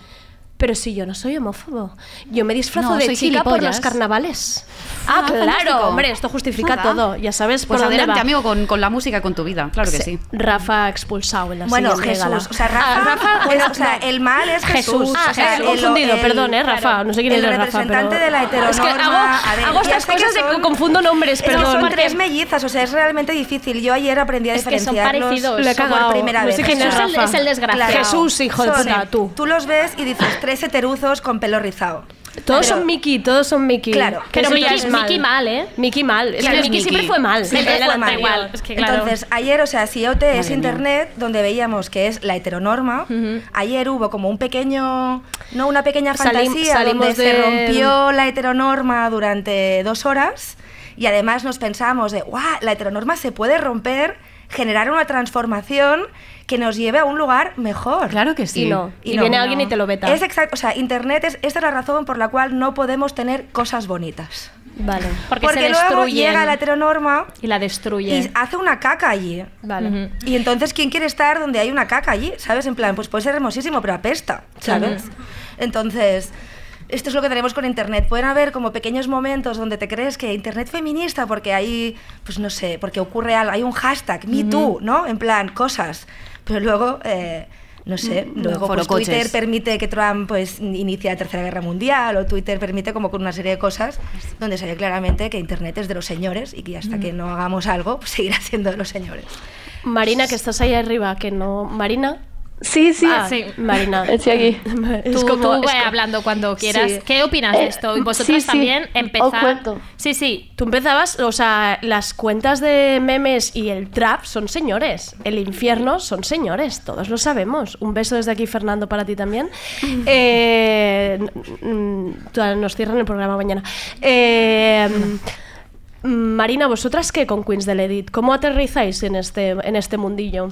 Pero si yo no soy homófobo, yo me disfrazo
No,
de
soy
chica por
gilipollas.
los carnavales. Ah, claro,
fantástico.
hombre, esto justifica
Nada.
todo. Ya sabes por
Pues
dónde
adelante,
va.
amigo, con, con la música, con tu vida, claro que sí.
Rafa expulsado en la
Bueno,
siguiente
Jesús.
gala.
O sea,
Ah,
Rafa, bueno, o sea, el mal es Jesús.
Jesús. Ah,
o sea,
Jesús, confundido, perdón, eh, Rafa, no sé quién
el
era Rafa,
representante
pero-
de la heteronorma.
Es que hago-
a ver,
hago
ya
estas
sé que
cosas de que
son-
confundo nombres,
es que
perdón.
son tres mellizas, o sea, es realmente difícil. Yo ayer aprendí a
Es que son
diferenciarlos
parecidos. Le he
por
cagao.
primera
No
vez.
sé quién es Jesús es el- Rafa. es el desgraciado. Jesús, hijo de
Son-
puta, tú.
Tú los ves y dices, tres heteruzos con pelo rizado.
Todos
Pero-
son Mickey, todos son Mickey.
Claro.
Que
Pero
eso
Mickey,
es mal.
Mickey mal, ¿eh?
Mickey mal. Es
Claro,
que
es
Mickey
Mickey.
siempre fue mal.
Siempre
Él
fue
era
mal.
Mario.
Igual, es que claro.
Entonces, ayer, o sea, si OT es
mía.
internet, donde veíamos que es la heteronorma, ayer hubo como un pequeño, no, una pequeña
Salim-
fantasía
salimos
donde
del-
se rompió la heteronorma durante dos horas y además nos pensamos de, guau, la heteronorma se puede romper, generar una transformación que nos lleve a un lugar mejor.
Claro que sí.
Y no. Y,
Y no,
viene
no.
alguien y te lo veta.
Es exacto, o sea, internet es, esta es la razón por la cual no podemos tener cosas bonitas.
Vale.
Porque, se
luego
destruyen
llega la heteronorma
y la destruye.
y hace una caca allí.
Vale.
Ujú.
Y entonces, ¿quién quiere estar donde hay una caca allí? ¿Sabes? En plan, pues puede ser hermosísimo, pero apesta, ¿sabes? Entonces, esto es lo que tenemos con Internet. Pueden haber como pequeños momentos donde te crees que Internet feminista, porque hay, pues no sé, porque ocurre algo, hay un hashtag, MeToo, ¿no? En plan, cosas. Pero luego... eh, no sé,
Mm,
luego
foro
pues, Twitter
coches.
permite que Trump pues, inicie la Tercera Guerra Mundial o Twitter permite como con una serie de cosas donde se ve claramente que Internet es de los señores y que hasta que no hagamos algo pues, seguirá siendo de los señores.
Marina, que estás ahí arriba, que no. Marina.
Sí, sí.
Ah,
sí.
Marina.
Estoy aquí.
Es
tú,
como-
tú
es
ve
co-
hablando cuando quieras.
Sí.
¿Qué opinas de
Eh,
esto? Y vosotras
sí, sí.
también empezar.
Os cuento.
Sí, sí.
Tú empezabas, o sea, las cuentas de memes y el trap son señores. El infierno son señores, todos lo sabemos. Un beso desde aquí, Fernando, para ti también. Eh, mm, mm, nos cierran el programa mañana. Eh, mm, Marina, ¿vosotras qué con Queens del Edit? ¿Cómo aterrizáis en este, en este mundillo?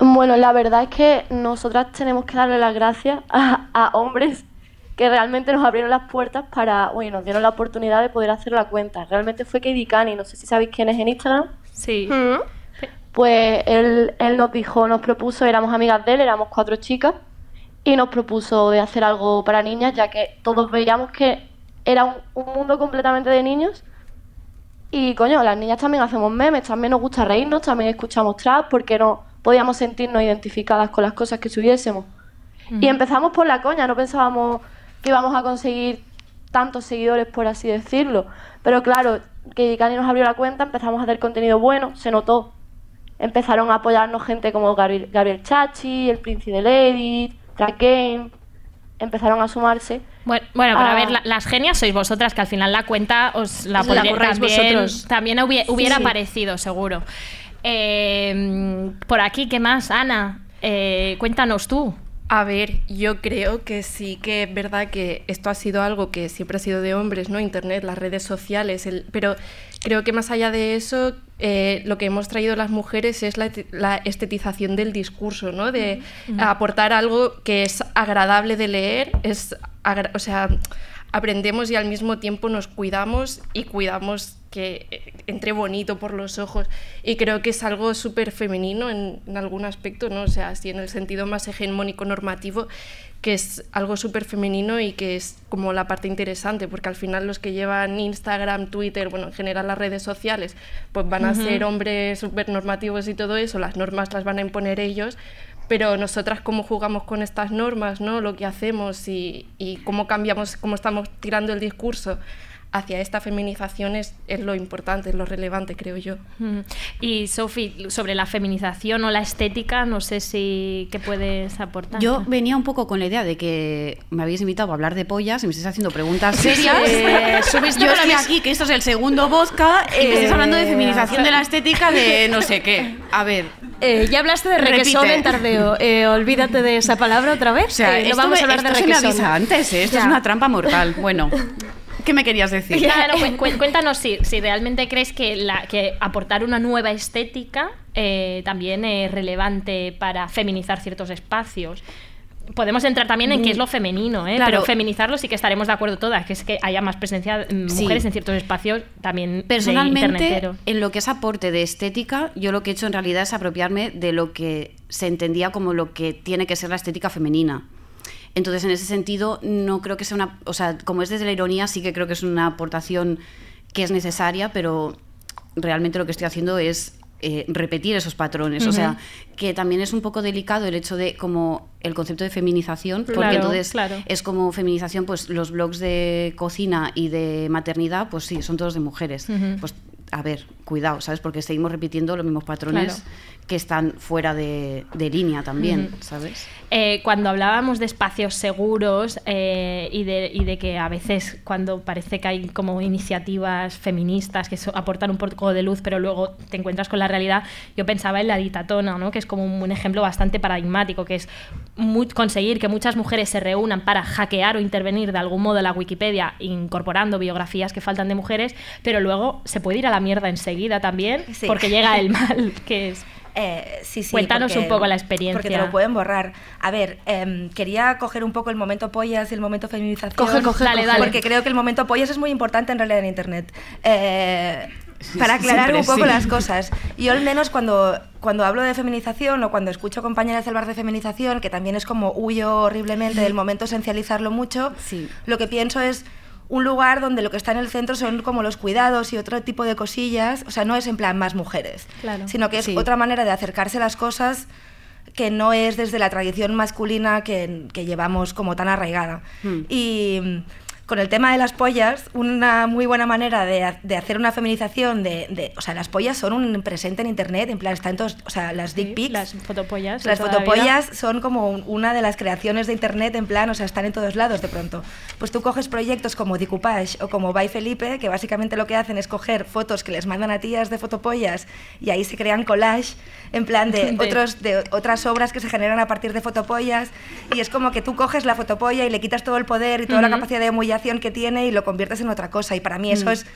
Bueno, la verdad es que nosotras tenemos que darle las gracias a, a hombres que realmente nos abrieron las puertas para, bueno, nos dieron la oportunidad de poder hacer la cuenta. Realmente fue Katie Cani, no sé si sabéis quién es en Instagram.
Sí.
Pues él, él nos dijo, nos propuso, éramos amigas de él, éramos cuatro chicas, y nos propuso de hacer algo para niñas, ya que todos veíamos que era un, un mundo completamente de niños. Y coño, las niñas también hacemos memes, también nos gusta reírnos, también escuchamos trap, porque no podíamos sentirnos identificadas con las cosas que subiésemos. Y empezamos por la coña, no pensábamos que íbamos a conseguir tantos seguidores, por así decirlo. Pero claro, que Cani nos abrió la cuenta, empezamos a hacer contenido bueno, se notó. Empezaron a apoyarnos gente como Gabriel, Gabriel Chachi, El Príncipe de Lady, Track Game. Empezaron a sumarse.
Bueno, bueno, pero a
Ah.
ver, la- las genias sois vosotras, que al final la cuenta os la
La
podría-
curráis
también,
vosotros.
también hubie- hubiera
sí.
aparecido, seguro. Eh, por aquí, ¿qué más? Ana, eh, cuéntanos tú.
A ver, yo creo que sí que es verdad que esto ha sido algo que siempre ha sido de hombres, ¿no? Internet, las redes sociales, el- pero creo que más allá de eso, eh, lo que hemos traído las mujeres es la, eti- la estetización del discurso, ¿no? De aportar algo que es agradable de leer, es, agra- o sea, aprendemos y al mismo tiempo nos cuidamos y cuidamos que eh, entre bonito por los ojos y creo que es algo súper femenino en, en algún aspecto, ¿no? O sea, así en el sentido más hegemónico normativo, que es algo súper femenino y que es como la parte interesante, porque al final los que llevan Instagram, Twitter, bueno, en general las redes sociales, pues van a
Ujú.
ser hombres súper normativos y todo eso, las normas las van a imponer ellos, pero nosotras cómo jugamos con estas normas, ¿no? Lo que hacemos y, y cómo cambiamos, cómo estamos tirando el discurso hacia esta feminización es, es lo importante, es lo relevante, creo yo.
Mm. Y Sofi, sobre la feminización o la estética, no sé si qué puedes aportar.
Yo venía un poco con la idea de que me habéis invitado a hablar de pollas y me estáis haciendo preguntas
Sí,
serias.
sí, eh,
subiste yo
con la
estoy
mis-
aquí, que esto es el segundo vodka, y me estáis
Eh,
hablando de feminización de la estética de no sé qué. A ver.
Eh, ya hablaste de requesón
Repite.
en tardeo. Eh, olvídate de esa palabra otra vez.
O sea,
eh, no
esto
vamos
me-
a hablar de
esto se me
requesón.
avisa antes, ¿eh? Esto es
Ya.
una trampa mortal. Bueno, ¿qué me querías decir?
Claro,
pues,
cu- cu- cuéntanos si, si realmente crees que, la, que aportar una nueva estética eh, también es relevante para feminizar ciertos espacios. Podemos entrar también en qué es lo femenino, ¿eh?
Claro.
pero feminizarlo sí que estaremos de acuerdo todas, que es que haya más presencia de
Sí.
mujeres en ciertos espacios también de
Personalmente,
interneteros.
en lo que es aporte de estética, yo lo que he hecho en realidad es apropiarme de lo que se entendía como lo que tiene que ser la estética femenina. Entonces, en ese sentido, no creo que sea una. O sea, como es desde la ironía, sí que creo que es una aportación que es necesaria, pero realmente lo que estoy haciendo es eh, repetir esos patrones. O sea, que también es un poco delicado el hecho de como el concepto de feminización, porque
Claro,
entonces
claro.
es como feminización, pues los blogs de cocina y de maternidad, pues sí, son todos de mujeres.
Ujú.
Pues a ver, cuidado, ¿sabes? Porque seguimos repitiendo los mismos patrones que están fuera de, de línea también,
Ujú.
¿sabes?
Eh, cuando hablábamos de espacios seguros eh, y, de, y de que a veces cuando parece que hay como iniciativas feministas que so- aportan un poco de luz pero luego te encuentras con la realidad, yo pensaba en la ditatona, ¿no? que es como un, un ejemplo bastante paradigmático, que es mu- conseguir que muchas mujeres se reúnan para hackear o intervenir de algún modo la Wikipedia incorporando biografías que faltan de mujeres, pero luego se puede ir a la mierda enseguida también
Sí.
porque llega el mal, que es...
Eh, sí, sí,
Cuéntanos
porque-
un poco la experiencia.
Porque te lo pueden borrar. A ver, em, quería coger un poco el momento pollas y el momento feminización.
Coge, coge, Dale, coge. dale.
Porque creo que el momento pollas es muy importante en realidad en Internet. Eh, para
sí,
aclarar
siempre
un poco
sí.
las cosas. Yo al menos cuando, cuando hablo de feminización o cuando escucho compañeras del bar de feminización, que también es como huyo horriblemente del momento esencializarlo mucho, lo que pienso es un lugar donde lo que está en el centro son como los cuidados y otro tipo de cosillas, o sea, no es en plan más mujeres,
Claro.
sino que es
Sí.
otra manera de acercarse a las cosas que no es desde la tradición masculina que, que llevamos como tan arraigada.
Hmm.
Y mm, con el tema de las pollas, una muy buena manera de, ha- de hacer una feminización de, de- O sea, las pollas son un presente en internet, en plan, están todos. O sea, las dick pics.
Las fotopollas. de
Las
toda la vida.
fotopollas son como un- una de las creaciones de internet en plan, o sea, están en todos lados de pronto. Pues tú coges proyectos como Decoupage o como By Felipe, que básicamente lo que hacen es coger fotos que les mandan a tías de fotopollas y ahí se crean collage en plan de,
De-
otros de otras obras que se generan a partir de fotopollas y es como que tú coges la fotopolla y le quitas todo el poder y toda la
Ujú.
capacidad de humillación que tiene y lo conviertes en otra cosa y para mí eso
Mm.
es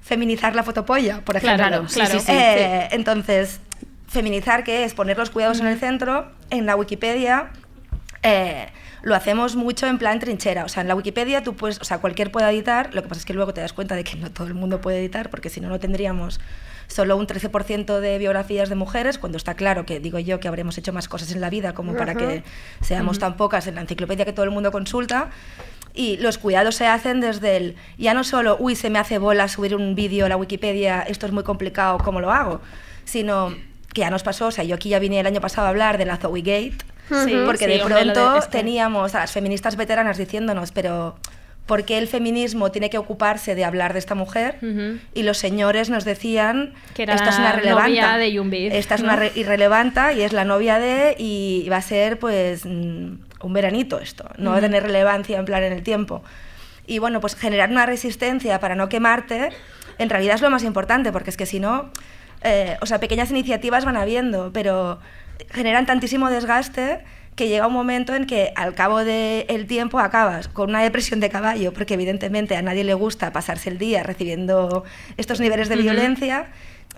feminizar la fotopolla, por ejemplo.
Claro, sí, claro. sí, sí.
Eh, Entonces, feminizar, que es poner los cuidados
Mm.
en el centro, en la Wikipedia, eh, lo hacemos mucho en plan trinchera. O sea, en la Wikipedia tú puedes, o sea, cualquier puede editar, lo que pasa es que luego te das cuenta de que no todo el mundo puede editar, porque si no, no tendríamos solo un 13% de biografías de mujeres, cuando está claro que digo yo que habremos hecho más cosas en la vida como para
Ajá.
que seamos
Ujú.
tan pocas en la enciclopedia que todo el mundo consulta. Y los cuidados se hacen desde el, ya no solo, uy, se me hace bola subir un vídeo a la Wikipedia, esto es muy complicado, ¿cómo lo hago? Sino que ya nos pasó, o sea, yo aquí ya vine el año pasado a hablar de la Zoe Gate,
Sí,
porque
sí,
de
hombre, lo de- este.
pronto
es que-
teníamos a las feministas veteranas diciéndonos, pero ¿por qué el feminismo tiene que ocuparse de hablar de esta mujer? Y los señores nos decían,
Que era
esta es
la
una
novia
relevanta,
de Yumbid,
esta es
¿no?
una re- irrelevanta y es la novia de, y va a ser pues mm, un veranito esto, no va a
Ujú.
tener relevancia en plan en el tiempo. Y bueno, pues generar una resistencia para no quemarte, en realidad es lo más importante, porque es que si no, eh, o sea, pequeñas iniciativas van habiendo, pero generan tantísimo desgaste que llega un momento en que al cabo del tiempo acabas con una depresión de caballo, porque evidentemente a nadie le gusta pasarse el día recibiendo estos niveles de
Ujú.
violencia.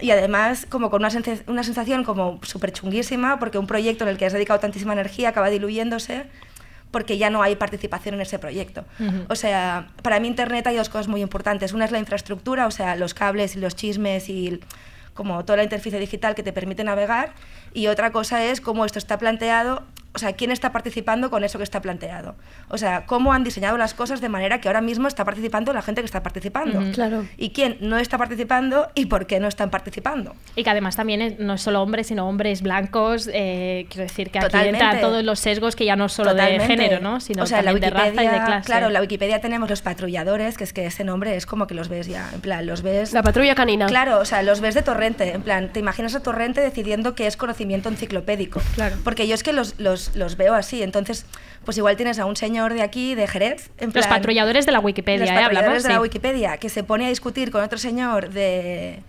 Y además, como con una, sense- una sensación como súper chunguísima, porque un proyecto en el que has dedicado tantísima energía acaba diluyéndose porque ya no hay participación en ese proyecto.
Ujú.
O sea, para mí Internet hay dos cosas muy importantes. Una es la infraestructura, o sea, los cables y los chismes y el- como toda la interfaz digital que te permite navegar. Y otra cosa es cómo esto está planteado o sea, quién está participando con eso que está planteado. O sea, cómo han diseñado las cosas de manera que ahora mismo está participando la gente que está participando.
Ujú. Claro.
Y quién no está participando y por qué no están participando.
Y que además también es- no es solo hombres, sino hombres blancos. eh, quiero decir que aquí
Totalmente.
entran todos los sesgos que ya no solo de
Totalmente.
género, ¿no? sino
o sea, en la
también de raza y de
Wikipedia-
clase.
Claro, en la Wikipedia tenemos los patrulladores, que es que ese nombre es como que los ves ya, en plan, los ves...
La patrulla canina.
Claro, o sea, los ves de torrente, en plan, te imaginas a torrente decidiendo que es conocimiento enciclopédico. Claro. Porque yo es que los, los, los veo así, entonces, pues igual tienes a un señor de aquí, de Jerez, en
los
plan...
patrulladores de la Wikipedia,
los
¿eh? Hablamos.
patrulladores de la
sí.
Wikipedia, que se pone a discutir con otro señor de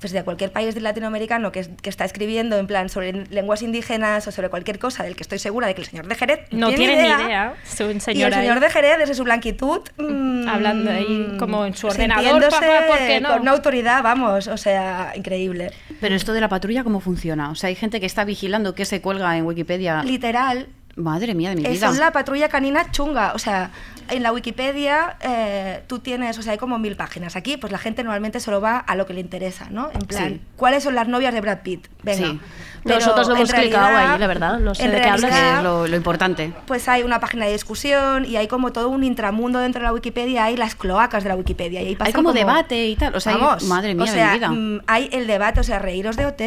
pues de cualquier país latinoamericano que, es- que está escribiendo en plan sobre lenguas indígenas o sobre cualquier cosa del que estoy segura de que el señor de Jerez
No tiene ni idea. Es un
y el
señor ahí.
señor de Jerez, desde su blanquitud. mm,
Hablando ahí como en su ordenador,
sintiéndose
papá, ¿por qué no?
Con una autoridad, vamos, o sea, increíble.
Pero esto de la patrulla, ¿cómo funciona? O sea, hay gente que está vigilando que se cuelga en Wikipedia.
Literal.
Madre mía de mi
Eh,
vida.
son la patrulla canina chunga. O sea, en la Wikipedia eh, tú tienes, o sea, hay como mil páginas. Aquí, pues la gente normalmente solo va a lo que le interesa, ¿no? En plan,
Sí.
¿cuáles son las novias de Brad Pitt? Venga.
Sí.
Pero
Nosotros no
en
hemos clicado
realidad-
ahí, la verdad. No sé
en
de qué hablas.
realidad-
Es lo, lo importante.
pues hay una página de discusión y hay como todo un intramundo dentro de la Wikipedia, hay las cloacas de la Wikipedia. Y ahí pasa
como debate y tal, o sea, hay-
vamos,
madre mía
o
de
sea,
mi vida.
mm, Hay el debate, o sea, reíros de OT.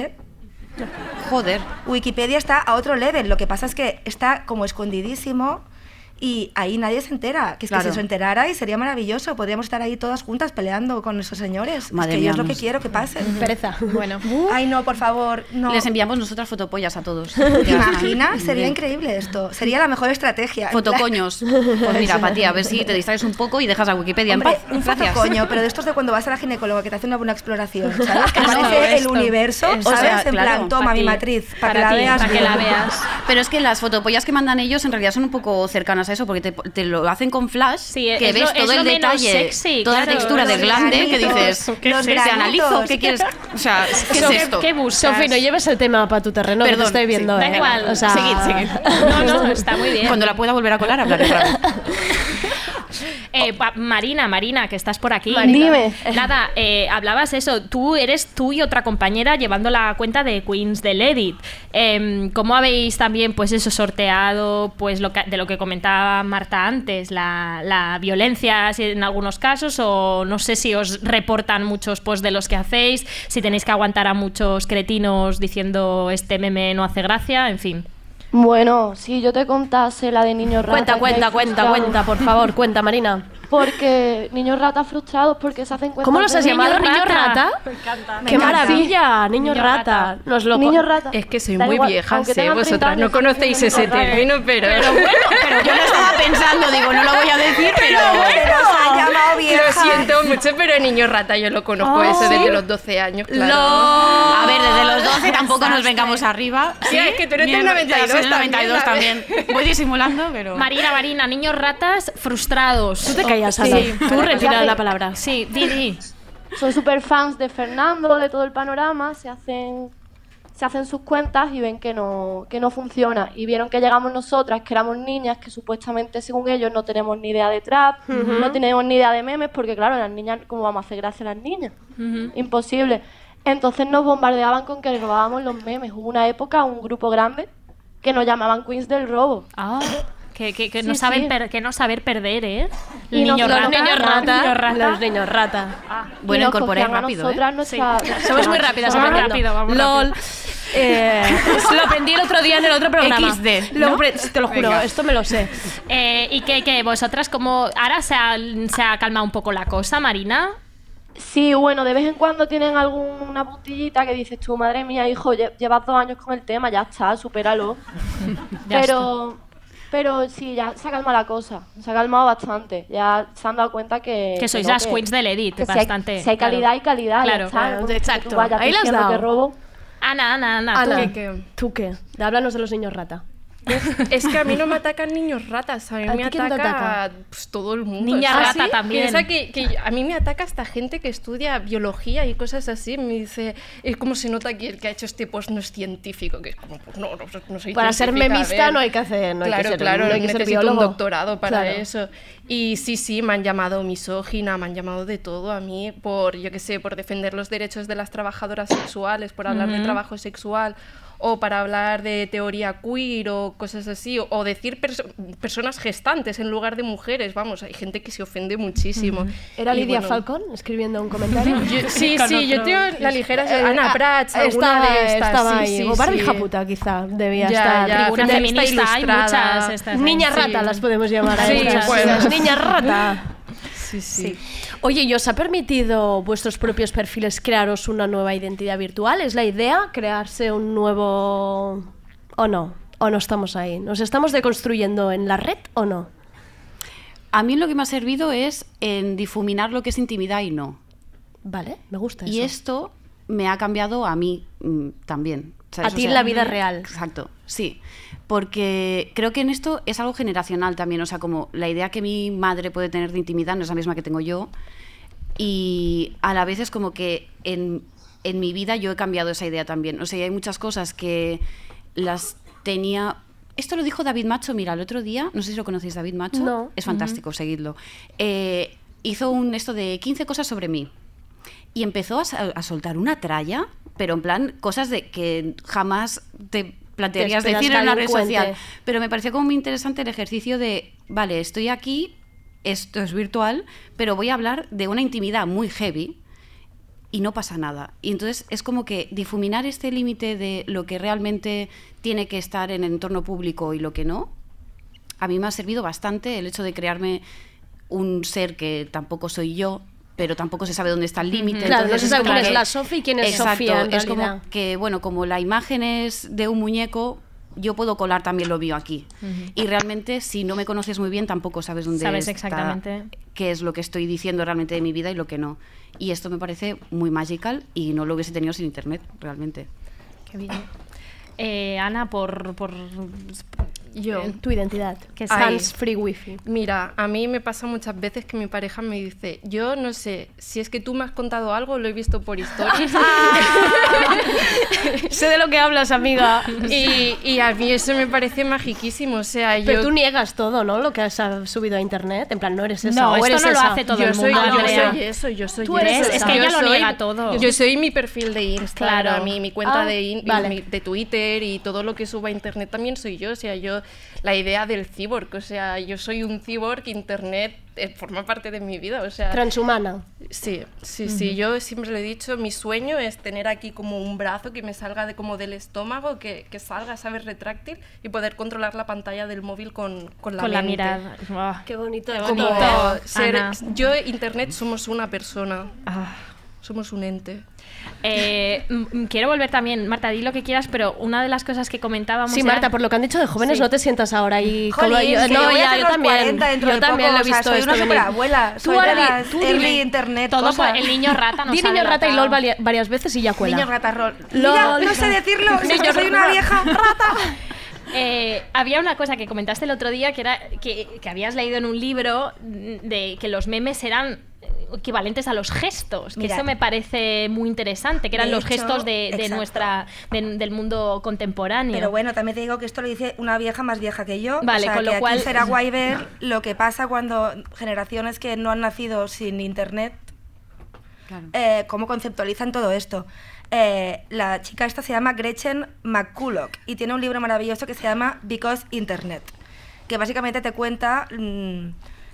Joder.
Wikipedia está a otro level, lo que pasa es que está como escondidísimo y ahí nadie se entera. Que es
Claro.
que si se enterara y sería maravilloso, podríamos estar ahí todas juntas peleando con esos señores.
Madre
es que
mía,
yo es lo
no
que
sé.
quiero que pase.
Pereza. Bueno.
Ay, no, por favor, no.
Les enviamos nosotras fotopollas a todos.
¿Te imaginas? Sería
Bien.
increíble esto. Sería la mejor estrategia.
Fotocoños. Pues mira, Pati, a ver si te distraes un poco y dejas a Wikipedia
Hombre,
en paz.
un
Gracias.
fotocoño, pero de estos de cuando vas a la ginecóloga que te hace una buena exploración, ¿sabes? Que
Ah, No,
parece el
esto.
universo,
Esto.
¿sabes?
O sea,
en
claro,
plan, toma
para
mi
ti,
matriz, para,
para
que
ti,
la veas.
para que
bien.
la veas. Pero es que las fotopollas que mandan ellos en realidad son un poco cercanas a eso, porque te, te lo hacen con flash, que
es
ves
lo- es
todo el
lo menos
detalle,
sexy,
toda la
claro,
textura
los
del glande, que
granitos,
dices,
¿qué es
te
eso?
analizo, ¿qué quieres? O sea, ¿qué es esto?
Sofi, no lleves el tema para tu terreno, que te
Perdón,
estoy
sí.
viendo.
Da
eh.
igual.
O sea,
Seguid, seguid.
No, no, está muy bien.
Cuando la pueda volver a colar, hablaré otra vez.
Eh, pa- Marina, Marina, que estás por aquí.
Marina. Dime.
Nada, eh, hablabas eso. Tú eres tú y otra compañera llevando la cuenta de Queens del Edit. Em, ¿Cómo habéis también, pues eso, sorteado, pues lo que- de lo que comentaba Marta antes, la, la violencia si en algunos casos o no sé si os reportan muchos posts de los que hacéis, si tenéis que aguantar a muchos cretinos diciendo este meme no hace gracia, en fin.
Bueno, si yo te contase la de niños ratas.
Cuenta,
que
cuenta,
hay
cuenta,
frustrados.
cuenta, por favor, cuenta, Marina.
Porque niños ratas frustrados porque se hacen cuentas.
¿Cómo los
de
has
niños
llamado? Pues ¿Niño rata?
Me
¡Qué
encanta.
maravilla! Niño, rata. Nos lo
Niño rata.
Es que soy
Da
muy
igual,
vieja,
aunque
sé,
tengan 30
vosotras no
años,
conocéis
siguen
ese
siendo ratas.
término, pero...
Pero bueno, pero
Yo lo estaba pensando, digo, no lo voy a decir, pero...
Nos ha llamado vieja.
Lo siento mucho, pero niño rata yo lo conozco
Ah,
eso
¿sí?
desde los 12 años, claro.
A ver, desde los 12 tampoco nos vengamos arriba.
Sí, es que tú eres del
Bien, ya
92
soy del
también,
92
a ver.
también. Voy disimulando, pero...
Marina, Marina, niños ratas frustrados.
Tú te callas, Ana.
Sí.
Tú retira la palabra.
Sí, di, di.
Son super fans de Fernando, de todo el panorama, se hacen se hacen sus cuentas y ven que no, que no funciona. Y vieron que llegamos nosotras, que éramos niñas, que supuestamente, según ellos, no tenemos ni idea de trap, no tenemos ni idea de memes, porque claro, las niñas, ¿cómo vamos a hacer gracia a las niñas? Imposible. Entonces nos bombardeaban con que robábamos los memes. Hubo una época, un grupo grande, que nos llamaban Queens del Robo.
Ah, que, que, que
Sí,
no saben
sí.
per- que no saber perder, ¿eh?
Y
niño
nos- los
rata,
niños
rata,
niño rata.
Los niños rata.
Bueno,
Y nos
incorporé
cogían a
rápido, ¿eh?
nosotras nuestra-
Somos muy rápidas,
Vamos
aprendo.
rápido, vamos
LOL. Eh, lo aprendí el otro día en el otro programa.
XD,
Lo
¿no?
apre- te lo juro,
Venga.
esto me lo sé.
Eh, y que, que vosotras como... Ahora se ha, se ha calmado un poco la cosa, Marina.
Sí, bueno, de vez en cuando tienen alguna puntillita que dices tú, madre mía, hijo, lle- llevas dos años con el tema, ya está, supéralo.
Ya
pero, pero sí, ya se ha calmado la cosa, se ha calmado bastante. Ya se han dado cuenta que.
Que sois
no,
las queens del edit,
que si hay-
bastante.
Si hay
claro.
calidad, hay calidad.
Claro,
ya está,
claro,
¿no? Que tú
exacto.
vayas
Ahí la has
diciendo
dado.
que robo.
Ana, Ana, Ana. tú.
Ana.
Que- que-
¿Tú qué? Háblanos de los niños rata.
Es que a mí no me atacan niños ratas, a mí
¿A
me
ti quién te
ataca,
ataca?
pues, todo el mundo.
Niña
O sea,
¿Ah,
rata también.
Piensa que, que a mí me ataca hasta gente que estudia biología y cosas así. Me dice, es como se nota que el que ha hecho este post no es científico, que es como, pues no, no, no soy
Para ser
científica, a
memista
ver.
no hay que hacer- no hay que
claro,
ser-
claro,
no hay que ser
necesito
biólogo.
un doctorado para
Claro.
eso. Y sí, sí, me han llamado misógina, me han llamado de todo a mí por, yo qué sé, por defender los derechos de las trabajadoras sexuales, por hablar de trabajo sexual o para hablar de teoría queer o cosas así, o, o decir perso- personas gestantes en lugar de mujeres, vamos, hay gente que se ofende muchísimo.
¿Era
Y
Lidia
bueno,
Falcón escribiendo un comentario? Eh,
Yo- sí, sí, yo tengo la ligera- Ana Prats, alguna
ah, estaba,
de estas,
Estaba
sí,
ahí.
sí,
o Barbie
sí.
Japuta, quizá, debía
Ya,
estar.
ya,
Tribuna
feminista ilustrada.
Niñas
Sí.
rata las podemos llamar. a
Sí,
estas.
pues.
Las niñas rata.
Sí, sí.
Oye, ¿y os ha permitido vuestros propios perfiles crearos una nueva identidad virtual? ¿Es la idea crearse un nuevo... o no? ¿O no estamos ahí? ¿Nos estamos deconstruyendo en la red o no?
A mí lo que me ha servido es en difuminar lo que es intimidad y no.
Vale, me gusta
Y
eso.
esto me ha cambiado a mí mm, también.
A ti en la vida real.
mm, Exacto, sí. Porque creo que en esto es algo generacional también. O sea, como la idea que mi madre puede tener de intimidad no es la misma que tengo yo. Y a la vez es como que en, en mi vida yo he cambiado esa idea también. O sea, y hay muchas cosas que las tenía... Esto lo dijo David Macho, mira, el otro día, no sé si lo conocéis David Macho,
No.
es fantástico, seguidlo. Eh, hizo un esto de 15 cosas sobre mí y empezó a, sol- a soltar una tralla, pero en plan cosas de que jamás te plantearías
Te esperas
decir
que
en una red
alguien
social.
cuente.
Pero me pareció como muy interesante el ejercicio de, vale, estoy aquí, esto es virtual, pero voy a hablar de una intimidad muy heavy y no pasa nada. Y entonces es como que difuminar este límite de lo que realmente tiene que estar en el entorno público y lo que no, a mí me ha servido bastante el hecho de crearme un ser que tampoco soy yo, pero tampoco se sabe dónde está el límite.
Claro, no
Entonces
se
es
sabe
como
quién es
que-
la Sofi y quién es
Exacto,
Sofía, en
es
realidad.
como que, bueno, como la imagen es de un muñeco, yo puedo colar también lo mío aquí.
Ujú.
Y realmente, si no me conoces muy bien, tampoco sabes dónde
Sabes
está-
exactamente.
qué es lo que estoy diciendo realmente de mi vida y lo que no. Y esto me parece muy magical y no lo hubiese tenido sin internet, realmente.
Qué bien. Eh, Ana, por, por
Yo.
Eh,
tu identidad.
Que
Ay.
sans
free wifi.
Mira, a mí me pasa muchas veces que mi pareja me dice, yo no sé, si es que tú me has contado algo, o lo he visto por historias.
Ah. sé de lo que hablas, amiga.
Y, y a mí eso me parece magiquísimo, o sea,
Pero
yo...
tú niegas todo, ¿no? Lo que has ah, subido a internet. En plan, no eres esa.
No,
o
esto
eres
no lo
esa.
hace todo Yo el soy- mundo, yo Andrea. soy eso, yo soy
Tú eres
eso.
esa.
Es que ella
Yo
lo
soy-
niega todo. yo soy mi perfil de Instagram
Claro.
a mí, mi cuenta
Ah,
de, in-
vale.
mi- de Twitter y todo lo que suba a internet también soy yo. O sea, yo, la idea del cyborg, o sea, yo soy un cyborg, internet eh, forma parte de mi vida, o sea.
Transhumana.
Sí, sí, sí, yo siempre lo he dicho, mi sueño es tener aquí como un brazo que me salga de, como del estómago, que, que salga, ¿sabes? Retráctil y poder controlar la pantalla del móvil con, con la
con la
mente.
mirada. Buah.
Qué bonito.
Como
Bonito.
ser-
Ana. Ah.
yo e internet somos una persona. Somos un ente.
Eh, m- m- quiero volver también, Marta, di lo que quieras, pero una de las cosas que comentábamos.
Sí,
era-
Marta, por lo que han dicho de jóvenes,
Sí.
no te sientas ahora ahí
Jolín,
como yo.
que yo
No,
voy a
ya,
hacer
yo
los
también.
40 dentro
yo
de
también
poco,
lo he
o sea,
visto
soy
esto
una
venir.
superabuela,
Tú,
soy de
Ardi,
las
tú
early
dime.
internet Todo cosas. por el niño rata, no
Di
sabe
niño
la
rata y
cara.
LOL varia- varias veces y ya cuela.
Niño rata, rol.
LOL.
Mira, no sé decirlo, es que soy una vieja
rata.
Eh, había una cosa que comentaste el otro día que era que, que habías leído en un libro mm, de que los memes eran eh, equivalentes a los gestos, que
Mira.
eso me parece muy interesante, que eran
De
los
hecho,
gestos de, de
exacto.
nuestra de- del mundo contemporáneo.
Pero bueno, también te digo que esto lo dice una vieja más vieja que yo.
Vale,
o sea,
con lo
que aquí
cual-
será guay ver lo que pasa cuando generaciones que no han nacido sin internet, eh, cómo conceptualizan todo esto. Eh, la chica esta se llama Gretchen McCulloch y tiene un libro maravilloso que se llama Because Internet, que básicamente te cuenta... mm,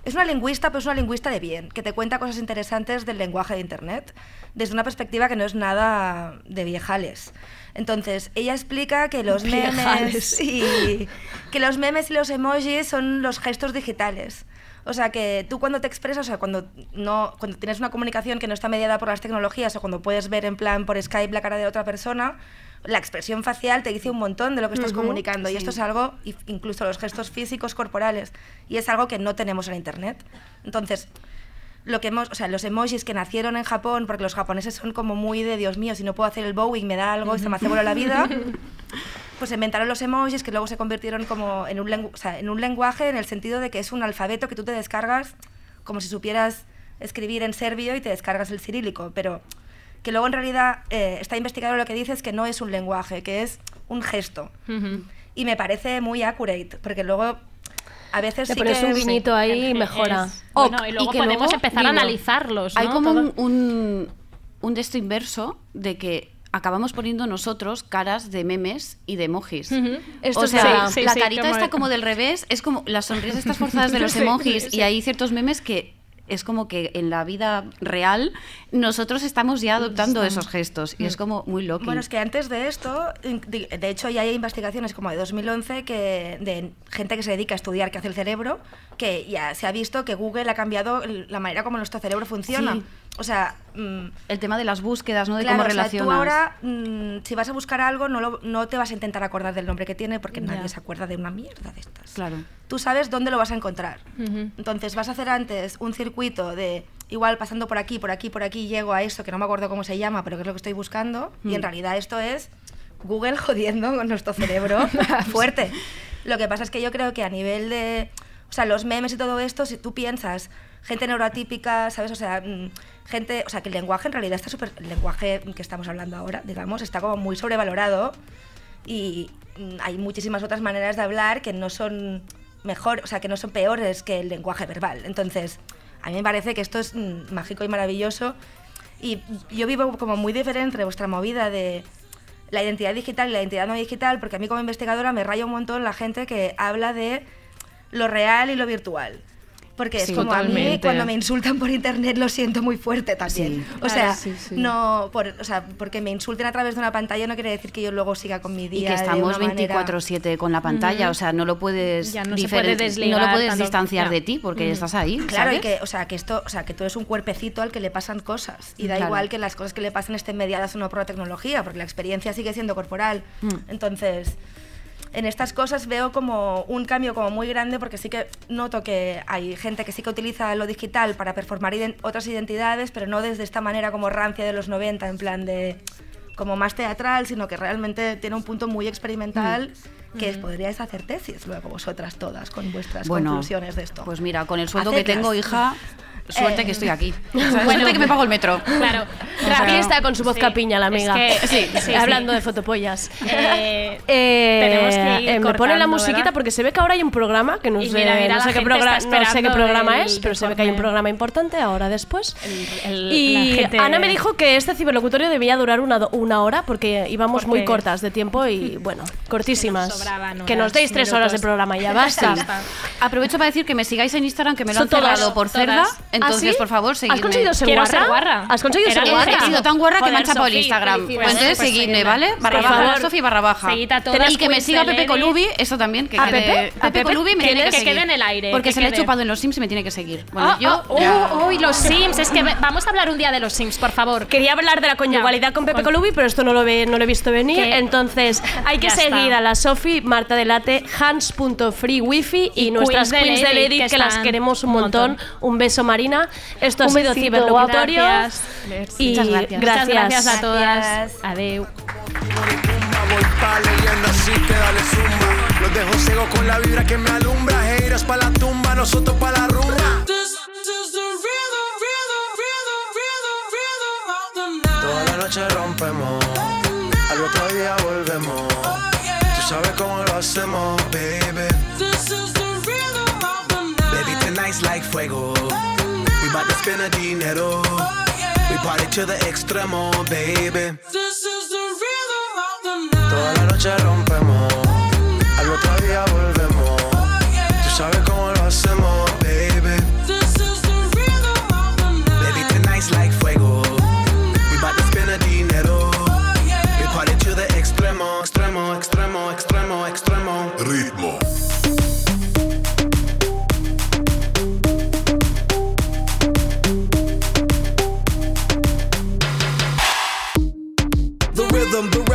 es una lingüista, pero es una lingüista de bien, que te cuenta cosas interesantes del lenguaje de Internet, desde una perspectiva que no es nada de viejales. Entonces, ella explica que los
Viejales.
memes y que los memes y los emojis son los gestos digitales. O sea, que tú cuando te expresas, o sea, cuando, no, cuando tienes una comunicación que no está mediada por las tecnologías o cuando puedes ver en plan por Skype la cara de otra persona, la expresión facial te dice un montón de lo que estás
Ujú,
comunicando.
sí.
Y esto es algo, y- incluso los gestos físicos corporales, y es algo que no tenemos en Internet. Entonces, lo que hemos, o sea, los emojis que nacieron en Japón, porque los japoneses son como muy de Dios mío, si no puedo hacer el bowing me da algo, se me hace bola la vida. Pues inventaron los emojis que luego se convirtieron como en un, lengu- o sea, en un lenguaje en el sentido de que es un alfabeto que tú te descargas como si supieras escribir en serbio y te descargas el cirílico, pero que luego en realidad eh, está investigado lo que dices que no es un lenguaje, que es un gesto. Y me parece muy accurate, porque luego a veces
Le
sí
pones
que-
un guiñito ahí y
Es-
mejora.
Ok,
Bueno, y luego
Oh, que
podemos empezar a
digo,
analizarlos,
Hay
¿no?
como
Todo.
un, un, un de esto inverso de que acabamos poniendo nosotros caras de memes y de emojis.
Ujú. Esto
o
es
sea,
verdad. Sí,
la
sí,
carita
como-
está como del revés, es como las sonrisas estas forzadas de los
Sí,
emojis
sí, sí.
y hay ciertos memes que es como que en la vida real nosotros estamos ya adoptando esos gestos
Mm.
y es como muy loco.
Bueno, es que antes de esto, in- de de hecho ya hay investigaciones como de 2011 que de gente que se dedica a estudiar qué hace el cerebro, que ya se ha visto que Google ha cambiado el- la manera como nuestro cerebro funciona.
Sí.
O sea, mm,
el tema de las búsquedas, ¿no? De
claro,
cómo
o sea, tú
relacionas.
ahora, mm, si vas a buscar algo, no, lo- no te vas a intentar acordar del nombre que tiene porque
Ya.
nadie se acuerda de una mierda de estas.
Claro.
Tú sabes dónde lo vas a encontrar. Entonces vas a hacer antes un circuito de igual pasando por aquí, por aquí, por aquí, llego a eso que no me acuerdo cómo se llama, pero que es lo que estoy buscando. Y en
Mm.
realidad esto es Google jodiendo con nuestro cerebro fuerte. Lo que pasa es que yo creo que a nivel de. O sea, los memes y todo esto, si tú piensas, gente neuroatípica, ¿sabes? O sea, mm, gente. O sea, que el lenguaje en realidad está súper. El lenguaje que estamos hablando ahora, digamos, está como muy sobrevalorado y mm, hay muchísimas otras maneras de hablar que no son mejor, o sea, que no son peores que el lenguaje verbal. Entonces, a mí me parece que esto es mm, mágico y maravilloso y yo vivo como muy diferente entre vuestra movida de la identidad digital y la identidad no digital, porque a mí como investigadora me raya un montón la gente que habla de lo real y lo virtual. Porque
Sí,
es como a mí
totalmente.
cuando me insultan por internet lo siento muy fuerte también.
Sí.
O
Claro,
sea,
sí, sí.
no por, o sea, porque me insulten a través de una pantalla no quiere decir que yo luego siga con mi
Y
día
que
de
estamos
una manera-
24/7 con la pantalla,
Ujú.
o sea, no lo puedes,
Ya no se
diferen-
puede
no
desligar
lo puedes
tanto,
distanciar
ya.
de ti porque
Ujú.
estás ahí.
Claro,
¿sabes?
y que, o sea, que esto, o sea, que tú eres un cuerpecito al que le pasan cosas. Y da
Claro.
igual que las cosas que le pasan estén mediadas o no por la tecnología, porque la experiencia sigue siendo corporal.
Mm.
Entonces, en estas cosas veo como un cambio como muy grande, porque sí que noto que hay gente que sí que utiliza lo digital para performar iden- otras identidades, pero no desde esta manera como rancia de los 90, en plan de como más teatral, sino que realmente tiene un punto muy experimental que podríais hacer tesis luego vosotras todas con vuestras
Bueno,
conclusiones de esto.
Pues mira, con el sueldo
Hacer
que tengo,
clase.
hija, suerte
Eh,
que estoy aquí.
Bueno.
suerte que me pago el metro.
Claro.
O sea,
Rafi está con su voz capiña, la amiga.
es que-
sí,
sí, sí.
hablando de fotopollas.
Eh,
Eh,
tenemos que ir
eh, me pone la
cortando,
musiquita
¿verdad?
porque se ve que ahora hay un programa que no
Y
sé,
mira, mira,
no
la
sé qué
gente
programa,
está
no sé qué
esperando
programa es,
el
pero se ve que hay un programa importante ahora después.
el-
y
la gente-
Ana me dijo que este ciberlocutorio debía durar una, do- una hora porque íbamos muy
Porque-
cortas de tiempo y bueno, cortísimas. Que nos,
sobraban horas,
deis tres horas de
minutos.
programa, ya basta.
Aprovecho para decir que me sigáis en Instagram, que me lo
Son
han cerrado
todas,
por
todas.
cerda.
¿Ah,
Entonces,
sí?
por favor,
¿Has
seguidme.
conseguido ser Quiero guarra? ser guarra. ¿Has conseguido ser
He-
guarra?
He sido tan guarra que
Joder,
me han chapado el
Sofía,
Instagram.
felicidades.
Pues entonces,
Pues
seguidme,
seguidme.
¿vale? Barra
Por
baja,
favor.
Sofi, barra baja.
Seguid a todas,
Y que me siga
Queen
Pepe
Celeris.
Colubi, eso también, que
¿A
quede-
Pepe? ¿A
Pepe
Pepe?
Colubi me
Que
tiene que
quede- que
seguir.
quede en el aire,
Porque
que
se le ha
quede.
chupado en los Sims y me tiene que seguir. Bueno,
Ah,
yo...
ah,
uh,
oh, oh, y los Sims, es que ve- vamos a hablar un día de los Sims, por favor.
Quería hablar de la conyugalidad con Pepe Colubi, pero esto no lo, ve, no lo he visto venir.
Que-
Entonces, hay que
Ya está.
seguir a la Sofi, Marta Delate, Hans.freewifi y,
Y
nuestras
Queens de
Queens de
Lady,
Lady, que,
que
las
están
queremos un
un
montón.
montón.
Un beso, Marina. Esto
Un
ha sido
besito,
Ciberlocutorio.
guapas.
Y
Muchas gracias. Muchas gracias a todas.
Adeu.
pa' leyenda, así que dale zumba. Los dejo ciego con la vibra que me alumbra. Heiras pa' la tumba, nosotros pa' la rumba. Toda la noche rompemos, al otro día volvemos. Tú sabes cómo lo hacemos, baby. Baby, tonight's like fuego. We bout to spend the dinero. We party to the extremo, baby. Toda la noche rompemos, al otro día volvemos. Tú sabes cómo lo hacemos, baby. Baby, tonight's like fuego. We bout to spend the dinero. We party to the extremo, extremo, extremo, extremo, extremo. Ritmo.
The rhythm, the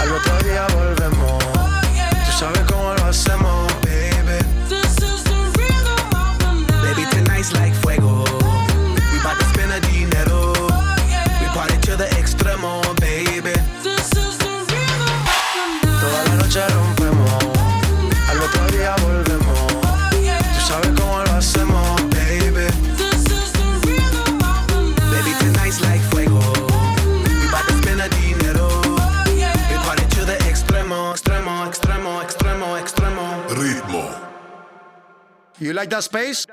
al otro día volvemos. Tú sabes You like that space?